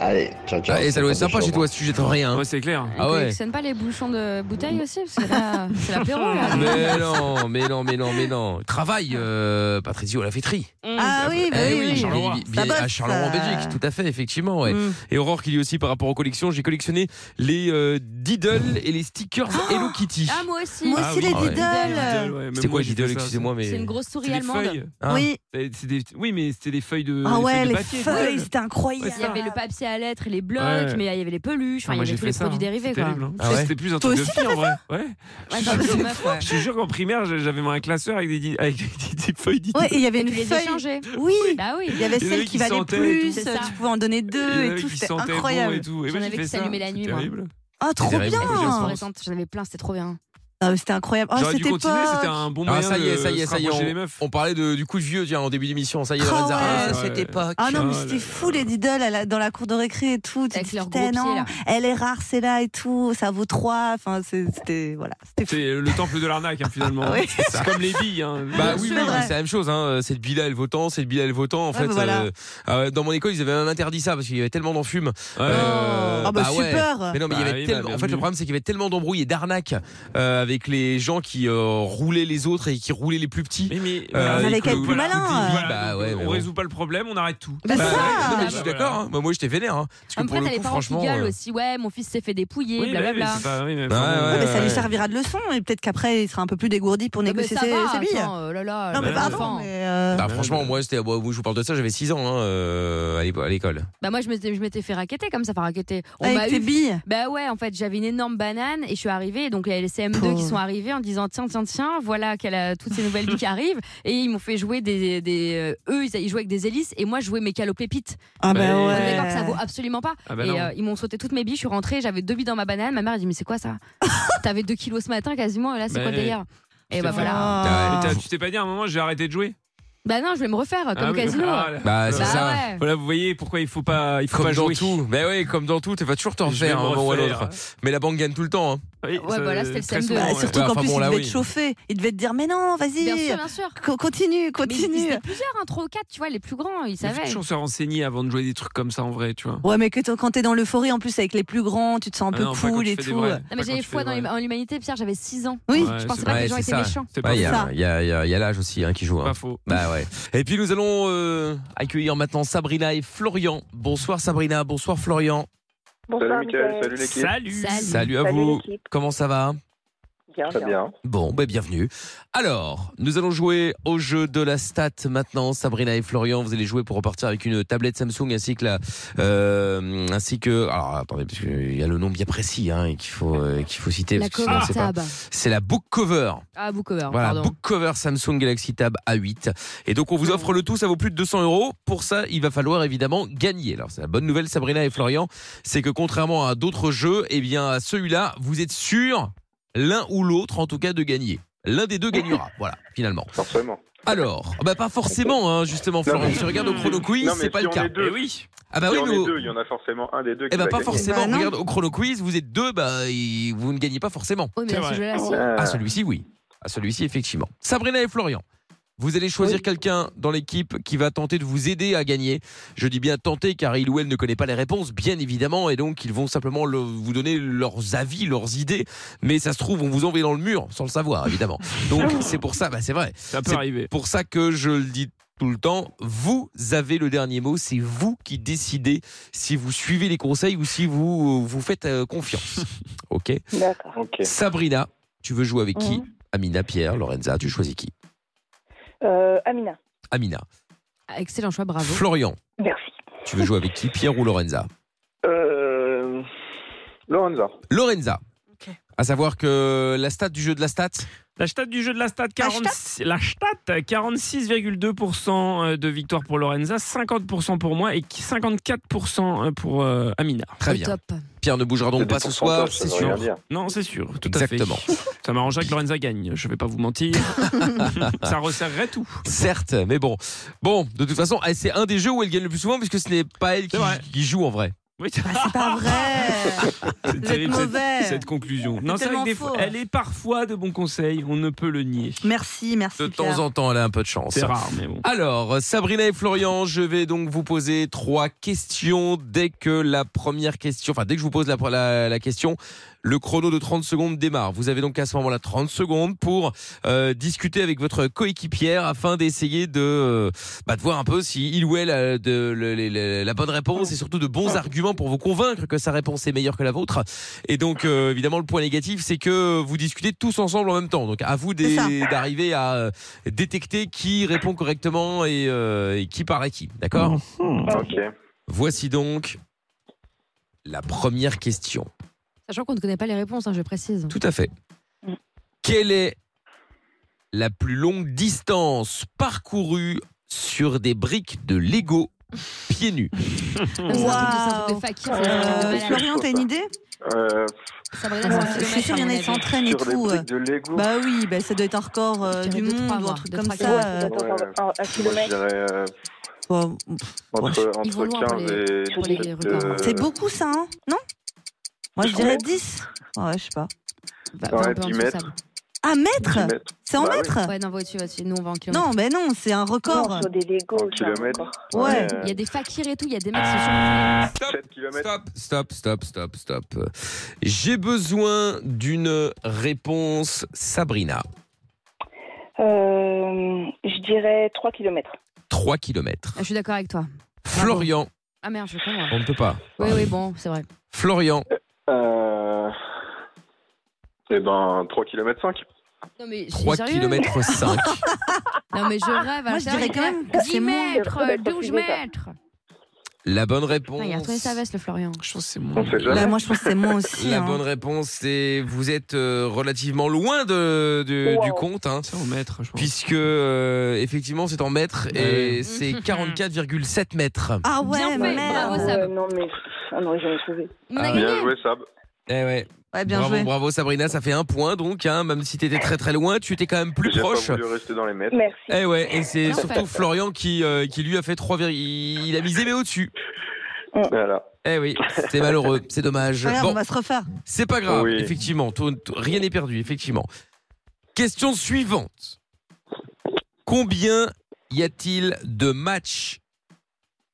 Speaker 15: Allez, ciao, ciao.
Speaker 1: Ah, et ça doit être
Speaker 15: Bonne
Speaker 1: sympa chez
Speaker 15: journée.
Speaker 1: toi si tu jettes rien.
Speaker 2: Ouais, c'est clair.
Speaker 1: Ah
Speaker 4: Tu
Speaker 1: ouais.
Speaker 4: collectionnes pas les bouchons de bouteilles aussi Parce que là, c'est
Speaker 3: Oh
Speaker 4: l'apéro, là.
Speaker 1: Mais non, mais non, mais non, mais non. Travaille, euh, Patrizio, à la fêterie.
Speaker 3: Ah oui, bah
Speaker 1: Eh
Speaker 3: oui, oui.
Speaker 2: Charleroi.
Speaker 1: bien- bien-
Speaker 3: Ça bosse,
Speaker 1: à Charleroi en
Speaker 3: ça.
Speaker 1: Belgique, tout à fait, effectivement. ouais.
Speaker 3: Mm.
Speaker 1: Et Aurore qui dit aussi par rapport aux collections, j'ai collectionné les euh, Diddle et les stickers Hello Kitty.
Speaker 4: Ah, moi aussi.
Speaker 3: Moi aussi, les
Speaker 1: Ah ouais.
Speaker 3: diddles.
Speaker 1: C'était quoi Diddle, excusez-moi, mais.
Speaker 4: C'est une grosse souris
Speaker 2: C'est des
Speaker 4: allemande.
Speaker 2: feuilles.
Speaker 1: Hein
Speaker 3: Oui.
Speaker 2: Euh, c'est des- Oui, mais c'était des feuilles de.
Speaker 3: Ah
Speaker 2: des
Speaker 3: ouais,
Speaker 2: feuilles de
Speaker 3: les
Speaker 2: papier.
Speaker 3: feuilles, c'était incroyable.
Speaker 4: Il y avait le papier à lettres et les blocs,
Speaker 2: Ouais.
Speaker 4: mais il y avait les peluches, enfin,
Speaker 2: Ah,
Speaker 4: il y
Speaker 2: moi,
Speaker 4: avait
Speaker 2: j'ai
Speaker 4: tous
Speaker 2: fait
Speaker 4: les
Speaker 2: ça,
Speaker 4: produits
Speaker 2: hein.
Speaker 4: dérivés.
Speaker 2: C'est
Speaker 4: Quoi.
Speaker 2: terrible, hein.
Speaker 1: Ah ouais
Speaker 2: C'était plus un
Speaker 3: Toi
Speaker 2: truc de
Speaker 3: aussi,
Speaker 2: fille en vrai. Ouais.
Speaker 4: Ouais, c'est un peu de meuf, ouais.
Speaker 2: Je te jure qu'en primaire, j'a- j'avais un classeur avec des, di- avec des, des feuilles d'idoles.
Speaker 3: Ouais, et il y avait
Speaker 4: Et
Speaker 3: une
Speaker 4: tu les
Speaker 3: feuille.
Speaker 4: échangeais.
Speaker 3: Oui.
Speaker 4: Bah oui.
Speaker 3: Il y avait
Speaker 2: Il y en
Speaker 3: celle
Speaker 2: avait
Speaker 3: qui
Speaker 2: qui
Speaker 3: valait
Speaker 2: sentaient et
Speaker 3: plus, euh,
Speaker 4: tout. C'est ça.
Speaker 3: tu pouvais en donner
Speaker 2: Il y en
Speaker 3: deux et
Speaker 2: avait
Speaker 3: tout,
Speaker 2: qui
Speaker 3: c'était
Speaker 2: sentaient bon
Speaker 3: incroyable.
Speaker 2: et tout. Et
Speaker 4: J'en
Speaker 2: moi, j'ai
Speaker 4: avais
Speaker 2: fait
Speaker 4: qui
Speaker 2: ça.
Speaker 4: s'allumaient la
Speaker 2: C'est
Speaker 4: nuit, moi.
Speaker 2: terrible.
Speaker 3: Ah, trop
Speaker 1: verrez
Speaker 3: bien
Speaker 1: beaucoup plus en France.
Speaker 4: J'en avais plein, c'était trop bien.
Speaker 3: Ah, mais C'était incroyable. Oh,
Speaker 1: J'aurais dû
Speaker 3: c'était
Speaker 1: continuer,
Speaker 3: pas. Ah,
Speaker 1: c'était un bon moyen
Speaker 2: ça y est,
Speaker 1: de
Speaker 2: ça y est,
Speaker 1: se
Speaker 2: ça y est,
Speaker 1: rapprocher
Speaker 2: on-
Speaker 1: des On parlait du coup de vieux, tiens, en début d'émission. Ça y est, Lorenza.
Speaker 2: Ah, cette époque.
Speaker 3: Ah
Speaker 1: Oh
Speaker 3: non, mais c'était fou les diddles à la- dans la cour de récré et tout. Tu dis, putain,
Speaker 4: gros pieds,
Speaker 3: non,
Speaker 4: là.
Speaker 3: elle est rare, c'est là et tout. Ça vaut 3. Enfin, c'est- c'était. Voilà.
Speaker 2: C'est le temple de l'arnaque, hein, finalement.
Speaker 3: Oui.
Speaker 2: C'est comme les billes. Hein.
Speaker 1: Bah oui,
Speaker 3: C'est
Speaker 1: oui,
Speaker 3: vrai.
Speaker 1: mais c'est la même chose. Hein. Cette bille-là, elle vaut tant, cette bille-là, elle vaut tant. En
Speaker 3: Ouais,
Speaker 1: fait,
Speaker 3: bah voilà.
Speaker 1: euh, euh, dans mon école, ils avaient même interdit ça parce qu'il y avait tellement d'enfumes. Euh,
Speaker 3: Oh. Ah bah super.
Speaker 1: Mais non, mais il y
Speaker 2: Bah
Speaker 1: avait
Speaker 2: oui,
Speaker 1: tellement- En fait, le
Speaker 2: bah bienvenue.
Speaker 1: problème, c'est qu'il y avait tellement d'embrouilles et d'arnaques euh, avec les gens qui euh, roulaient les autres et qui roulaient les plus petits. Euh,
Speaker 2: Mais, mais
Speaker 3: avec
Speaker 1: le
Speaker 3: les plus malins, euh.
Speaker 1: Bah ouais, mais
Speaker 2: on
Speaker 1: bon.
Speaker 2: résout pas le problème, on arrête tout.
Speaker 1: Bah, non, mais je
Speaker 3: Ah.
Speaker 1: suis d'accord. hein. Bah, moi, j'étais vénère. hein. Parce que
Speaker 4: Après,
Speaker 1: pour le
Speaker 4: t'as les
Speaker 1: coup,
Speaker 4: parents qui
Speaker 1: franchement.
Speaker 4: gueulent
Speaker 1: euh,
Speaker 4: aussi. Ouais, mon fils s'est fait dépouiller,
Speaker 1: Oui, bah oui,
Speaker 4: blablabla.
Speaker 1: mais c'est pas- oui, mais Ouais,
Speaker 2: enfin,
Speaker 1: ouais,
Speaker 3: mais ça
Speaker 1: ouais.
Speaker 3: lui servira de leçon et peut-être qu'après il sera un peu plus dégourdi pour
Speaker 4: Ah, mais
Speaker 3: négocier
Speaker 4: ça
Speaker 3: ses,
Speaker 4: va,
Speaker 3: ses billes.
Speaker 4: attends, euh, là là,
Speaker 3: non mais
Speaker 1: bah,
Speaker 3: pardon. mais, euh,
Speaker 1: Bah, franchement, moi, c'était, moi, je vous parle de ça, j'avais 6 ans hein, euh, à l'épo- à l'école.
Speaker 4: Bah moi je m'étais, je m'étais fait raqueter comme ça, enfin raqueter.
Speaker 3: Avec
Speaker 4: m'a
Speaker 3: tes
Speaker 4: eu-
Speaker 3: billes
Speaker 4: Bah ouais, en fait j'avais une énorme banane et je suis arrivée, et donc il y a les CM2 qui sont arrivés en disant tiens tiens tiens, voilà qu'elle a toutes ces nouvelles billes qui arrivent et ils m'ont fait jouer des, des euh, eux ils, ils jouaient avec des hélices et moi je jouais mes calopépites.
Speaker 3: Ah bah
Speaker 2: Mais-
Speaker 4: On est
Speaker 3: ouais.
Speaker 4: D'accord, que ça vaut absolument pas.
Speaker 2: Ah bah
Speaker 4: et euh,
Speaker 2: non.
Speaker 4: ils m'ont sauté toutes mes billes, je suis rentrée, j'avais deux billes dans ma banane, ma mère elle dit mais c'est quoi ça T'avais 2 kilos ce matin quasiment et là c'est
Speaker 2: Bah,
Speaker 4: quoi le délire
Speaker 2: je
Speaker 4: Et
Speaker 2: t'ai
Speaker 4: bah
Speaker 2: fait.
Speaker 4: voilà.
Speaker 1: Ah.
Speaker 2: Mais t'as- tu t'es pas dit à un moment, j'ai arrêté de jouer
Speaker 4: Bah non, je vais me refaire comme
Speaker 2: Ah
Speaker 4: au
Speaker 2: oui,
Speaker 4: casino.
Speaker 2: ah, là.
Speaker 1: Bah, c'est ça.
Speaker 4: ouais.
Speaker 2: Voilà, vous voyez pourquoi il faut pas, il faut
Speaker 1: Comme
Speaker 2: pas
Speaker 1: dans
Speaker 2: jouer.
Speaker 1: tout. Mais oui, comme dans tout, tu vas toujours t'en
Speaker 2: Je vais
Speaker 1: faire à un
Speaker 2: me
Speaker 1: moment ou à
Speaker 2: refaire.
Speaker 1: l'autre. Mais la banque gagne tout le temps. hein.
Speaker 2: Oui,
Speaker 4: Ouais, bah là, c'était le
Speaker 2: très
Speaker 4: CM2.
Speaker 2: souvent,
Speaker 3: Bah,
Speaker 2: ouais.
Speaker 3: surtout
Speaker 1: Ouais,
Speaker 3: qu'en
Speaker 1: enfin,
Speaker 3: plus
Speaker 1: bon,
Speaker 3: il
Speaker 1: là,
Speaker 3: devait
Speaker 1: oui.
Speaker 3: te chauffer, il devait te dire mais non, vas-y,
Speaker 4: Bien sûr, bien sûr.
Speaker 3: co- continue,
Speaker 4: Mais ils- ils
Speaker 3: continue.
Speaker 4: étaient plusieurs, hein, trois ou quatre, tu vois, les plus grands, ils
Speaker 2: Il faut
Speaker 4: savaient.
Speaker 2: toujours se renseigner avant de jouer des trucs comme ça en vrai, tu vois.
Speaker 3: Ouais, mais que t- quand t'es dans l'euphorie en plus avec les plus grands, tu te sens un
Speaker 2: Ah
Speaker 3: peu
Speaker 2: non, pas quand
Speaker 3: cool
Speaker 2: tu
Speaker 3: et
Speaker 2: fais des
Speaker 3: tout.
Speaker 2: vrais.
Speaker 4: Non, mais
Speaker 2: Pas
Speaker 4: j'avais
Speaker 2: quand tu
Speaker 4: foi
Speaker 2: fais
Speaker 4: dans
Speaker 2: des
Speaker 4: l'hum- en l'humanité, Pierre, j'avais 6 ans.
Speaker 3: Oui.
Speaker 2: Ouais,
Speaker 4: Je pensais
Speaker 2: c'est
Speaker 4: pas que
Speaker 1: Ouais,
Speaker 4: les gens
Speaker 1: c'est
Speaker 4: étaient
Speaker 1: ça.
Speaker 4: méchants.
Speaker 2: C'est
Speaker 1: Bah,
Speaker 2: pas hein.
Speaker 1: Il y,
Speaker 2: faux.
Speaker 1: a- il y a- il y a- il y a l'âge aussi hein, qui joue. hein.
Speaker 2: Pas faux.
Speaker 1: Bah ouais. Et puis nous allons euh, accueillir maintenant Sabrina et Florian. Bonsoir Sabrina, bonsoir Florian.
Speaker 6: Bonsoir, Mickaël.
Speaker 14: salut l'équipe.
Speaker 2: Salut.
Speaker 4: Salut.
Speaker 1: Salut à
Speaker 6: Salut
Speaker 1: vous.
Speaker 6: l'équipe.
Speaker 1: Comment ça va
Speaker 6: Bien,
Speaker 14: Très bien.
Speaker 1: Bon, ben bienvenue. Alors, nous allons jouer au jeu de la stat maintenant. Sabrina et Florian, vous allez jouer pour repartir avec une tablette Samsung ainsi que la, euh, ainsi que. Alors attendez, parce qu'il y a le nom bien précis hein, et qu'il faut euh, qu'il faut citer.
Speaker 4: La
Speaker 1: parce que sinon,
Speaker 4: cover
Speaker 1: c'est pas-
Speaker 4: tab.
Speaker 1: C'est la book cover.
Speaker 4: Ah, Bookover,
Speaker 1: Voilà,
Speaker 4: pardon. Mm.
Speaker 1: book cover Samsung Galaxy Tab A8. Et donc, on vous offre le tout, ça vaut plus de 200 euros. Pour ça, il va falloir évidemment gagner. Alors, c'est la bonne nouvelle, Sabrina et Florian, c'est que contrairement à d'autres jeux, eh bien, à celui-là, vous êtes sûr, l'un ou l'autre, en tout cas, de gagner. L'un des deux gagnera, voilà, finalement.
Speaker 14: Forcément.
Speaker 1: Alors, bah pas forcément, hein, justement, Florian.
Speaker 14: mais-
Speaker 1: Si tu regardes au
Speaker 4: Mm.
Speaker 1: chrono quiz,
Speaker 14: Non, mais
Speaker 1: c'est pas
Speaker 14: si
Speaker 1: le
Speaker 14: on
Speaker 1: cas.
Speaker 14: est deux,
Speaker 2: Eh oui.
Speaker 1: Ah bah
Speaker 14: si
Speaker 1: oui,
Speaker 14: on
Speaker 1: nous-
Speaker 14: est deux, il y en a forcément un des deux qui
Speaker 1: Eh bah
Speaker 14: va
Speaker 1: pas
Speaker 14: gagner.
Speaker 1: forcément.
Speaker 3: Bah, non.
Speaker 1: Regarde au chrono quiz, vous êtes deux, bah et vous ne gagnez pas forcément.
Speaker 4: Oui, mais
Speaker 2: C'est
Speaker 4: à ce
Speaker 2: vrai.
Speaker 4: jeu-là, si.
Speaker 14: Ah.
Speaker 1: À celui-ci, oui. À celui-ci, effectivement. Sabrina et Florian, vous allez choisir quelqu'un dans l'équipe qui va tenter de vous aider à gagner. Je dis bien tenter car il ou elle ne connaît pas les réponses, bien évidemment, et donc ils vont simplement le- vous donner leurs avis, leurs idées. Mais ça se trouve, on vous envoie dans le mur sans le savoir, évidemment. Donc c'est pour ça, bah, c'est vrai.
Speaker 2: Ah Ça peut
Speaker 1: C'est
Speaker 2: arriver.
Speaker 1: pour ça que je le dis tout le temps, vous avez le dernier mot, c'est vous qui décidez si vous suivez les conseils ou si vous vous faites euh, confiance. Ok
Speaker 6: D'accord.
Speaker 14: Ok.
Speaker 1: Sabrina, tu veux jouer avec qui
Speaker 6: Mhm.
Speaker 1: Amina, Pierre, Lorenza, tu choisis qui
Speaker 6: Euh, Amina.
Speaker 1: Amina.
Speaker 4: Ah, Excellent choix, bravo.
Speaker 1: Florian,
Speaker 6: Merci.
Speaker 1: tu veux jouer avec qui Pierre ou Lorenza
Speaker 14: Euh, Lorenza.
Speaker 1: Lorenza. À savoir que la stat du jeu de la stat,
Speaker 2: La stat du jeu de la stat, 46 la stat, euh, 46,2% euh, de victoire pour Lorenza, 50% pour moi et 54% pour euh, Amina.
Speaker 1: très
Speaker 4: Au
Speaker 1: bien.
Speaker 4: top.
Speaker 1: Pierre ne bougera
Speaker 14: C'est
Speaker 1: donc
Speaker 14: des
Speaker 1: pas ce soir,
Speaker 14: pourcentages,
Speaker 1: c'est
Speaker 14: ça veut rien
Speaker 1: sûr.
Speaker 14: dire.
Speaker 2: Non, c'est sûr, tout
Speaker 1: Exactement.
Speaker 2: à fait. Ça m'arrangerait que Lorenza gagne, je vais pas vous mentir. ça resserrerait tout.
Speaker 1: Certes, mais bon. Bon, de toute façon, eh, c'est un des jeux où elle gagne le plus souvent puisque ce n'est pas elle qui,
Speaker 2: C'est vrai.
Speaker 1: qui joue en vrai.
Speaker 2: Oui,
Speaker 3: Bah, C'est pas vrai.
Speaker 2: c'est terrible,
Speaker 3: mauvais.
Speaker 2: cette, cette conclusion. Non, c'est vrai
Speaker 3: tellement
Speaker 2: que des
Speaker 3: faux.
Speaker 2: fois, elle est parfois de bons conseils, on ne peut le nier.
Speaker 3: Merci, merci.
Speaker 1: De
Speaker 3: Pierre.
Speaker 1: temps en temps, elle a un peu de chance.
Speaker 2: C'est rare, mais bon.
Speaker 1: Alors, Sabrina et Florian, je vais donc vous poser trois questions. Dès que la première question, enfin, dès que je vous pose la, la- la question, le chrono de 30 secondes démarre. Vous avez donc à ce moment-là 30 secondes pour euh, discuter avec votre coéquipière afin d'essayer de, euh, bah, de voir un peu si il ou elle a de, le- le- le- la bonne réponse et surtout de bons arguments pour vous convaincre que sa réponse est meilleure que la vôtre. Et donc, euh, évidemment, le point négatif, c'est que vous discutez tous ensemble en même temps. Donc, à vous
Speaker 3: C'est ça.
Speaker 1: d'é- d'arriver à euh, détecter qui répond correctement et, euh, et qui part à qui. D'accord
Speaker 14: Ok.
Speaker 1: Voici donc la première question.
Speaker 4: Sachant qu'on ne connaît pas les réponses, hein, je précise.
Speaker 1: Tout à fait. Quelle est la plus longue distance parcourue sur des briques de Lego pieds nus.
Speaker 3: Waouh Euh, Florian, t'as une idée
Speaker 16: Euh,
Speaker 3: Je suis sûre qu'il y en a qui s'entraînent et
Speaker 16: sur les
Speaker 3: tout.
Speaker 1: Ah.
Speaker 16: briques de Lego.
Speaker 3: Bah oui, bah ça doit être un record euh, du monde ou un truc comme ça. euh.
Speaker 16: Ouais. Moi, je dirais euh, entre,
Speaker 3: Ils vont
Speaker 16: entre
Speaker 3: loin
Speaker 16: 15
Speaker 3: pour les-
Speaker 16: et
Speaker 3: pour les
Speaker 16: 17,
Speaker 3: records.
Speaker 16: euh,
Speaker 3: C'est beaucoup ça, hein Non Moi,
Speaker 4: Ah
Speaker 3: je dirais 10. Ah Ouais, je sais pas. Bah,
Speaker 16: Ouais, 10 mètres.
Speaker 3: Ah, mètre C'est en
Speaker 16: Bah oui.
Speaker 3: mètres
Speaker 4: Ouais, non, ouais, tu vas dessus. Nous, on va en kilomètres.
Speaker 3: Non, mais non, c'est un record.
Speaker 16: En kilomètres.
Speaker 3: Ouais.
Speaker 4: Il y a des fakirs et tout, il y a des mecs qui se changent.
Speaker 1: Stop, stop, stop, stop, stop. J'ai besoin d'une réponse, Sabrina.
Speaker 17: Euh, je dirais 3 km.
Speaker 1: 3 km.
Speaker 4: Ah, Je suis d'accord avec toi.
Speaker 1: Florian,
Speaker 4: Ah merde, je suis con, moi.
Speaker 1: on ne peut pas.
Speaker 4: Oui, oui, bon, c'est vrai.
Speaker 1: Florian.
Speaker 16: Euh, eh ben, 3 km 5.
Speaker 4: Non, mais je suis
Speaker 1: 3
Speaker 4: sérieux.
Speaker 1: km 5.
Speaker 4: Non, mais je rêve.
Speaker 3: Moi, je dirais quand même que
Speaker 4: 10
Speaker 3: c'est moins.
Speaker 4: mètres, 12 mètres.
Speaker 1: La bonne
Speaker 4: Putain,
Speaker 1: réponse.
Speaker 4: il a retrouvé sa veste, le Florian.
Speaker 1: Je pense que c'est moi.
Speaker 3: Bah, moi, je pense que c'est moi aussi.
Speaker 1: La
Speaker 3: hein.
Speaker 1: bonne réponse, c'est vous êtes euh, relativement loin de, de- du compte. Hein, Puisque, euh, effectivement, c'est en mètres et c'est 44,7 mètres.
Speaker 3: Ah ouais,
Speaker 17: Bien fait,
Speaker 3: merde.
Speaker 17: bravo, Sab. Euh, non, mais ah, non, j'aurais trouvé.
Speaker 1: bien joué, Sab. Eh ouais.
Speaker 3: Ouais, bien
Speaker 1: bravo,
Speaker 3: joué.
Speaker 1: bravo Sabrina, ça fait un point donc, hein, même si t'étais très très loin, tu étais quand même plus
Speaker 16: J'ai pas
Speaker 1: proche.
Speaker 16: voulu rester dans les mètres.
Speaker 17: Merci.
Speaker 1: Eh ouais, et c'est
Speaker 16: En fait.
Speaker 1: surtout Florian qui, euh, qui lui a fait 3 il il a misé mais au-dessus.
Speaker 16: Voilà.
Speaker 1: Eh oui, c'est malheureux, c'est dommage.
Speaker 3: Regarde,
Speaker 1: Bon,
Speaker 3: Mm. on va se refaire.
Speaker 1: c'est pas grave,
Speaker 16: Oui.
Speaker 1: effectivement, tout- tout- rien n'est perdu, effectivement. Question suivante. Combien y a-t-il de matchs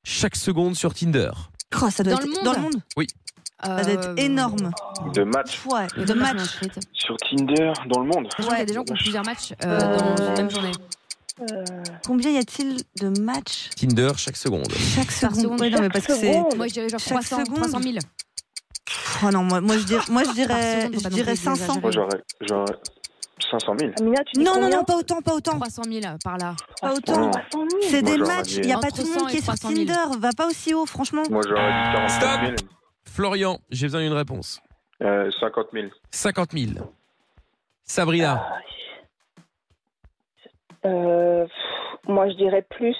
Speaker 1: chaque seconde sur Tinder
Speaker 3: Oh, ça doit
Speaker 4: Dans
Speaker 3: être
Speaker 4: le monde Euh,
Speaker 3: dans le monde.
Speaker 1: Oui.
Speaker 3: Ça doit être énorme.
Speaker 16: De matchs
Speaker 3: Ouais, de match.
Speaker 16: sur Tinder dans le monde.
Speaker 4: Sachant qu'il y a des gens qui ont plusieurs matchs euh, dans une même journée.
Speaker 3: Euh, Combien y a-t-il de matchs
Speaker 1: Tinder chaque seconde.
Speaker 3: chaque
Speaker 4: Par
Speaker 3: seconde
Speaker 4: seconde.
Speaker 3: Ouais, non, mais parce que c'est.
Speaker 4: Moi, je dirais genre
Speaker 3: Chaque
Speaker 4: 300,
Speaker 3: seconde.
Speaker 4: 300 000.
Speaker 3: Oh non, moi, moi je dirais, moi, je
Speaker 4: Par
Speaker 3: dirais,
Speaker 4: seconde, faut
Speaker 3: Euh, je
Speaker 4: pas non
Speaker 3: dirais
Speaker 4: plus
Speaker 3: 500.
Speaker 16: Moi, j'aurais j'aurais 500 000.
Speaker 4: Ah,
Speaker 3: Non, non, non, pas autant, pas autant.
Speaker 4: 300 000 par là.
Speaker 3: Pas autant. C'est
Speaker 16: Moi,
Speaker 3: des
Speaker 16: j'aurais
Speaker 3: matchs,
Speaker 16: dit-
Speaker 3: il n'y a pas
Speaker 4: Entre
Speaker 3: tout le monde
Speaker 4: 100
Speaker 3: qui
Speaker 4: et
Speaker 3: est sur
Speaker 4: 300 000.
Speaker 3: Tinder. Va pas aussi haut, franchement.
Speaker 16: Moi, j'aurais dit 45 000.
Speaker 1: Florian, j'ai besoin d'une réponse.
Speaker 16: Euh, 50 000.
Speaker 1: 50 000. Sabrina.
Speaker 17: Euh, pff, moi, je dirais plus.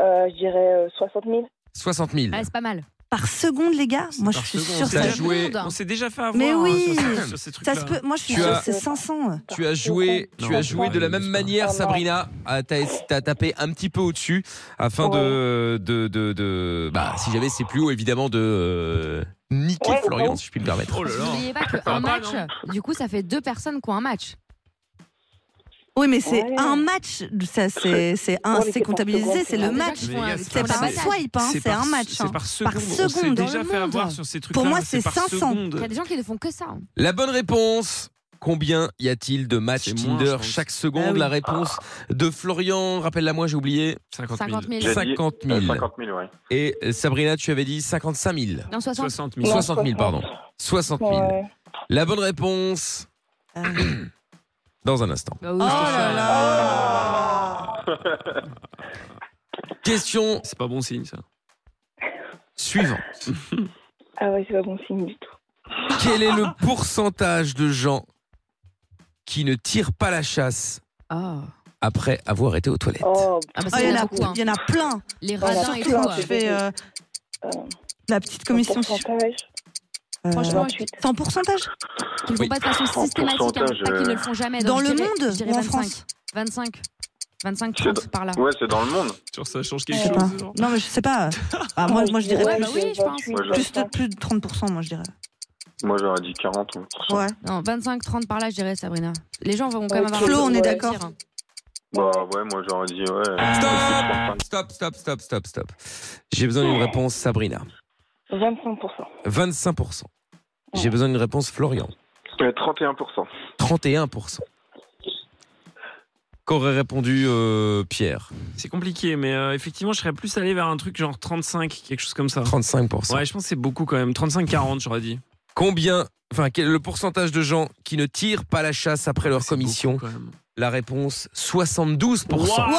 Speaker 17: Euh, je dirais euh, 60 000.
Speaker 1: 60 000.
Speaker 4: Ah, c'est pas mal.
Speaker 3: Par seconde, les gars Moi, je suis sûre
Speaker 1: seconde,
Speaker 3: que
Speaker 1: c'est
Speaker 3: ça
Speaker 1: à jouer.
Speaker 2: On s'est déjà fait avoir
Speaker 3: Mais
Speaker 2: hein,
Speaker 3: oui
Speaker 2: sur, sur ces
Speaker 3: Ça
Speaker 2: trucs-là.
Speaker 3: se peut. Moi, je suis
Speaker 1: Tu
Speaker 3: sûre
Speaker 1: as-
Speaker 3: que c'est 500.
Speaker 1: Tu as joué, tu as joué de la même manière, Sabrina. Ah, T'as t'as tapé un petit peu au-dessus afin de, de, de, de- bah, si jamais c'est plus haut, évidemment, de euh, niquer Florian, si je puis me permettre.
Speaker 2: Oh là là.
Speaker 4: N'oubliez pas qu'un match, du coup, ça fait deux personnes qui ont un match.
Speaker 3: Oui, mais c'est un match. Ça, C'est c'est un,
Speaker 4: Ouais, mais
Speaker 3: c'est
Speaker 4: c'est par
Speaker 3: comptabilisé,
Speaker 4: seconde,
Speaker 3: c'est
Speaker 4: on
Speaker 3: le
Speaker 4: a déjà
Speaker 3: match.
Speaker 4: fait un-
Speaker 3: C'est pas un
Speaker 4: c'est-
Speaker 3: swipe, hein,
Speaker 2: c'est
Speaker 3: c'est
Speaker 2: par-
Speaker 3: un match.
Speaker 2: c'est
Speaker 3: hein.
Speaker 2: par seconde, on s'est
Speaker 3: dans
Speaker 2: déjà
Speaker 3: le
Speaker 2: fait avoir
Speaker 3: monde.
Speaker 2: sur ces trucs-là,
Speaker 3: Pour moi,
Speaker 2: c'est
Speaker 3: c'est
Speaker 2: par
Speaker 3: 500.
Speaker 2: seconde.
Speaker 4: Il y a des gens qui ne font que ça. hein.
Speaker 1: La bonne réponse. Combien y a-t-il de matchs
Speaker 2: moins, je
Speaker 1: Tinder
Speaker 2: pense.
Speaker 1: chaque seconde
Speaker 2: Ah oui.
Speaker 1: La réponse de Florian, rappelle-la-moi, j'ai oublié.
Speaker 2: 50 000.
Speaker 1: 50 000. 50 000.
Speaker 16: Euh, 50 000, ouais.
Speaker 1: Et euh, Sabrina, tu avais dit 55 000.
Speaker 4: Non, 60.
Speaker 2: 60
Speaker 1: 000. 60 000, pardon. 60 000. La bonne réponse. Ah. Dans un instant.
Speaker 18: Bah
Speaker 4: Oh là
Speaker 1: Question
Speaker 2: C'est pas bon signe, ça.
Speaker 1: suivante.
Speaker 17: Ah ouais, c'est pas bon signe du tout.
Speaker 1: Quel est le pourcentage de gens qui ne tirent pas la chasse
Speaker 4: Ah.
Speaker 1: après avoir été aux toilettes
Speaker 17: Oh,
Speaker 4: Ah, bah,
Speaker 3: Ah,
Speaker 4: ça,
Speaker 3: il y en a-
Speaker 4: beaucoup, hein.
Speaker 3: il y en a plein.
Speaker 4: Les
Speaker 3: Moi,
Speaker 4: radins et
Speaker 3: surtout,
Speaker 4: tout.
Speaker 3: hein,
Speaker 4: euh,
Speaker 3: tu fais euh, la petite commission. si je- euh,
Speaker 4: Franchement,
Speaker 3: 100 pourcentage
Speaker 4: Qu'ils le font pas de façon
Speaker 16: En
Speaker 4: systématique, hein,
Speaker 16: pourcentage,
Speaker 4: pas qu'ils ne
Speaker 16: euh,
Speaker 4: le font jamais.
Speaker 3: Dans
Speaker 4: Donc, je
Speaker 3: le
Speaker 4: dirais-
Speaker 3: monde
Speaker 4: je dirais
Speaker 3: ou en
Speaker 4: 25.
Speaker 3: France
Speaker 4: 25. 25,
Speaker 16: C'est
Speaker 4: 30 par là.
Speaker 16: Ouais, c'est dans le monde.
Speaker 2: Sur ça change
Speaker 3: Je sais pas. Non, mais je sais pas. Ah, moi, moi, je dirais
Speaker 4: Ouais,
Speaker 3: plus,
Speaker 4: bah oui, je pense.
Speaker 16: Moi, j'aurais-
Speaker 3: plus, de, plus de 30%, moi, je dirais.
Speaker 16: Moi, j'aurais dit 40 ou 30.
Speaker 3: Ouais.
Speaker 4: Non, 25, 30 par là, je dirais, Sabrina. Les gens vont quand même avoir.
Speaker 3: Flo,
Speaker 4: un peu
Speaker 3: on
Speaker 4: de
Speaker 3: est
Speaker 4: plaisir,
Speaker 3: d'accord.
Speaker 4: hein.
Speaker 16: Bah ouais, moi, j'aurais dit ouais.
Speaker 1: Ah, Stop, stop, stop, stop, stop. J'ai besoin
Speaker 16: Oh.
Speaker 1: d'une réponse, Sabrina.
Speaker 17: 25
Speaker 1: 25%. J'ai besoin d'une réponse, Florian.
Speaker 16: Oh. Euh, 31%.
Speaker 1: 31%. Qu'aurait répondu euh, Pierre
Speaker 2: C'est compliqué, mais euh, effectivement, je serais plus allé vers un truc genre 35, quelque chose comme ça.
Speaker 1: 35%.
Speaker 2: Ouais, je pense que c'est beaucoup quand même. 35-40, j'aurais dit.
Speaker 1: Combien, enfin, quel est le pourcentage de gens qui ne tirent pas la chasse après leur commission
Speaker 2: quand même.
Speaker 1: La réponse 72%.
Speaker 4: Ah.
Speaker 2: Wow.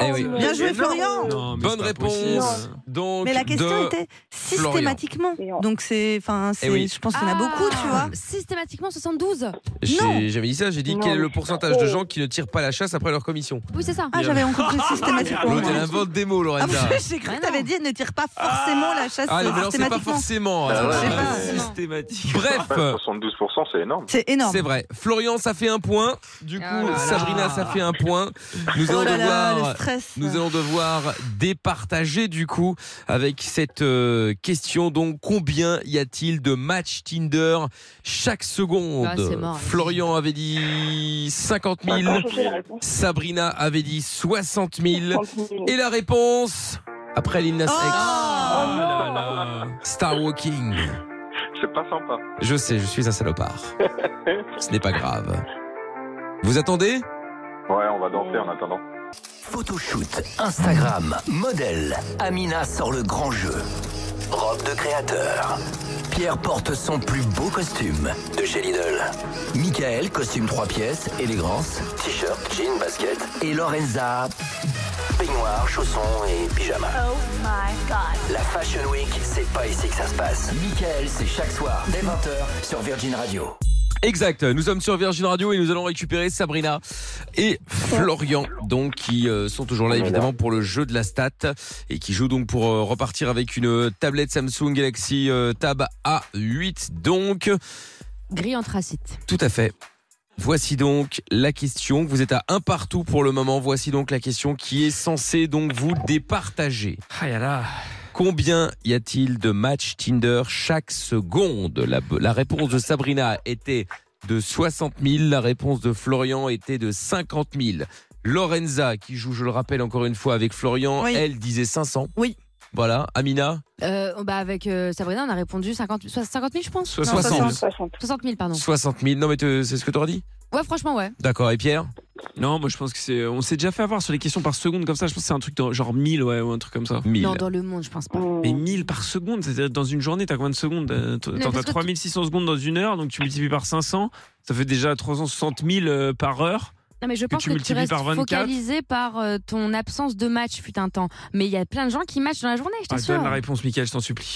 Speaker 1: Eh oui.
Speaker 3: Bien joué, Florian.
Speaker 1: Bonne réponse. Donc,
Speaker 3: Mais la
Speaker 1: de
Speaker 3: question était
Speaker 1: Florian.
Speaker 3: systématiquement. Donc c'est, enfin, c'est-
Speaker 1: Eh oui.
Speaker 3: je pense qu'il y
Speaker 4: Ah.
Speaker 3: en a beaucoup, tu vois.
Speaker 4: Systématiquement 72
Speaker 1: J'ai jamais dit ça, j'ai dit
Speaker 4: Non,
Speaker 1: quel est
Speaker 4: mais
Speaker 1: le
Speaker 4: c'est
Speaker 1: pourcentage de gens qui ne tirent pas la chasse après leur commission.
Speaker 4: Oui, c'est ça.
Speaker 3: Oh. Ah, j'avais compris systématiquement.
Speaker 1: L'autre, elle invente des mots,
Speaker 3: Ah,
Speaker 1: Lorenza.
Speaker 3: J'ai cru que t'avais dit ne tire pas forcément la chasse
Speaker 1: Ah, mais non, c'est pas
Speaker 3: systématiquement.
Speaker 1: forcément. hein.
Speaker 3: Je sais
Speaker 1: Ah,
Speaker 3: pas.
Speaker 1: c'est-
Speaker 2: Euh, Systématique.
Speaker 1: Bref.
Speaker 19: 72%, c'est énorme.
Speaker 3: C'est énorme.
Speaker 1: C'est vrai. Florian, ça fait un point.
Speaker 8: Oh
Speaker 1: Du coup, Sabrina, ça fait un point. Nous
Speaker 3: Oh
Speaker 1: allons
Speaker 3: là là,
Speaker 1: devoir,
Speaker 3: le stress.
Speaker 1: nous allons devoir départager du coup avec cette euh, question. Donc, combien y a-t-il de matchs Tinder chaque seconde
Speaker 8: Ah, c'est mort.
Speaker 1: Florian avait dit 50 000.
Speaker 8: 50 000.
Speaker 1: Sabrina avait dit 60 000. Et la réponse après Lil
Speaker 3: Oh.
Speaker 1: Nas X. Ah Star Walking.
Speaker 19: C'est pas sympa.
Speaker 1: Je sais, je suis un salopard. Ce n'est pas grave. Vous attendez
Speaker 19: Ouais, on va danser en attendant.
Speaker 9: Photoshoot, Instagram, modèle. Amina sort le grand jeu. Robe de créateur. Pierre porte son plus beau costume de chez Lidl. Michael, costume 3 pièces, élégance, t-shirt, jean, basket. Et Lorenza, peignoir, chaussons et pyjama. La Fashion Week, c'est pas ici que ça se passe. Michael, c'est chaque soir, dès 20h, sur Virgin Radio.
Speaker 1: Exact, nous sommes sur Virgin Radio et nous allons récupérer Sabrina et Florian, donc qui euh, sont toujours là évidemment pour le jeu de la stat et qui jouent donc pour euh, repartir avec une euh, tablette Samsung Galaxy euh, Tab A8. Donc,
Speaker 4: Gris anthracite.
Speaker 1: Tout à fait. Voici donc la question. Vous êtes à un partout pour le moment. Voici donc la question qui est censée donc vous départager.
Speaker 2: Ah,
Speaker 1: Combien y a-t-il de matchs Tinder chaque seconde la, la réponse de Sabrina était de 60 000. La réponse de Florian était de 50 000. Lorenza, qui joue, je le rappelle encore une fois, avec Florian, elle disait 500.
Speaker 3: Oui.
Speaker 1: Voilà. Amina
Speaker 4: Euh, bah avec euh, Sabrina, on a répondu 50, soit 50 000, je pense.
Speaker 1: 60 000.
Speaker 4: 60 000, pardon.
Speaker 1: 60 000. Non, mais te- c'est ce que t'aurais dit
Speaker 4: Ouais, franchement, ouais.
Speaker 1: D'accord. Et Pierre
Speaker 2: Non, moi je pense que c'est. On s'est déjà fait avoir sur les questions par seconde comme ça. Je pense que c'est un truc dans- genre 1000 ouais, ou un truc comme ça.
Speaker 4: Non, dans le monde, je pense pas.
Speaker 2: Mais 1000 par seconde, c'est-à-dire dans une journée, t'as combien de secondes Euh, t-
Speaker 4: Mais
Speaker 2: T'en
Speaker 4: parce
Speaker 2: as
Speaker 4: que tu-
Speaker 2: 3600 secondes dans une heure, donc tu multiplies par 500, ça fait déjà 360 000 euh, par heure.
Speaker 4: Non, mais je
Speaker 2: Que
Speaker 4: pense
Speaker 2: tu
Speaker 4: que tu
Speaker 2: multiplies
Speaker 4: restes
Speaker 2: par 24.
Speaker 4: focalisé par euh, ton absence de match, fut un temps. Mais il y a plein de gens qui matchent dans la journée, je
Speaker 2: Ah,
Speaker 4: t'assure.
Speaker 2: donne la réponse, Michael, je t'en supplie.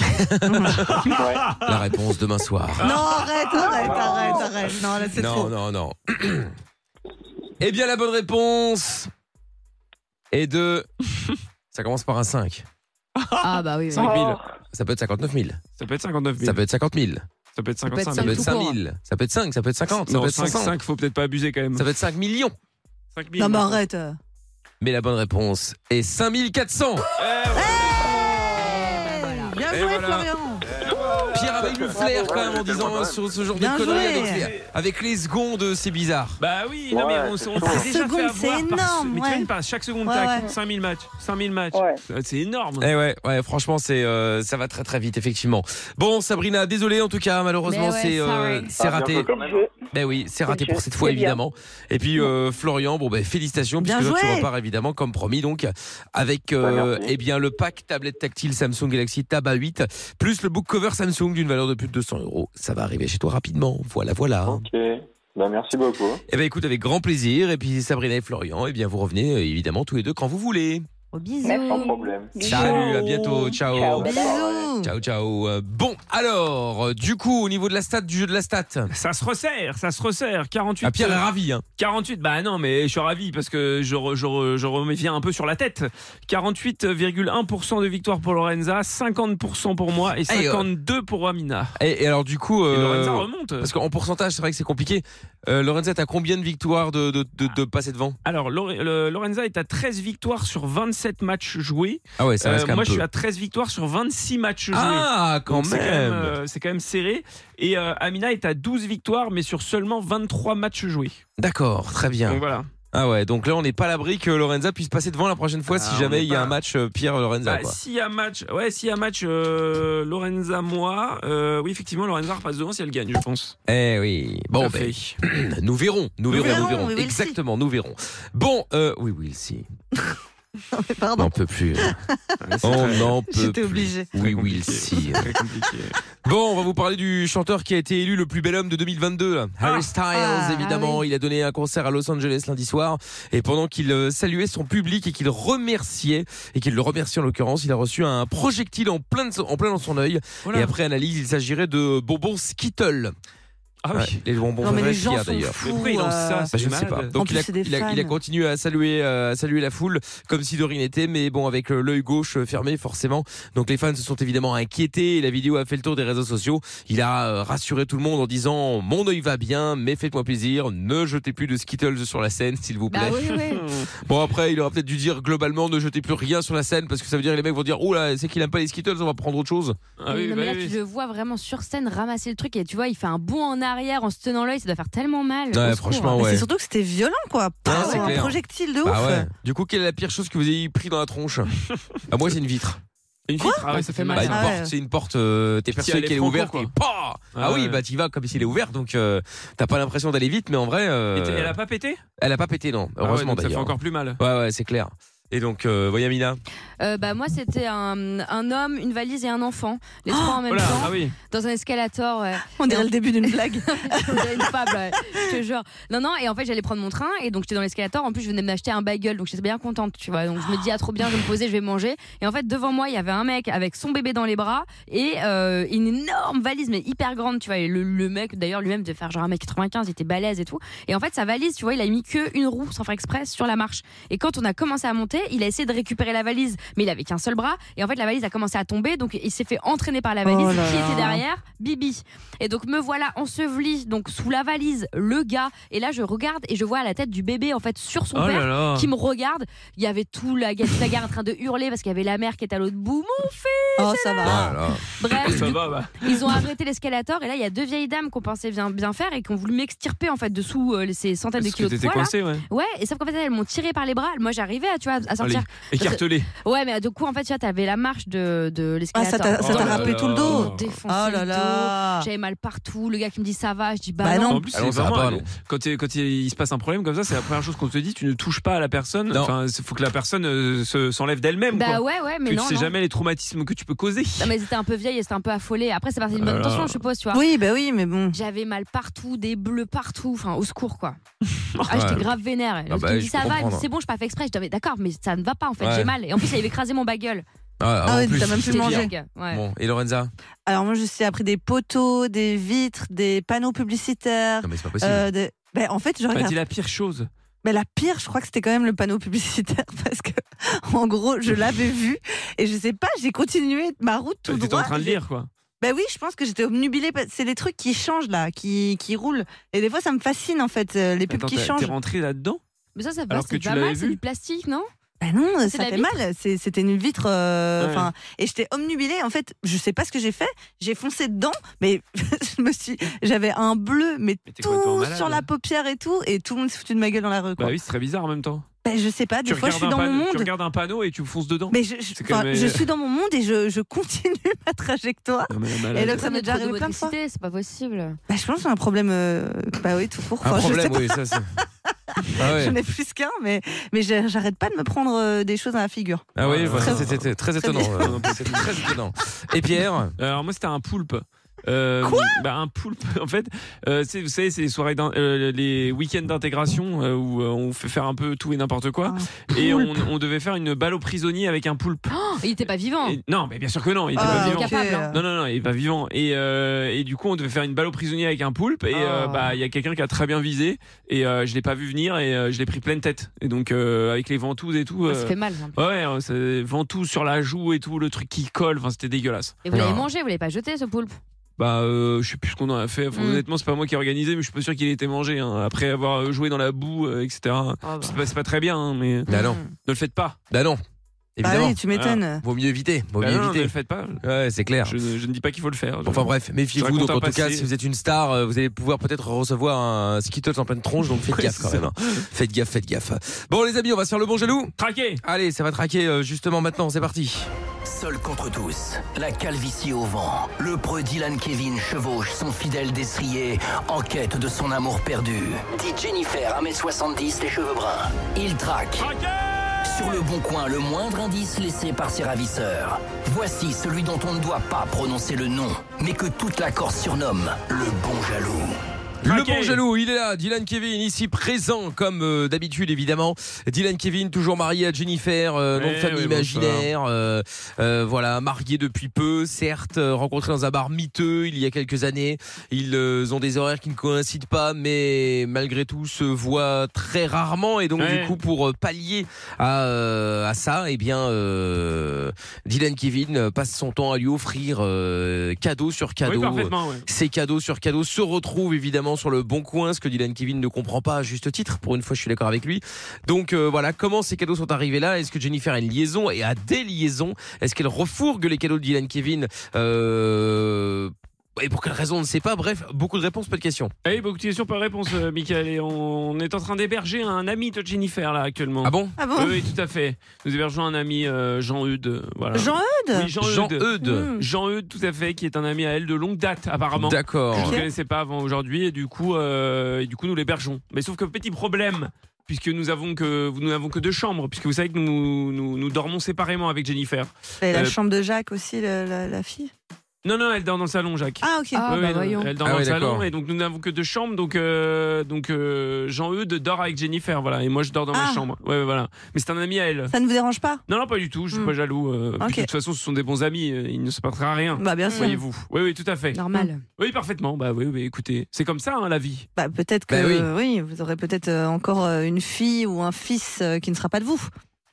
Speaker 1: La réponse demain soir.
Speaker 3: Non, arrête, arrête, arrête, arrête. Non, là, c'est
Speaker 1: non,
Speaker 3: trop.
Speaker 1: non, non. eh bien, la bonne réponse est de. Ça commence par un 5.
Speaker 4: Ah, bah oui. oui.
Speaker 1: 5
Speaker 3: Oh.
Speaker 1: 000. Ça peut être 59 000.
Speaker 2: Ça peut être 59 000.
Speaker 1: Ça peut être 50 000.
Speaker 2: Ça peut être
Speaker 1: Ça peut
Speaker 2: 55
Speaker 1: être
Speaker 2: 000.
Speaker 1: 5 000. Ça peut être 5, ça peut être 50, ça
Speaker 2: Non,
Speaker 1: peut être
Speaker 2: 5,
Speaker 1: 500.
Speaker 2: 5, faut peut-être pas abuser quand même.
Speaker 1: Ça peut être 5 millions.
Speaker 2: 5
Speaker 3: Non, mais arrête. euh.
Speaker 1: Mais la bonne réponse est 5400.
Speaker 18: Oh.
Speaker 3: Bien
Speaker 1: Et
Speaker 3: joué,
Speaker 1: voilà.
Speaker 3: Florian.
Speaker 1: Pierre avec le flair quand même en disant euh, sur ce genre
Speaker 3: Bien
Speaker 1: de conneries
Speaker 3: joué.
Speaker 1: avec, les- avec les secondes, c'est bizarre.
Speaker 2: Bah oui, non, mais on, on s'est
Speaker 1: c'est chaud.
Speaker 2: déjà
Speaker 3: Seconde,
Speaker 2: fait avoir
Speaker 3: c'est
Speaker 2: par ce-
Speaker 3: énorme,
Speaker 2: Mais
Speaker 3: ouais.
Speaker 2: tu pas, chaque seconde,
Speaker 3: Ouais,
Speaker 2: tac,
Speaker 3: ouais.
Speaker 2: 5000 matchs, 5000 matchs. Euh, C'est énorme.
Speaker 1: Eh ouais, ouais, franchement, c'est, euh, ça va très très vite, effectivement. Bon, Sabrina, désolé en tout cas, malheureusement,
Speaker 8: Mais ouais,
Speaker 1: c'est, euh,
Speaker 8: sorry.
Speaker 1: c'est
Speaker 8: À
Speaker 1: raté.
Speaker 8: bientôt Ah, quand même.
Speaker 1: Ben oui, c'est raté
Speaker 8: jeu.
Speaker 1: pour cette fois,
Speaker 8: C'est bien.
Speaker 1: évidemment. Et puis, euh, Florian, bon, ben, félicitations,
Speaker 8: Bien
Speaker 1: puisque là, tu
Speaker 8: joué.
Speaker 1: repars évidemment, comme promis, donc, avec, euh,
Speaker 8: Bah, merci.
Speaker 1: eh bien, le pack tablette tactile Samsung Galaxy Tab A8, plus le book cover Samsung d'une valeur de plus de 200 euros. Ça va arriver chez toi rapidement. Voilà, voilà.
Speaker 19: Ok. Bah, merci beaucoup.
Speaker 1: Eh ben, écoute, avec grand plaisir. Et puis, Sabrina et Florian, eh bien, vous revenez, euh, évidemment, tous les deux quand vous voulez.
Speaker 19: Sans problème.
Speaker 1: Salut, à bientôt, ciao.
Speaker 19: Ciao, bye
Speaker 1: ciao, ciao, Euh, Bon, alors, euh, du coup, au niveau de la stat, du jeu de la stat.
Speaker 2: Ça se resserre, ça se resserre. 48.
Speaker 1: Ah, Pierre est ravi, hein.
Speaker 2: 48, bah non, mais je suis ravi parce que je, re- je, re- je reviens un peu sur la tête. 48,1% de victoire pour Lorenza, 50% pour moi et
Speaker 1: Hey, euh.
Speaker 2: 52 pour Amina.
Speaker 1: Et, et alors, du coup, euh,
Speaker 2: Et Lorenza remonte.
Speaker 1: parce qu'en pourcentage, c'est vrai que c'est compliqué. Euh, Lorenza, t'as combien de victoires de, de, de, de passer devant
Speaker 2: Alors, Lore- le- Lorenza est à 13 victoires sur 27 matchs joués. Euh,
Speaker 1: Ah ouais, ça reste quand même
Speaker 2: Moi, je
Speaker 1: peu.
Speaker 2: suis à 13 victoires sur 26 matchs joués.
Speaker 1: Ah, quand
Speaker 2: Donc, c'est
Speaker 1: même.
Speaker 2: euh, C'est quand même serré. Et euh, Amina est à 12 victoires, mais sur seulement 23 matchs joués.
Speaker 1: D'accord, très bien.
Speaker 2: Donc, voilà.
Speaker 1: Ah ouais, donc là, on n'est pas à l'abri que Lorenza puisse passer devant la prochaine fois
Speaker 2: Ah,
Speaker 1: si
Speaker 2: on
Speaker 1: jamais
Speaker 2: n'est
Speaker 1: il y a
Speaker 2: pas-
Speaker 1: un match euh, Pierre-Lorenza.
Speaker 2: Bah, s'il y a match, ouais, s'il y a match euh, Lorenza, moi, euh, oui, effectivement, Lorenza repasse devant si elle gagne, je pense.
Speaker 1: Eh oui. Bon,
Speaker 2: Tout à
Speaker 1: ben, nous verrons, nous, verrons, nous verrons.
Speaker 2: we will see.
Speaker 1: Exactement, nous verrons. Bon, euh, we will see. On n'en peut plus.
Speaker 2: Ah,
Speaker 1: On n'en peut
Speaker 3: J'étais obligée.
Speaker 1: plus. Oui, oui, si. Bon, on va vous parler du chanteur qui a été élu le plus bel homme de 2022. là.
Speaker 2: Ah.
Speaker 1: Harry Styles, évidemment. Il a donné un concert à Los Angeles lundi soir. Et pendant qu'il euh, saluait son public et qu'il remerciait, et qu'il le remerciait en l'occurrence, il a reçu un projectile en plein, de- en plein dans son œil.
Speaker 2: Oh
Speaker 1: Et après analyse, il s'agirait de bonbons Skittle.
Speaker 2: Ah
Speaker 1: oui. les bonbons
Speaker 2: Non, mais les
Speaker 1: vrais
Speaker 2: gens
Speaker 1: Skittles,
Speaker 2: sont
Speaker 1: d'ailleurs.
Speaker 2: fous, Mais pourquoi ils lancent ça, euh.
Speaker 1: Bah, Je
Speaker 2: c'est
Speaker 1: ne sais pas.
Speaker 2: malade. En
Speaker 1: Donc il a,
Speaker 2: plus, c'est des
Speaker 1: il a- il a
Speaker 2: fans.
Speaker 1: continué à saluer, euh, à saluer la foule comme si de rien n'était, mais bon, avec euh, l'œil gauche euh, fermé, forcément. Donc les fans se sont évidemment inquiétés. La vidéo a fait le tour des réseaux sociaux. Il a euh, rassuré tout le monde en disant Mon œil va bien, mais faites-moi plaisir, ne jetez plus de Skittles sur la scène, s'il vous
Speaker 4: Bah
Speaker 1: plaît.
Speaker 4: oui, oui.
Speaker 1: Bon, après, il aura peut-être dû dire globalement Ne jetez plus rien sur la scène, parce que ça veut dire que les mecs vont dire Oh là, c'est qu'il aime pas les Skittles, on va prendre autre chose.
Speaker 4: Non, mais là, tu le vois vraiment sur scène ramasser le truc et tu vois, il fait un bond en arrière en se tenant l'œil, ça doit faire tellement mal.
Speaker 1: Ouais,
Speaker 4: Au
Speaker 1: franchement,
Speaker 4: secours.
Speaker 1: ouais.
Speaker 3: Surtout que c'était violent, quoi.
Speaker 1: Ah,
Speaker 3: Pouf,
Speaker 1: c'est
Speaker 3: un
Speaker 1: clair.
Speaker 3: projectile de ouf.
Speaker 1: Bah ouais. Du coup, quelle est la pire chose que vous ayez pris dans la tronche À moi, c'est une vitre.
Speaker 2: Une
Speaker 1: vitre
Speaker 2: Ah ouais, ça fait mal.
Speaker 1: une
Speaker 2: Ah ouais.
Speaker 1: porte, c'est une porte, euh, t'es
Speaker 2: Qui
Speaker 1: persuadé
Speaker 2: allait
Speaker 1: qu'elle est
Speaker 2: franco,
Speaker 1: ouverte
Speaker 2: quoi.
Speaker 1: et pas
Speaker 2: Ah
Speaker 1: Ah
Speaker 2: ouais.
Speaker 1: oui, bah t'y vas comme s'il est ouvert, donc euh, t'as pas l'impression d'aller vite, mais en vrai. euh,
Speaker 2: Et t- elle a pas pété
Speaker 1: elle a pas pété, non.
Speaker 2: ouais,
Speaker 1: Heureusement
Speaker 2: donc ça fait
Speaker 1: d'ailleurs.
Speaker 2: encore plus mal.
Speaker 1: Ouais, ouais, c'est clair. Et donc, euh, voyez Amina.
Speaker 4: Euh, bah, moi, c'était un, un homme, une valise et un enfant, les trois en même
Speaker 1: Oh là,
Speaker 4: temps,
Speaker 1: ah oui.
Speaker 4: dans un escalator. ouais.
Speaker 3: On dirait le début d'une blague.
Speaker 4: On dirait une fable, ouais, je te jure. Non, non, et en fait, j'allais prendre mon train, et donc j'étais dans l'escalator. En plus, je venais de m'acheter un bagel, donc j'étais bien contente, tu vois. Donc je me dis, ah, trop bien, je vais me poser, je vais manger. Et en fait, devant moi, il y avait un mec avec son bébé dans les bras et euh, une énorme valise, mais hyper grande, tu vois. Et le, le mec, d'ailleurs, lui-même, devait faire genre 1m95, il était balèze et tout. Et en fait, sa valise, tu vois, il a mis que une roue sans faire exprès sur la marche. Et quand on a commencé à monter, il a essayé de récupérer la valise, mais il avait qu'un seul bras. Et en fait, la valise a commencé à tomber, donc il s'est fait entraîner par la valise.
Speaker 3: Oh là
Speaker 4: qui était
Speaker 3: là.
Speaker 4: derrière derrière, Bibi. Et donc me voilà ensevelie donc sous la valise le gars et là je regarde et je vois la tête du bébé en fait sur son
Speaker 2: Oh là
Speaker 4: père
Speaker 2: là.
Speaker 4: qui me regarde. Il y avait tout la, toute la gare en train de hurler parce qu'il y avait la mère qui était à l'autre bout. Mon fils.
Speaker 3: Oh, ça va.
Speaker 4: Bref,
Speaker 2: ça va, bah.
Speaker 4: Ils ont arrêté l'escalator et là il y a deux vieilles dames qu'on pensait bien, bien faire et qui ont voulu m'extirper en fait dessous euh, ces centaines de
Speaker 2: Parce que
Speaker 4: kilos de
Speaker 2: t'étais
Speaker 4: poids. là.
Speaker 2: coincée, ouais.
Speaker 4: et sauf qu'en fait elles m'ont tiré par les bras. Moi j'arrivais à, tu vois, à sortir.
Speaker 2: Allez, écarte-les.
Speaker 4: Ouais, mais du coup en fait tu vois t'avais la marche de, Euh, de l'escalator.
Speaker 3: Ah, ça t'a- ça t'a
Speaker 4: Oh là
Speaker 3: râpé
Speaker 4: là.
Speaker 2: euh,
Speaker 3: tout le dos.
Speaker 4: Défoncé
Speaker 3: Oh là
Speaker 4: le dos.
Speaker 3: là.
Speaker 4: J'avais mal partout. Le gars qui me dit ça va, je dis bah,
Speaker 3: Bah non.
Speaker 4: non.
Speaker 2: En plus,
Speaker 1: Ah non,
Speaker 2: c'est
Speaker 1: ça va pas,
Speaker 2: vraiment-
Speaker 1: non.
Speaker 2: quand, t'es- quand il, il se passe un problème comme ça, c'est la première chose qu'on te dit, tu ne touches pas à la personne.
Speaker 1: Non.
Speaker 2: Enfin, il faut que la personne euh, se- s'enlève d'elle-même.
Speaker 4: Bah
Speaker 2: quoi.
Speaker 4: ouais, ouais, mais
Speaker 2: tu
Speaker 4: non,
Speaker 2: ne sais
Speaker 4: non.
Speaker 2: jamais les traumatismes que tu peux causer.
Speaker 4: Non, mais ils étaient un peu vieilles et c'était un peu affolé. Après, c'est parti d'une bonne
Speaker 2: Alors.
Speaker 4: intention, je suppose, tu vois.
Speaker 3: Oui, bah oui, mais bon.
Speaker 4: J'avais mal partout, des bleus partout, enfin, au secours, quoi. Ah,
Speaker 1: Ouais.
Speaker 4: j'étais grave vénère.
Speaker 1: Ah
Speaker 4: L'autre
Speaker 1: bah,
Speaker 4: qui me
Speaker 1: je
Speaker 4: dit
Speaker 1: peux
Speaker 4: ça va, il me dit,
Speaker 1: comprendre.
Speaker 4: c'est bon, je pas fait exprès. Je dis, Ah, mais d'accord, mais ça ne va pas, en fait,
Speaker 1: Ouais.
Speaker 4: j'ai mal. Et en plus, il avait écrasé mon bagueule.
Speaker 3: Ah
Speaker 1: en
Speaker 3: ouais,
Speaker 1: plus,
Speaker 3: t'as même
Speaker 1: c'est
Speaker 3: plus
Speaker 1: pire.
Speaker 3: mangé.
Speaker 4: Ouais.
Speaker 1: Bon, et Lorenza
Speaker 3: Alors moi, je suis appris des poteaux, des vitres, des panneaux publicitaires.
Speaker 1: Non, mais c'est pas possible. Bah,
Speaker 3: des- Ben, en fait, je
Speaker 2: T'as
Speaker 3: regarde.
Speaker 2: dit Bah, la pire chose.
Speaker 3: Mais la pire, je crois que c'était quand même le panneau publicitaire parce que, en gros, je l'avais vu et je sais pas, j'ai continué ma route
Speaker 1: Euh,
Speaker 3: tout
Speaker 2: T'étais
Speaker 3: droit.
Speaker 2: en train de
Speaker 3: J'ai-
Speaker 2: lire, quoi.
Speaker 3: Ben oui, je pense que j'étais obnubilée. parce- C'est les trucs qui changent là, qui, qui roulent. Et des fois, ça me fascine en fait, euh, les pubs
Speaker 2: Attends,
Speaker 3: qui
Speaker 2: t'es-
Speaker 3: changent.
Speaker 2: T'es rentré là-dedans
Speaker 4: Mais ça, ça va,
Speaker 2: Alors que
Speaker 4: c'est
Speaker 2: tu
Speaker 4: pas
Speaker 2: l'avais
Speaker 4: mal, c'est
Speaker 2: vu
Speaker 4: du plastique, non
Speaker 3: Bah non,
Speaker 4: C'est
Speaker 3: ça
Speaker 4: la
Speaker 3: fait
Speaker 4: vitre.
Speaker 3: mal. C'est- C'était une vitre. euh,
Speaker 4: Ouais.
Speaker 3: enfin, Et j'étais omnubilée. En fait, je sais pas ce que j'ai fait. J'ai foncé dedans, mais je me suis. J'avais un bleu, mais,
Speaker 2: complètement
Speaker 3: tout
Speaker 2: malade.
Speaker 3: sur la paupière et tout. Et tout le monde s'est foutu de ma gueule dans la rue.
Speaker 2: Bah
Speaker 3: Quoi.
Speaker 2: oui, c'est très bizarre en même temps.
Speaker 3: Bah, je sais pas. Des
Speaker 2: tu
Speaker 3: fois, je suis
Speaker 2: regardes un
Speaker 3: dans mon
Speaker 2: panneau- Tu
Speaker 3: monde.
Speaker 2: regardes un panneau et tu fonces dedans.
Speaker 3: Mais je, je-
Speaker 2: C'est euh, quand
Speaker 3: enfin,
Speaker 2: même- euh,
Speaker 3: je suis dans mon monde et je, je continue ma trajectoire.
Speaker 2: Non, mais la
Speaker 3: et
Speaker 2: malade.
Speaker 3: là, ça m'est déjà arrivé plein de fois.
Speaker 4: C'est pas possible.
Speaker 3: Bah, je pense que j'ai un problème. euh, bah oui, tout court.
Speaker 1: Un
Speaker 3: Enfin, je sais
Speaker 1: problème,
Speaker 3: pas.
Speaker 1: oui, ça c'est. Ah ouais.
Speaker 3: J'en ai plus qu'un, mais, mais j'ai- j'arrête pas de me prendre euh, des choses à la figure.
Speaker 1: Ah oui, voilà,
Speaker 3: Très-
Speaker 1: c'était c'était très
Speaker 3: très
Speaker 1: étonnant.
Speaker 3: bien.
Speaker 1: euh, c'était très étonnant. Et Pierre
Speaker 2: Alors moi c'était un poulpe. Euh, bah, un poulpe en fait euh, c'est- vous savez c'est les soirées d'in- euh, les week-ends d'intégration euh, où euh, on fait faire un peu tout et n'importe quoi et on, on devait faire une balle aux prisonniers avec un poulpe
Speaker 4: Oh, il était pas vivant.
Speaker 2: Et- non mais bien sûr que non il
Speaker 3: Euh,
Speaker 2: était
Speaker 4: Ah,
Speaker 2: pas
Speaker 4: il est
Speaker 2: vivant
Speaker 4: capable, hein.
Speaker 2: non non non il est pas vivant et, euh, et du coup on devait faire une balle aux prisonniers avec un poulpe et euh,
Speaker 4: Oh.
Speaker 2: bah il y a quelqu'un qui a très bien visé et euh, je l'ai pas vu venir et euh, je l'ai pris pleine tête et donc euh, avec les ventouses et tout euh,
Speaker 4: Ah, ça fait mal,
Speaker 2: ouais, ouais, c'est ventouses sur la joue et tout le truc qui colle enfin c'était dégueulasse
Speaker 4: Et vous l'avez
Speaker 2: Non.
Speaker 4: mangé, vous l'avez pas jeté, ce poulpe.
Speaker 2: Bah, euh, je sais plus ce qu'on en a fait. Enfin,
Speaker 4: Mm.
Speaker 2: Honnêtement, c'est pas moi qui ai organisé, mais je suis pas sûr qu'il ait été mangé. hein. Après avoir euh, joué dans la boue, euh, etc.
Speaker 3: Ah bah.
Speaker 2: C'est pas, c'est pas très bien, hein, mais.
Speaker 1: Bah non.
Speaker 2: Ne le faites pas.
Speaker 1: Bah non. Évidemment.
Speaker 3: Mm. oui, tu m'étonnes.
Speaker 1: Voilà. Vaut mieux éviter. Vaut
Speaker 2: Bah
Speaker 1: mieux
Speaker 2: non,
Speaker 1: éviter.
Speaker 2: ne le faites pas.
Speaker 1: Ouais, c'est clair.
Speaker 2: Je, ne- je ne dis pas qu'il faut le faire.
Speaker 1: Enfin bref,
Speaker 2: Je
Speaker 1: méfiez-vous.
Speaker 2: raconte
Speaker 1: Donc
Speaker 2: un
Speaker 1: en tout cas,
Speaker 2: passé.
Speaker 1: si vous êtes une star, euh, vous allez pouvoir peut-être recevoir un Skittles en pleine tronche. Donc faites
Speaker 2: Ouais,
Speaker 1: gaffe
Speaker 2: c'est
Speaker 1: quand même.
Speaker 2: ça.
Speaker 1: hein. Faites gaffe, faites gaffe. Bon les amis, on va se faire le bon jaloux.
Speaker 2: Traquer.
Speaker 1: Allez, ça va traquer euh, justement maintenant. C'est parti.
Speaker 9: Seul contre tous, la calvitie au vent, le preux Dylan Kevin chevauche son fidèle destrier en quête de son amour perdu. Dit Jennifer, 1m70, les cheveux bruns. Il traque. Sur le bon coin, le moindre indice laissé par ses ravisseurs. Voici celui dont on ne doit pas prononcer le nom, mais que toute la Corse surnomme le bon jaloux.
Speaker 1: Le bon jaloux, il est là, Dylan Kevin, ici présent comme euh, d'habitude évidemment. Dylan Kevin, toujours marié à Jennifer, euh, nom de
Speaker 2: Eh
Speaker 1: famille
Speaker 2: oui,
Speaker 1: imaginaire, euh, euh, voilà, marié depuis peu, certes, euh, rencontré dans un bar miteux il y a quelques années. Ils euh, ont des horaires qui ne coïncident pas, mais malgré tout se voient très rarement. Et donc
Speaker 2: Ouais.
Speaker 1: du coup, pour euh, pallier à, euh, à ça, eh bien, euh, Dylan Kevin euh, passe son temps à lui offrir euh, cadeau sur cadeau.
Speaker 2: Oui, parfaitement, ouais.
Speaker 1: euh, Ces cadeaux sur cadeaux se retrouvent évidemment sur le bon coin, ce que Dylan Kevin ne comprend pas à juste titre. Pour une fois, je suis d'accord avec lui. Donc euh, voilà, comment ces cadeaux sont arrivés là Est-ce que Jennifer a une liaison et a des liaisons Est-ce qu'elle refourgue les cadeaux de Dylan Kevin Euh, Et pour quelle raison, on ne sait pas. Bref, beaucoup de réponses, pas de questions.
Speaker 2: Allez, Eh, beaucoup de questions, pas de réponse, euh, Michael. Et on, on est en train d'héberger un ami de Jennifer, là, actuellement. Ah
Speaker 1: bon
Speaker 3: Ah bon
Speaker 2: oui, oui, tout à fait. Nous hébergeons un ami, euh, Jean-Eudes. euh, Voilà.
Speaker 3: Jean-Eudes
Speaker 2: Oui, Jean-Eudes.
Speaker 1: Jean-Eudes.
Speaker 3: Hmm.
Speaker 1: Mm.
Speaker 2: Jean-Eudes, tout à fait, qui est un ami à elle de longue date, apparemment.
Speaker 1: D'accord.
Speaker 2: Que Je
Speaker 1: Ok.
Speaker 2: ne connaissais pas avant aujourd'hui, et du coup, euh, et du coup, nous l'hébergeons. Mais sauf que petit problème. Puisque nous avons que nous n'avons que deux chambres, puisque vous savez que nous nous, nous dormons séparément avec Jennifer.
Speaker 3: Et la
Speaker 2: Euh,
Speaker 3: chambre de Jacques aussi, la, la- la fille.
Speaker 2: non, non, elle dort dans le salon, Jacques.
Speaker 3: Ah, ok. Ah,
Speaker 2: Oui,
Speaker 3: bah,
Speaker 2: oui,
Speaker 3: voyons.
Speaker 2: Elle dort
Speaker 1: Ah
Speaker 2: dans
Speaker 1: oui,
Speaker 2: le salon
Speaker 1: d'accord.
Speaker 2: et donc nous n'avons que deux chambres. Donc, euh, donc euh, Jean-Eudes dort avec Jennifer, voilà. Et moi, je dors dans
Speaker 3: Ah.
Speaker 2: ma chambre. Ouais, ouais, voilà. Mais c'est un ami à elle.
Speaker 3: Ça ne vous dérange pas
Speaker 2: Non, non, pas du tout. Je suis
Speaker 3: Hmm.
Speaker 2: pas jaloux. euh, puis
Speaker 3: Ok.
Speaker 2: de toute façon, ce sont des bons amis. euh, Il ne se passera rien.
Speaker 3: Bah, bien sûr.
Speaker 2: Voyez-vous. Oui, oui, tout à fait.
Speaker 4: Normal.
Speaker 2: Oui, parfaitement. Bah oui, oui, écoutez, c'est comme ça hein, la vie.
Speaker 3: Bah, peut-être que
Speaker 2: Bah oui.
Speaker 3: euh, oui. vous aurez peut-être euh, encore euh, une fille ou un fils euh, qui ne sera pas de vous.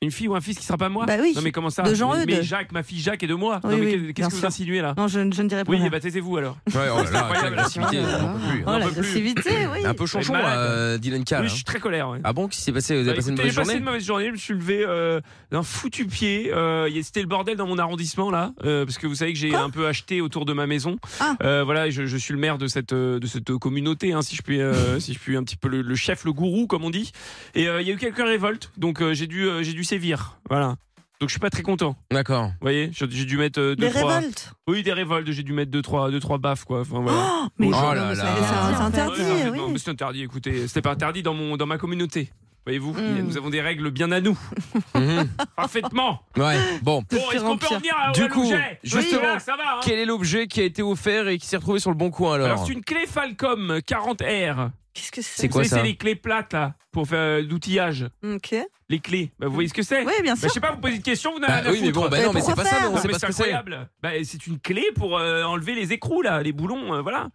Speaker 2: Une fille ou un fils qui sera pas moi
Speaker 3: Bah oui.
Speaker 2: Non mais comment ça
Speaker 3: De Jean-Eudes.
Speaker 2: Mais Jacques, ma fille Jacques est de moi.
Speaker 3: Oui,
Speaker 2: non mais
Speaker 3: oui,
Speaker 2: qu'est-
Speaker 3: bien
Speaker 2: qu'est-ce que vous
Speaker 3: sûr.
Speaker 2: insinuez là
Speaker 3: Non, je, je ne dirais pas.
Speaker 2: Oui,
Speaker 3: rien.
Speaker 2: eh bah taisez-vous alors.
Speaker 1: Ouais, oh là là,
Speaker 2: Incroyable,
Speaker 1: quelle agressivité,
Speaker 2: la
Speaker 1: on en peut plus, on
Speaker 3: Oh,
Speaker 1: en peut plus.
Speaker 3: l'agressivité, oui.
Speaker 1: Un peu
Speaker 2: Elle est
Speaker 1: chonchon,
Speaker 2: malade. hein.
Speaker 1: là, euh, Dylan K.
Speaker 2: Oui,
Speaker 1: là.
Speaker 2: je suis très colère. ouais.
Speaker 1: Ah bon, qu'est-ce qui s'est passé Vous avez
Speaker 2: Bah,
Speaker 1: passé une
Speaker 2: écoutez,
Speaker 1: mauvaise
Speaker 2: j'ai passé
Speaker 1: journée
Speaker 2: une mauvaise journée. Je me suis levé euh, d'un foutu pied. Euh, y- C'était le bordel dans mon arrondissement là, euh, parce que vous savez que j'ai un peu acheté autour de ma maison.
Speaker 3: Ah.
Speaker 2: Euh, voilà, je, je suis le maire de cette euh, de cette communauté, hein, si je puis euh, si je puis un petit peu le, le chef, le gourou comme on dit. Et euh, il y a eu quelques révoltes, donc euh, j'ai dû euh, j'ai dû sévir. Voilà. Donc je suis pas très content.
Speaker 1: D'accord.
Speaker 2: Vous voyez, j'ai j'ai dû mettre euh, deux
Speaker 3: Des
Speaker 2: trois.
Speaker 3: révoltes
Speaker 2: Oui, des révoltes. J'ai dû mettre deux trois deux trois baffes quoi. Enfin voilà.
Speaker 3: Oh, mais
Speaker 1: Oh
Speaker 3: je-
Speaker 1: là
Speaker 3: c'est-
Speaker 1: là.
Speaker 3: c'est- C'est interdit,
Speaker 2: Ouais, parfaitement.
Speaker 3: oui.
Speaker 2: Mais C'est interdit, écoutez, c'était pas interdit dans, mon, dans ma communauté. Voyez-vous,
Speaker 3: Mm.
Speaker 2: nous avons des règles bien à nous. Parfaitement.
Speaker 1: Mhm. Ouais, bon.
Speaker 2: Bon, est-ce qu'on peut en venir à, à
Speaker 1: Du coup,
Speaker 2: l'objet
Speaker 1: justement,
Speaker 2: Là, ça va. hein.
Speaker 1: quel est l'objet qui a été offert et qui s'est retrouvé sur le bon coin alors,
Speaker 2: Alors, c'est une clé Falcom 40R.
Speaker 3: Qu'est-ce que c'est
Speaker 1: C'est quoi
Speaker 2: Vous savez,
Speaker 1: ça
Speaker 2: C'est les clés plates, là, pour faire euh, l'outillage.
Speaker 3: Ok.
Speaker 2: Les clés. Bah, vous voyez ce que c'est
Speaker 3: Oui, bien
Speaker 2: Bah,
Speaker 3: sûr.
Speaker 2: je sais pas, vous posez une question, vous n'avez
Speaker 1: Bah
Speaker 2: rien à
Speaker 1: oui, mais
Speaker 2: foutre.
Speaker 1: bon, bah non, mais c'est pas ça, mais on
Speaker 2: Non,
Speaker 1: sait
Speaker 2: mais
Speaker 1: pas ce
Speaker 2: c'est
Speaker 1: que c'est.
Speaker 2: incroyable. Bah, c'est une clé pour euh, enlever les écrous, là, les boulons, euh, voilà.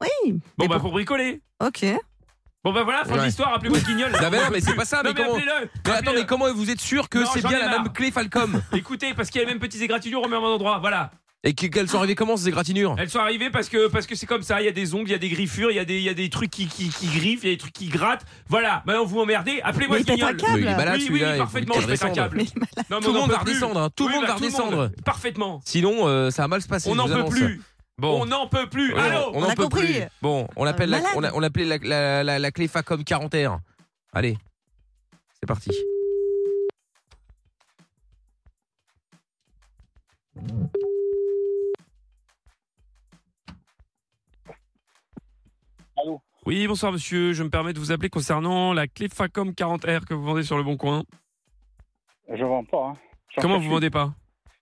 Speaker 3: Oui.
Speaker 2: Bon, bah, pour bricoler.
Speaker 3: Ok.
Speaker 2: Bon, bah voilà, fin de
Speaker 1: Ouais.
Speaker 2: l'histoire, appelez votre guignol.
Speaker 1: Non, mais non, mais c'est pas ça,
Speaker 2: Non,
Speaker 1: mais comment-
Speaker 2: appelez-le.
Speaker 1: Mais attends, mais comment vous êtes sûr que
Speaker 2: Non,
Speaker 1: c'est
Speaker 2: j'en
Speaker 1: bien
Speaker 2: ai
Speaker 1: la
Speaker 2: marre.
Speaker 1: même clé Falcom
Speaker 2: Écoutez, parce qu'il y a les mêmes petites égratignures au même endroit, voilà.
Speaker 1: Et que- qu'elles sont arrivées comment ces égratignures
Speaker 2: Elles sont arrivées parce que parce que c'est comme ça, il y a des ongles, il y a des griffures, il y a des il y a des trucs qui, qui, qui griffent, il y a des trucs qui grattent. Voilà, maintenant vous m'emmerdez, appelez-moi
Speaker 3: Mais
Speaker 2: le
Speaker 3: il pète
Speaker 2: guignol.
Speaker 3: un câble. Mais il est
Speaker 1: malade,
Speaker 2: oui, oui,
Speaker 1: celui-là, il faut
Speaker 2: parfaitement,
Speaker 1: qu'il
Speaker 2: je pète un
Speaker 1: redescende.
Speaker 2: câble. Non,
Speaker 1: Tout
Speaker 2: mais
Speaker 1: le
Speaker 2: on en
Speaker 1: monde
Speaker 2: peut
Speaker 1: va
Speaker 2: plus.
Speaker 1: redescendre, hein, tout le
Speaker 2: Oui,
Speaker 1: monde
Speaker 2: bah,
Speaker 1: va
Speaker 2: tout le
Speaker 1: redescendre.
Speaker 2: Parfaitement.
Speaker 1: Sinon, euh, ça va mal se passer.
Speaker 2: On
Speaker 1: je
Speaker 2: n'en
Speaker 1: vous
Speaker 2: peut
Speaker 1: annonce.
Speaker 2: plus.
Speaker 1: Bon.
Speaker 2: On n'en peut plus.
Speaker 1: Ouais,
Speaker 2: Allô
Speaker 1: on
Speaker 3: On
Speaker 1: n'en
Speaker 3: a
Speaker 1: peut
Speaker 3: compris.
Speaker 1: plus. Bon, on appelle la,
Speaker 3: Malade.
Speaker 1: on a- on appelait la, la- la- la clé Facom 41. Allez, c'est parti.
Speaker 2: Oui, bonsoir monsieur, je me permets de vous appeler concernant la clé Facom 40R que vous vendez sur le bon coin.
Speaker 16: Je vends pas. hein. J'en
Speaker 2: Comment
Speaker 16: cherche
Speaker 2: vous
Speaker 16: une.
Speaker 2: vendez pas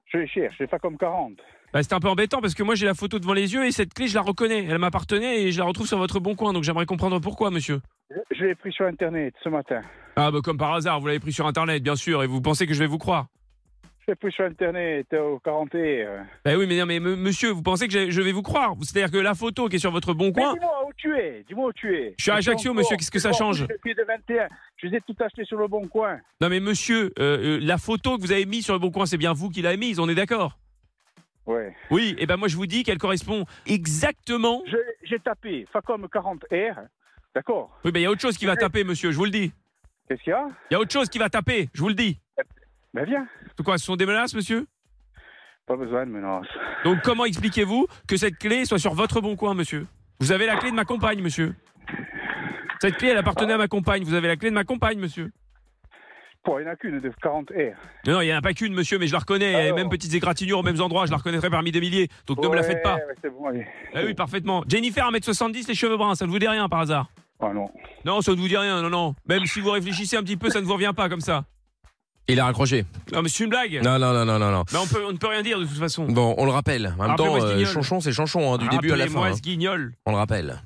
Speaker 16: Je les cherche, c'est pas comme 40.
Speaker 2: Bah, c'est un peu embêtant parce que moi j'ai la photo devant les yeux et cette clé je la reconnais, elle m'appartenait et je la retrouve sur votre bon coin donc j'aimerais comprendre pourquoi monsieur.
Speaker 16: Je- Je l'ai pris sur internet ce matin.
Speaker 2: Ah bah comme par hasard, vous l'avez pris sur internet bien sûr et vous pensez que je vais vous croire.
Speaker 16: Je l'ai pris sur internet au 40 et. euh.
Speaker 2: Bah oui mais non mais me- monsieur, vous pensez que j'ai- je vais vous croire C'est-à-dire que la photo qui est sur votre bon
Speaker 16: Mais
Speaker 2: coin,
Speaker 16: dis-moi où tu es, dis-moi où tu es.
Speaker 2: Je suis à Ajaccio,
Speaker 16: en
Speaker 2: monsieur,
Speaker 16: cours,
Speaker 2: qu'est-ce que
Speaker 16: je
Speaker 2: ça
Speaker 16: suis en
Speaker 2: change
Speaker 16: cours depuis le 21. Je les ai tout achetés sur le bon coin.
Speaker 2: non mais monsieur, euh, euh, la photo que vous avez mise sur le bon coin, c'est bien vous qui l'avez mise, on est d'accord
Speaker 16: Ouais.
Speaker 2: Oui, et ben moi je vous dis qu'elle correspond exactement.
Speaker 16: Je- J'ai tapé Facom 40R. D'accord
Speaker 2: Oui mais il y a autre chose qui va taper monsieur, je vous le dis.
Speaker 16: Qu'est-ce qu'il y a
Speaker 2: Il y a autre chose qui va taper, je vous le dis.
Speaker 16: Ben viens.
Speaker 2: Donc quoi, ce sont des menaces monsieur
Speaker 16: Pas besoin de menaces.
Speaker 2: Donc comment expliquez-vous que cette clé soit sur votre bon coin, monsieur Vous avez la clé de ma compagne, monsieur. Cette clé, elle appartenait à ma compagne. Vous avez la clé de ma compagne, monsieur.
Speaker 16: Pour, il n'y en a qu'une de 40R.
Speaker 2: Non, non, il n'y en a pas qu'une, monsieur, mais je la reconnais.
Speaker 13: Ah
Speaker 2: Elle a les mêmes petites égratignures aux mêmes endroits. Je la reconnaîtrai parmi des milliers. Donc ne me la faites pas.
Speaker 16: Ouais, ouais, c'est bon, allez.
Speaker 2: Ah oui, parfaitement. Jennifer, 1m70, les cheveux bruns, ça ne vous dit rien par hasard
Speaker 16: Ah non.
Speaker 13: Oh,
Speaker 2: Non, ça ne vous dit rien, non, non. Même si vous réfléchissez un petit peu, ça ne vous revient pas comme ça.
Speaker 1: Il a raccroché.
Speaker 2: Non, mais c'est une blague.
Speaker 1: Non, non, non, non, non. non.
Speaker 2: Mais on, peut, on ne peut rien dire de toute façon.
Speaker 1: Bon, on le rappelle. En même temps,
Speaker 2: Rappelez-moi ce
Speaker 1: euh,
Speaker 2: guignol.
Speaker 1: Chanchon, c'est Chanchon, hein, du début à la fin.
Speaker 2: Rappelez-moi
Speaker 1: hein.
Speaker 2: ce guignol.
Speaker 1: On le rappelle.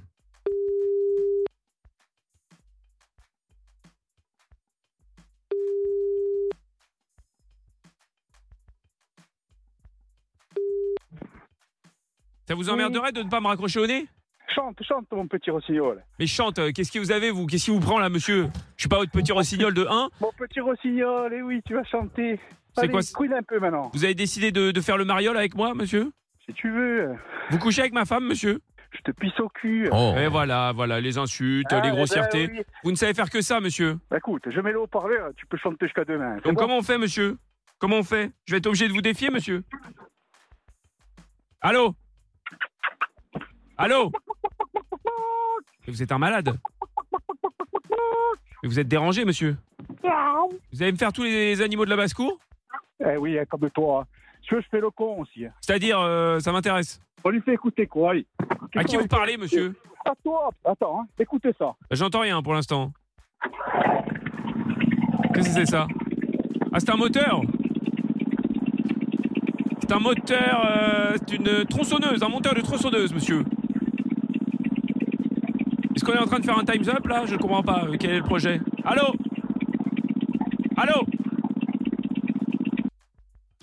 Speaker 2: Ça vous emmerderait de ne pas me raccrocher au nez
Speaker 13: Chante, chante mon petit rossignol.
Speaker 2: Mais chante, euh, qu'est-ce que vous avez, vous Qu'est-ce qui vous prend là, monsieur Je suis pas votre petit rossignol de 1.
Speaker 13: Mon petit rossignol, et oui, tu vas chanter.
Speaker 2: C'est
Speaker 13: Allez,
Speaker 2: quoi, c'est-
Speaker 13: couine un peu maintenant.
Speaker 2: Vous avez décidé de, de faire le mariole avec moi, monsieur
Speaker 13: Si tu veux.
Speaker 2: Vous couchez avec ma femme, monsieur
Speaker 13: Je te pisse au cul.
Speaker 2: Et voilà, voilà, les insultes,
Speaker 13: Ah,
Speaker 2: les
Speaker 13: eh ben
Speaker 2: grossièretés.
Speaker 13: oui.
Speaker 2: Vous ne savez faire que ça, monsieur.
Speaker 13: Bah, écoute, je mets le haut-parleur, tu peux chanter jusqu'à demain. c'est
Speaker 2: Donc
Speaker 13: bon
Speaker 2: comment on fait, monsieur Comment on fait Je vais être obligé de vous défier, monsieur Allô Allô Mais Vous êtes un malade. Mais Vous êtes dérangé, monsieur. Vous allez me faire tous les animaux de la basse-cour
Speaker 13: Eh oui, hein, comme toi. Tu veux, je fais le con aussi. hein.
Speaker 2: C'est-à-dire, euh, ça m'intéresse.
Speaker 13: On lui fait écouter quoi, allez.
Speaker 2: À qui vous parlez, monsieur
Speaker 13: À toi, attends, hein, écoutez ça.
Speaker 2: J'entends rien pour l'instant. Qu'est-ce que c'est ça Ah, c'est un moteur C'est un moteur, euh, c'est une tronçonneuse, un monteur de tronçonneuse, monsieur. Est-ce qu'on est en train de faire un time's up là Je ne comprends pas. euh, Quel est le projet Allô Allô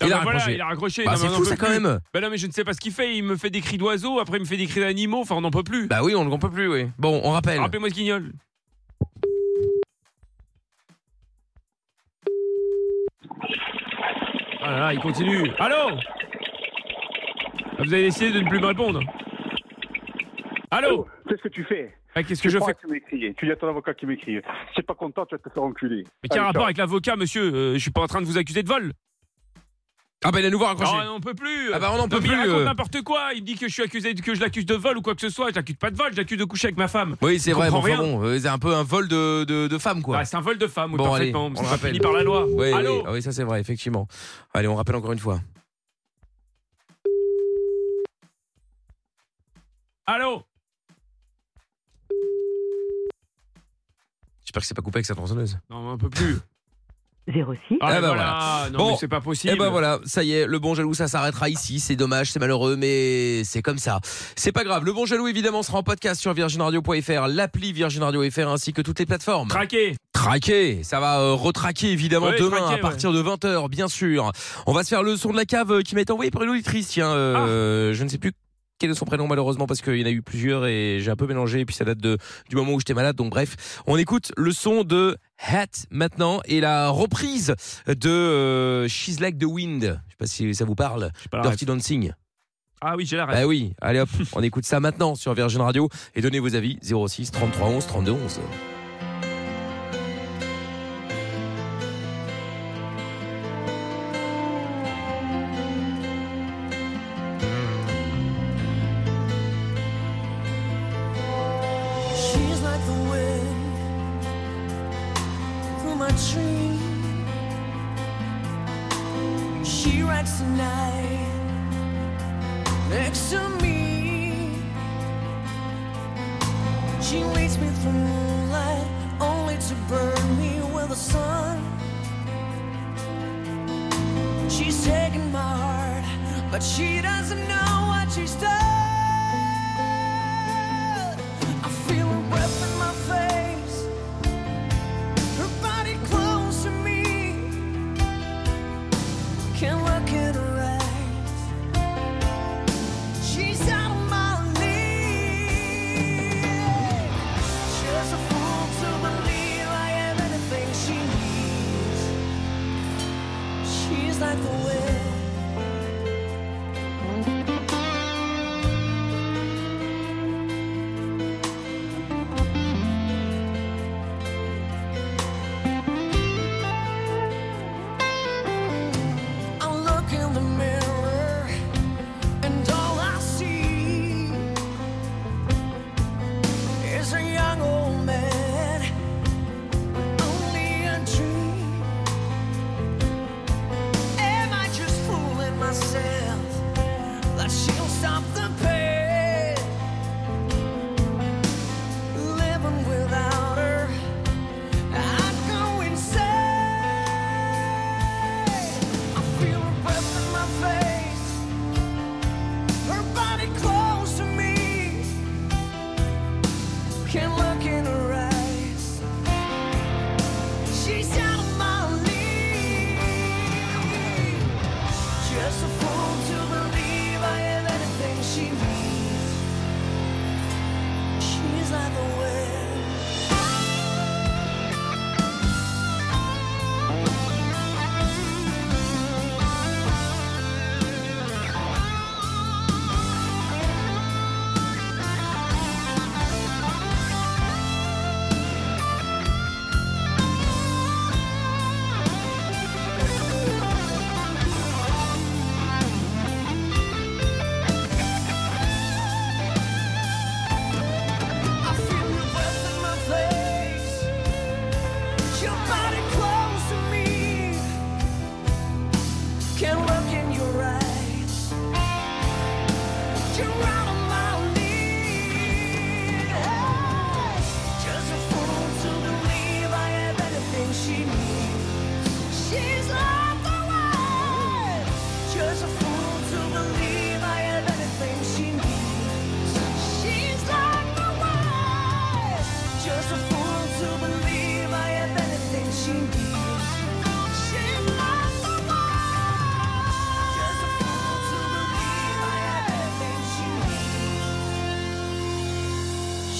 Speaker 1: Il
Speaker 2: Ah
Speaker 1: a
Speaker 2: bah voilà,
Speaker 1: raccroché.
Speaker 2: il a raccroché.
Speaker 1: Bah,
Speaker 2: Non,
Speaker 1: c'est
Speaker 2: mais on
Speaker 1: fou,
Speaker 2: en peut
Speaker 1: ça, quand
Speaker 2: plus.
Speaker 1: même.
Speaker 2: Bah non, mais je ne sais pas ce qu'il fait. Il me fait des cris d'oiseaux, après il me fait des cris d'animaux. Enfin, on n'en peut plus.
Speaker 1: Bah oui, on ne peut plus, oui. Bon, on rappelle.
Speaker 2: Rappelez-moi ce guignol. Ah là là, il continue. Allô Ah, Vous avez décidé de ne plus me répondre. Allô
Speaker 13: Qu'est-ce que tu fais
Speaker 2: Ah, qu'est-ce que je fais
Speaker 13: Tu m'écris, tu dis à ton avocat qui m'écrit. Si t'es pas content, tu vas te faire enculer.
Speaker 2: Mais quel
Speaker 13: Allez,
Speaker 2: rapport
Speaker 13: ciao.
Speaker 2: avec l'avocat, monsieur Euh, Je suis pas en train de vous accuser de vol.
Speaker 1: Ah bah il a nouveau raccroché.
Speaker 2: Ah, on n'en peut plus.
Speaker 1: Ah bah, on n'en
Speaker 2: Non,
Speaker 1: peut
Speaker 2: mais Il
Speaker 1: plus,
Speaker 2: raconte
Speaker 1: euh.
Speaker 2: n'importe quoi. Il me dit que je suis accusé, que je l'accuse de vol ou quoi que ce soit. Je l'accuse pas de vol. Je l'accuse de coucher avec ma femme.
Speaker 1: Oui, c'est
Speaker 2: Je
Speaker 1: vrai, mais
Speaker 2: comprends
Speaker 1: enfin
Speaker 2: rien.
Speaker 1: bon, euh, c'est un peu un vol de, de, de femme, quoi.
Speaker 2: Ah, c'est un vol de femme, oui,
Speaker 1: bon, allez,
Speaker 2: parfaitement.
Speaker 1: on
Speaker 2: C'est
Speaker 1: le
Speaker 2: pas
Speaker 1: rappelle.
Speaker 2: puni par la loi.
Speaker 1: Oui,
Speaker 2: Allô
Speaker 1: oui, ah oui, ça c'est vrai, effectivement. Allez, on rappelle encore une fois.
Speaker 2: Allô
Speaker 1: J'espère que c'est pas coupé avec sa tronçonneuse.
Speaker 2: Non, mais on peut plus.
Speaker 1: 06.
Speaker 2: Ah, bah voilà. Non, mais c'est pas possible.
Speaker 1: Et bah voilà, ça y est, le bon jaloux, ça s'arrêtera ici. C'est dommage, c'est malheureux, mais c'est comme ça. C'est pas grave. Le bon jaloux, évidemment, sera en podcast sur virginradio.fr, l'appli Virgin Radio FR ainsi que toutes les plateformes.
Speaker 2: Traqué.
Speaker 1: Traqué. Ça va euh, retraquer, évidemment,
Speaker 2: Oui,
Speaker 1: demain
Speaker 2: traqué,
Speaker 1: à partir de 20h, bien sûr. On va se faire le son de la cave euh, qui m'a été envoyé par une auditrice. Tiens,
Speaker 2: Ah.
Speaker 1: euh, je ne sais plus. Quel est son prénom malheureusement parce qu'il y en a eu plusieurs et j'ai un peu mélangé et puis ça date de, du moment où j'étais malade donc bref on écoute le son de Hat maintenant et la reprise de euh, She's Like the Wind je sais pas si ça vous parle
Speaker 2: la
Speaker 1: Dirty Dancing
Speaker 2: Ah oui, j'ai la
Speaker 1: bah oui allez hop on écoute ça maintenant sur Virgin Radio et donnez vos avis 06 33 11 32 11
Speaker 18: She's like the wind through my tree. She writes the night next to me. She leads me through moonlight only to burn me with the sun. She's taken my heart, but she doesn't know what she's done. I feel her breath in my face, her body close to me. Can't look in her eyes. She's out of my league. She's a fool to believe I am anything she needs. She's like the wind. I look in the mirror and all I see is a young old man with only a dream. Am I just fooling myself that she'll stop the pain? Living without her, I'd go insane.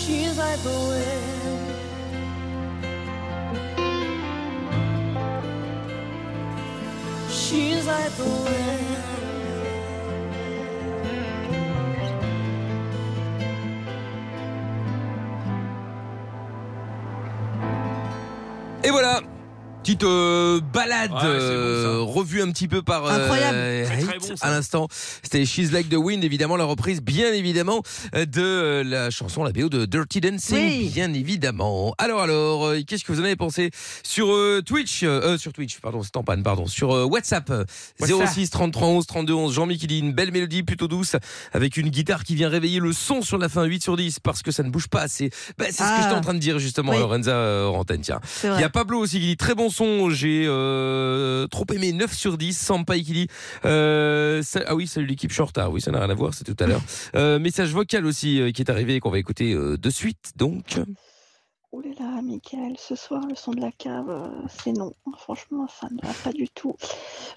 Speaker 18: is like the wind. She's like the wind.
Speaker 1: Et voilà Petite euh, balade
Speaker 2: Ouais, c'est bon, ça.
Speaker 1: euh, revue un petit peu par euh,
Speaker 2: Incroyable.
Speaker 1: Hate, à l'instant. C'était She's Like the Wind, évidemment la reprise, bien évidemment, euh, de euh, la chanson, la BO de Dirty Dancing, bien évidemment. Alors alors, euh, qu'est-ce que vous en avez pensé sur euh, Twitch, euh, euh, sur Twitch, pardon, c'est en panne, pardon, sur euh, WhatsApp euh,
Speaker 2: WhatsApp.
Speaker 1: 06 33 11 32 11. Jean-Mi qui dit une belle mélodie plutôt douce avec une guitare qui vient réveiller le son sur la fin 8 sur 10 parce que ça ne bouge pas assez. Ben, c'est ce que
Speaker 2: Ah.
Speaker 1: j'étais en train de dire justement,
Speaker 2: Oui.
Speaker 1: Lorenza euh, Rantaine, tiens.
Speaker 2: C'est vrai.
Speaker 1: Il y a Pablo aussi qui dit très bon son, j'ai euh, trop aimé 9 sur 10. Sampaï qui dit euh, sa- ah oui, salut l'équipe, je suis en retard. Oui, ça n'a rien à voir, c'est tout à l'heure. Euh, message vocal aussi euh, qui est arrivé et qu'on va écouter euh, de suite donc.
Speaker 20: Oh là là, Michael, ce soir, le son de la cave, euh, c'est non. Franchement, ça ne va pas du tout.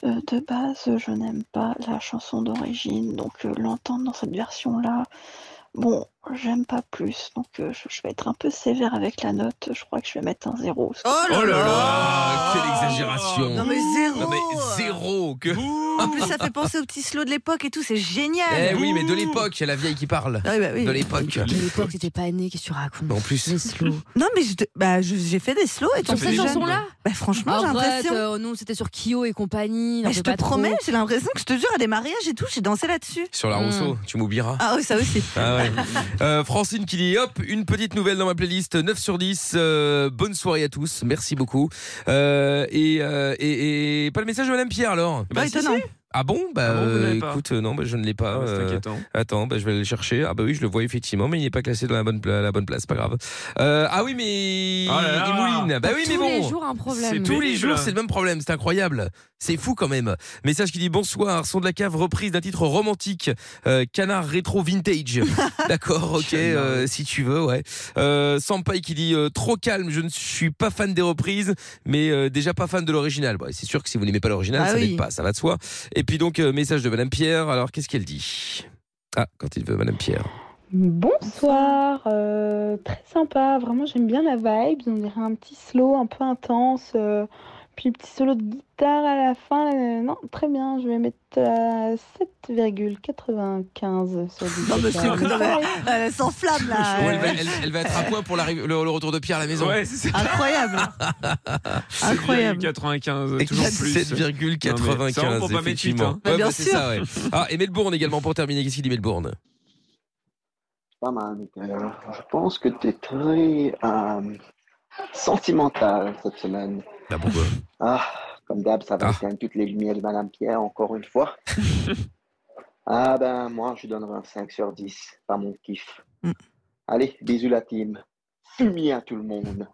Speaker 20: Euh, de base, je n'aime pas la chanson d'origine, donc euh, l'entendre dans cette version-là, bon, j'aime pas plus. Donc euh, je, je vais être un peu sévère avec la note. Je crois que je vais mettre un zéro. Oh
Speaker 1: Oh là là, quelle exagération.
Speaker 3: Non, mais zéro.
Speaker 1: Non, mais zéro que.
Speaker 3: En plus, ça fait penser aux petits slow de l'époque et tout, c'est génial.
Speaker 1: Eh oui, mais de l'époque, la vieille qui parle.
Speaker 3: Ah oui, bah oui.
Speaker 1: De l'époque.
Speaker 3: De
Speaker 4: l'époque, t'étais pas né, qu'est-ce que tu racontes
Speaker 1: En plus.
Speaker 3: Non, mais je te- bah, je- j'ai fait des slow et
Speaker 4: Sur ces chansons-là
Speaker 3: Bah, franchement, j'ai
Speaker 4: Arrête,
Speaker 3: l'impression.
Speaker 4: euh, non, c'était sur Kyo et compagnie. n'en
Speaker 3: Mais je
Speaker 4: fais
Speaker 3: te
Speaker 4: pas trop.
Speaker 3: promets, j'ai l'impression que je te jure, à des mariages et tout, j'ai dansé là-dessus.
Speaker 1: Sur
Speaker 4: Hmm.
Speaker 1: la Rousseau, tu m'oublieras.
Speaker 3: Hmm. Ah oui, ça aussi.
Speaker 1: Ah ouais. Euh, Francine qui dit hop, une petite nouvelle dans ma playlist, 9 sur 10. euh, bonne soirée à tous, merci beaucoup. Euh, et, euh, et, et pas le message de Madame Pierre alors
Speaker 3: Bah, Pas si, étonnant. si.
Speaker 1: Ah bon Bah
Speaker 2: Ah bon, vous l'avez
Speaker 1: euh,
Speaker 2: pas
Speaker 1: écoute, euh, non, bah, je ne l'ai pas.
Speaker 2: Ah bah, c'est
Speaker 1: euh,
Speaker 2: inquiétant.
Speaker 1: attends, bah, je vais aller le chercher. Ah bah oui, je le vois effectivement, mais il n'est pas classé dans la bonne, pla- la bonne place, pas grave. Euh, ah oui, mais
Speaker 2: Oh là là.
Speaker 1: il mouline. Bah
Speaker 2: T'as
Speaker 1: oui, mais
Speaker 2: tous
Speaker 1: bon.
Speaker 2: les jours un problème.
Speaker 1: C'est
Speaker 2: C'est
Speaker 1: Tous les
Speaker 2: pénible.
Speaker 1: jours, c'est le même problème, c'est incroyable. C'est fou quand même. Message qui dit bonsoir, son de la cave, reprise d'un titre romantique, euh, canard rétro vintage. D'accord, ok, euh, si tu veux, ouais. Euh, Sampai qui dit euh, trop calme, je ne suis pas fan des reprises, mais euh, déjà pas fan de l'original. Bah, c'est sûr que si vous n'aimez pas l'original,
Speaker 2: Ah
Speaker 1: ça
Speaker 2: oui.
Speaker 1: n'aide pas, ça va de soi. Et puis donc, euh, message de Madame Pierre, alors qu'est-ce qu'elle dit Ah, quand il veut, Madame Pierre.
Speaker 21: Ah, Bonsoir, euh, très sympa, vraiment j'aime bien la vibe, on dirait un petit slow un peu intense, euh, puis petit solo de guitare à la fin, euh, non, très bien, je vais mettre euh, 7,95 sur 10.
Speaker 3: Non, mais c'est que non, mais elle s'enflamme Euh, là.
Speaker 1: Oh, elle, va, elle- elle va être à point pour l'arrivée- le, le retour de Pierre à la maison.
Speaker 2: Ah, Ouais, c'est
Speaker 3: Incroyable.
Speaker 2: Incroyable. 95, toujours plus.
Speaker 1: 7,95.
Speaker 2: Ça, on prend pas mes tweets,
Speaker 1: effectivement.
Speaker 2: hein.
Speaker 1: Ouais, bah, c'est ça, ouais. Ah, et Melbourne également pour terminer. Qu'est-ce qu'il dit Melbourne
Speaker 16: Pas mal, Michael. Je pense que tu es très euh, sentimental cette semaine.
Speaker 1: Ah, pourquoi
Speaker 16: Ah, comme d'hab, ça va éteindre toutes les lumières de Madame Pierre, encore une fois. ah ben, moi, je donnerai un 5 sur 10, pas mon kiff.
Speaker 4: Mm.
Speaker 16: Allez, bisous la team. Fumier à tout le monde.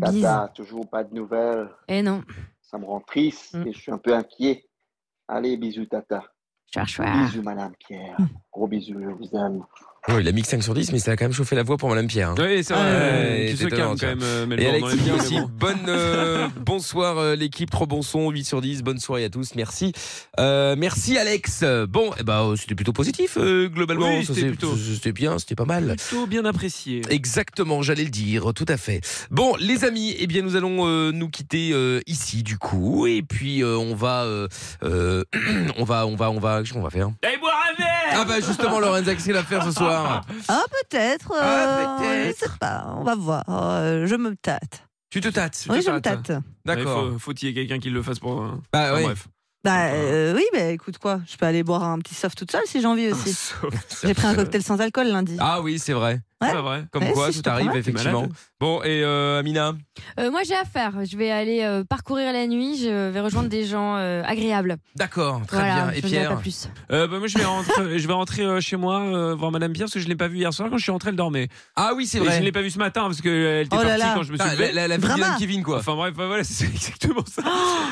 Speaker 16: Tata, toujours pas de nouvelles.
Speaker 4: Eh non. Mm.
Speaker 16: Ça me rend triste et je suis un peu inquiet. Allez, bisous Tata. Bisous Madame Pierre. Gros bisous, je vous aime.
Speaker 1: Oh, il a mis que 5 sur 10, mais ça a quand même chauffé la voix pour Madame Pierre. hein.
Speaker 2: Oui, ça va.
Speaker 1: Ouais,
Speaker 2: Qui se
Speaker 1: t'étais
Speaker 2: calme
Speaker 1: gentil.
Speaker 2: quand même, euh,
Speaker 1: Et
Speaker 2: Melbourne, on
Speaker 1: Alex
Speaker 2: est
Speaker 1: dit
Speaker 2: bien, mais
Speaker 1: aussi
Speaker 2: bon.
Speaker 1: bonne, euh, bonsoir euh, l'équipe, trop bon son, 8 sur 10, bonne soirée à tous, merci. Euh, merci Alex. Euh, Bon, eh ben, euh, c'était plutôt positif euh, globalement.
Speaker 2: Oui,
Speaker 1: Ça,
Speaker 2: c'était
Speaker 1: c'est-
Speaker 2: plutôt-
Speaker 1: ça, c'était bien, c'était pas mal.
Speaker 2: Plutôt bien apprécié.
Speaker 1: Exactement, j'allais le dire, tout à fait. Bon, les amis, eh bien nous allons euh, nous quitter euh, ici du coup, et puis euh, on va, euh, euh, on va, on va, on va, qu'est-ce qu'on va faire
Speaker 2: Allez boire un verre
Speaker 1: Ah bah justement, Lorenza, qu'est-ce qu'elle va faire ce soir
Speaker 3: Ah, peut-être. euh, je sais pas, on va voir. Euh, je me tâte.
Speaker 1: Tu te tâtes
Speaker 3: Oui, je me tâte.
Speaker 1: D'accord.
Speaker 2: Ouais, faut- Faut qu'il y ait quelqu'un qui le fasse pour. euh,
Speaker 1: Bah
Speaker 2: enfin,
Speaker 1: ouais.
Speaker 2: Bref.
Speaker 3: Bah euh, oui, bah écoute quoi, je peux aller boire un petit soft toute seule si j'ai envie aussi. J'ai pris un cocktail sans alcool lundi.
Speaker 1: Ah oui, c'est vrai.
Speaker 3: Ouais.
Speaker 2: C'est pas vrai.
Speaker 1: Comme
Speaker 3: Ouais,
Speaker 1: quoi,
Speaker 3: si, je
Speaker 1: tout
Speaker 3: te
Speaker 1: arrive
Speaker 3: promets.
Speaker 1: effectivement.
Speaker 2: Malade.
Speaker 1: Bon, et euh, Amina
Speaker 4: Euh, moi, j'ai affaire. Je vais aller euh, parcourir la nuit. Je vais rejoindre des gens euh, agréables.
Speaker 1: D'accord,
Speaker 4: très Voilà, bien. Et je ne dirai Pierre pas plus.
Speaker 2: Euh, bah, Moi, je vais rentrer, je vais rentrer euh, chez moi euh, voir Madame Pierre parce que je ne l'ai pas vue hier soir quand je suis rentré, elle dormait.
Speaker 1: Ah oui, c'est
Speaker 2: Et
Speaker 1: vrai.
Speaker 2: je ne l'ai pas vue ce matin parce qu'elle était
Speaker 1: Oh là
Speaker 2: partie
Speaker 1: là.
Speaker 2: quand je me suis
Speaker 1: Putain, la-
Speaker 2: levé.
Speaker 1: la- la vie Drama. d'Ilan Kevin, quoi.
Speaker 2: Enfin bref, bah, voilà, c'est exactement ça.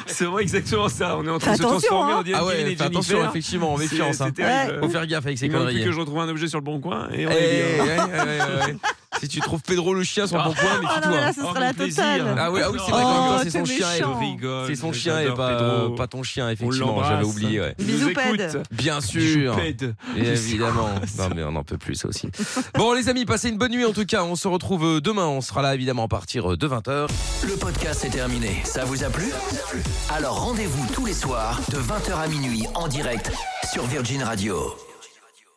Speaker 2: c'est vraiment exactement ça. On est en train
Speaker 1: Fais
Speaker 2: de
Speaker 1: attention,
Speaker 2: se transformer
Speaker 1: hein.
Speaker 2: en Dylan
Speaker 1: Ah ouais,
Speaker 2: Kevin et
Speaker 1: fais attention,
Speaker 2: Jennifer.
Speaker 1: effectivement, en
Speaker 2: C'est-
Speaker 1: méfiance, hein.
Speaker 2: C'est terrible.
Speaker 1: Faut faire gaffe avec ces
Speaker 2: Il manque plus
Speaker 1: conneries.
Speaker 2: que je retrouve un objet sur le bon coin et on hein.
Speaker 1: Eh,
Speaker 2: est bien.
Speaker 1: ouais, ouais, ouais, ouais. Si tu trouves Pedro le chien sur le bon point, mais
Speaker 3: Oh non,
Speaker 1: toi
Speaker 3: mais là, ce serait la totale.
Speaker 1: Ah oui, ah oui c'est vrai,
Speaker 3: Oh,
Speaker 1: en même temps, c'est
Speaker 3: t'es
Speaker 1: son chien.
Speaker 3: méchant.
Speaker 1: elle-
Speaker 2: Rigole,
Speaker 1: C'est son
Speaker 2: je
Speaker 1: chien et
Speaker 2: l'adore,
Speaker 1: pas,
Speaker 2: Pedro.
Speaker 1: euh, pas ton chien, effectivement.
Speaker 2: l'embrasse.
Speaker 1: J'avais oublié. Ouais.
Speaker 2: Il nous Bisous, écoute. Ped.
Speaker 1: Bien
Speaker 2: Bisous,
Speaker 1: sûr.
Speaker 2: Ped.
Speaker 1: Et
Speaker 2: Je sais
Speaker 1: évidemment. Non, mais on n'en peut plus, ça aussi. Bon, les amis, passez une bonne nuit en tout cas. On se retrouve euh, demain. On sera là, évidemment, à partir euh, de 20h.
Speaker 9: Le podcast est terminé. Ça vous a plu Alors rendez-vous tous les soirs de 20h à minuit en direct sur Virgin Radio.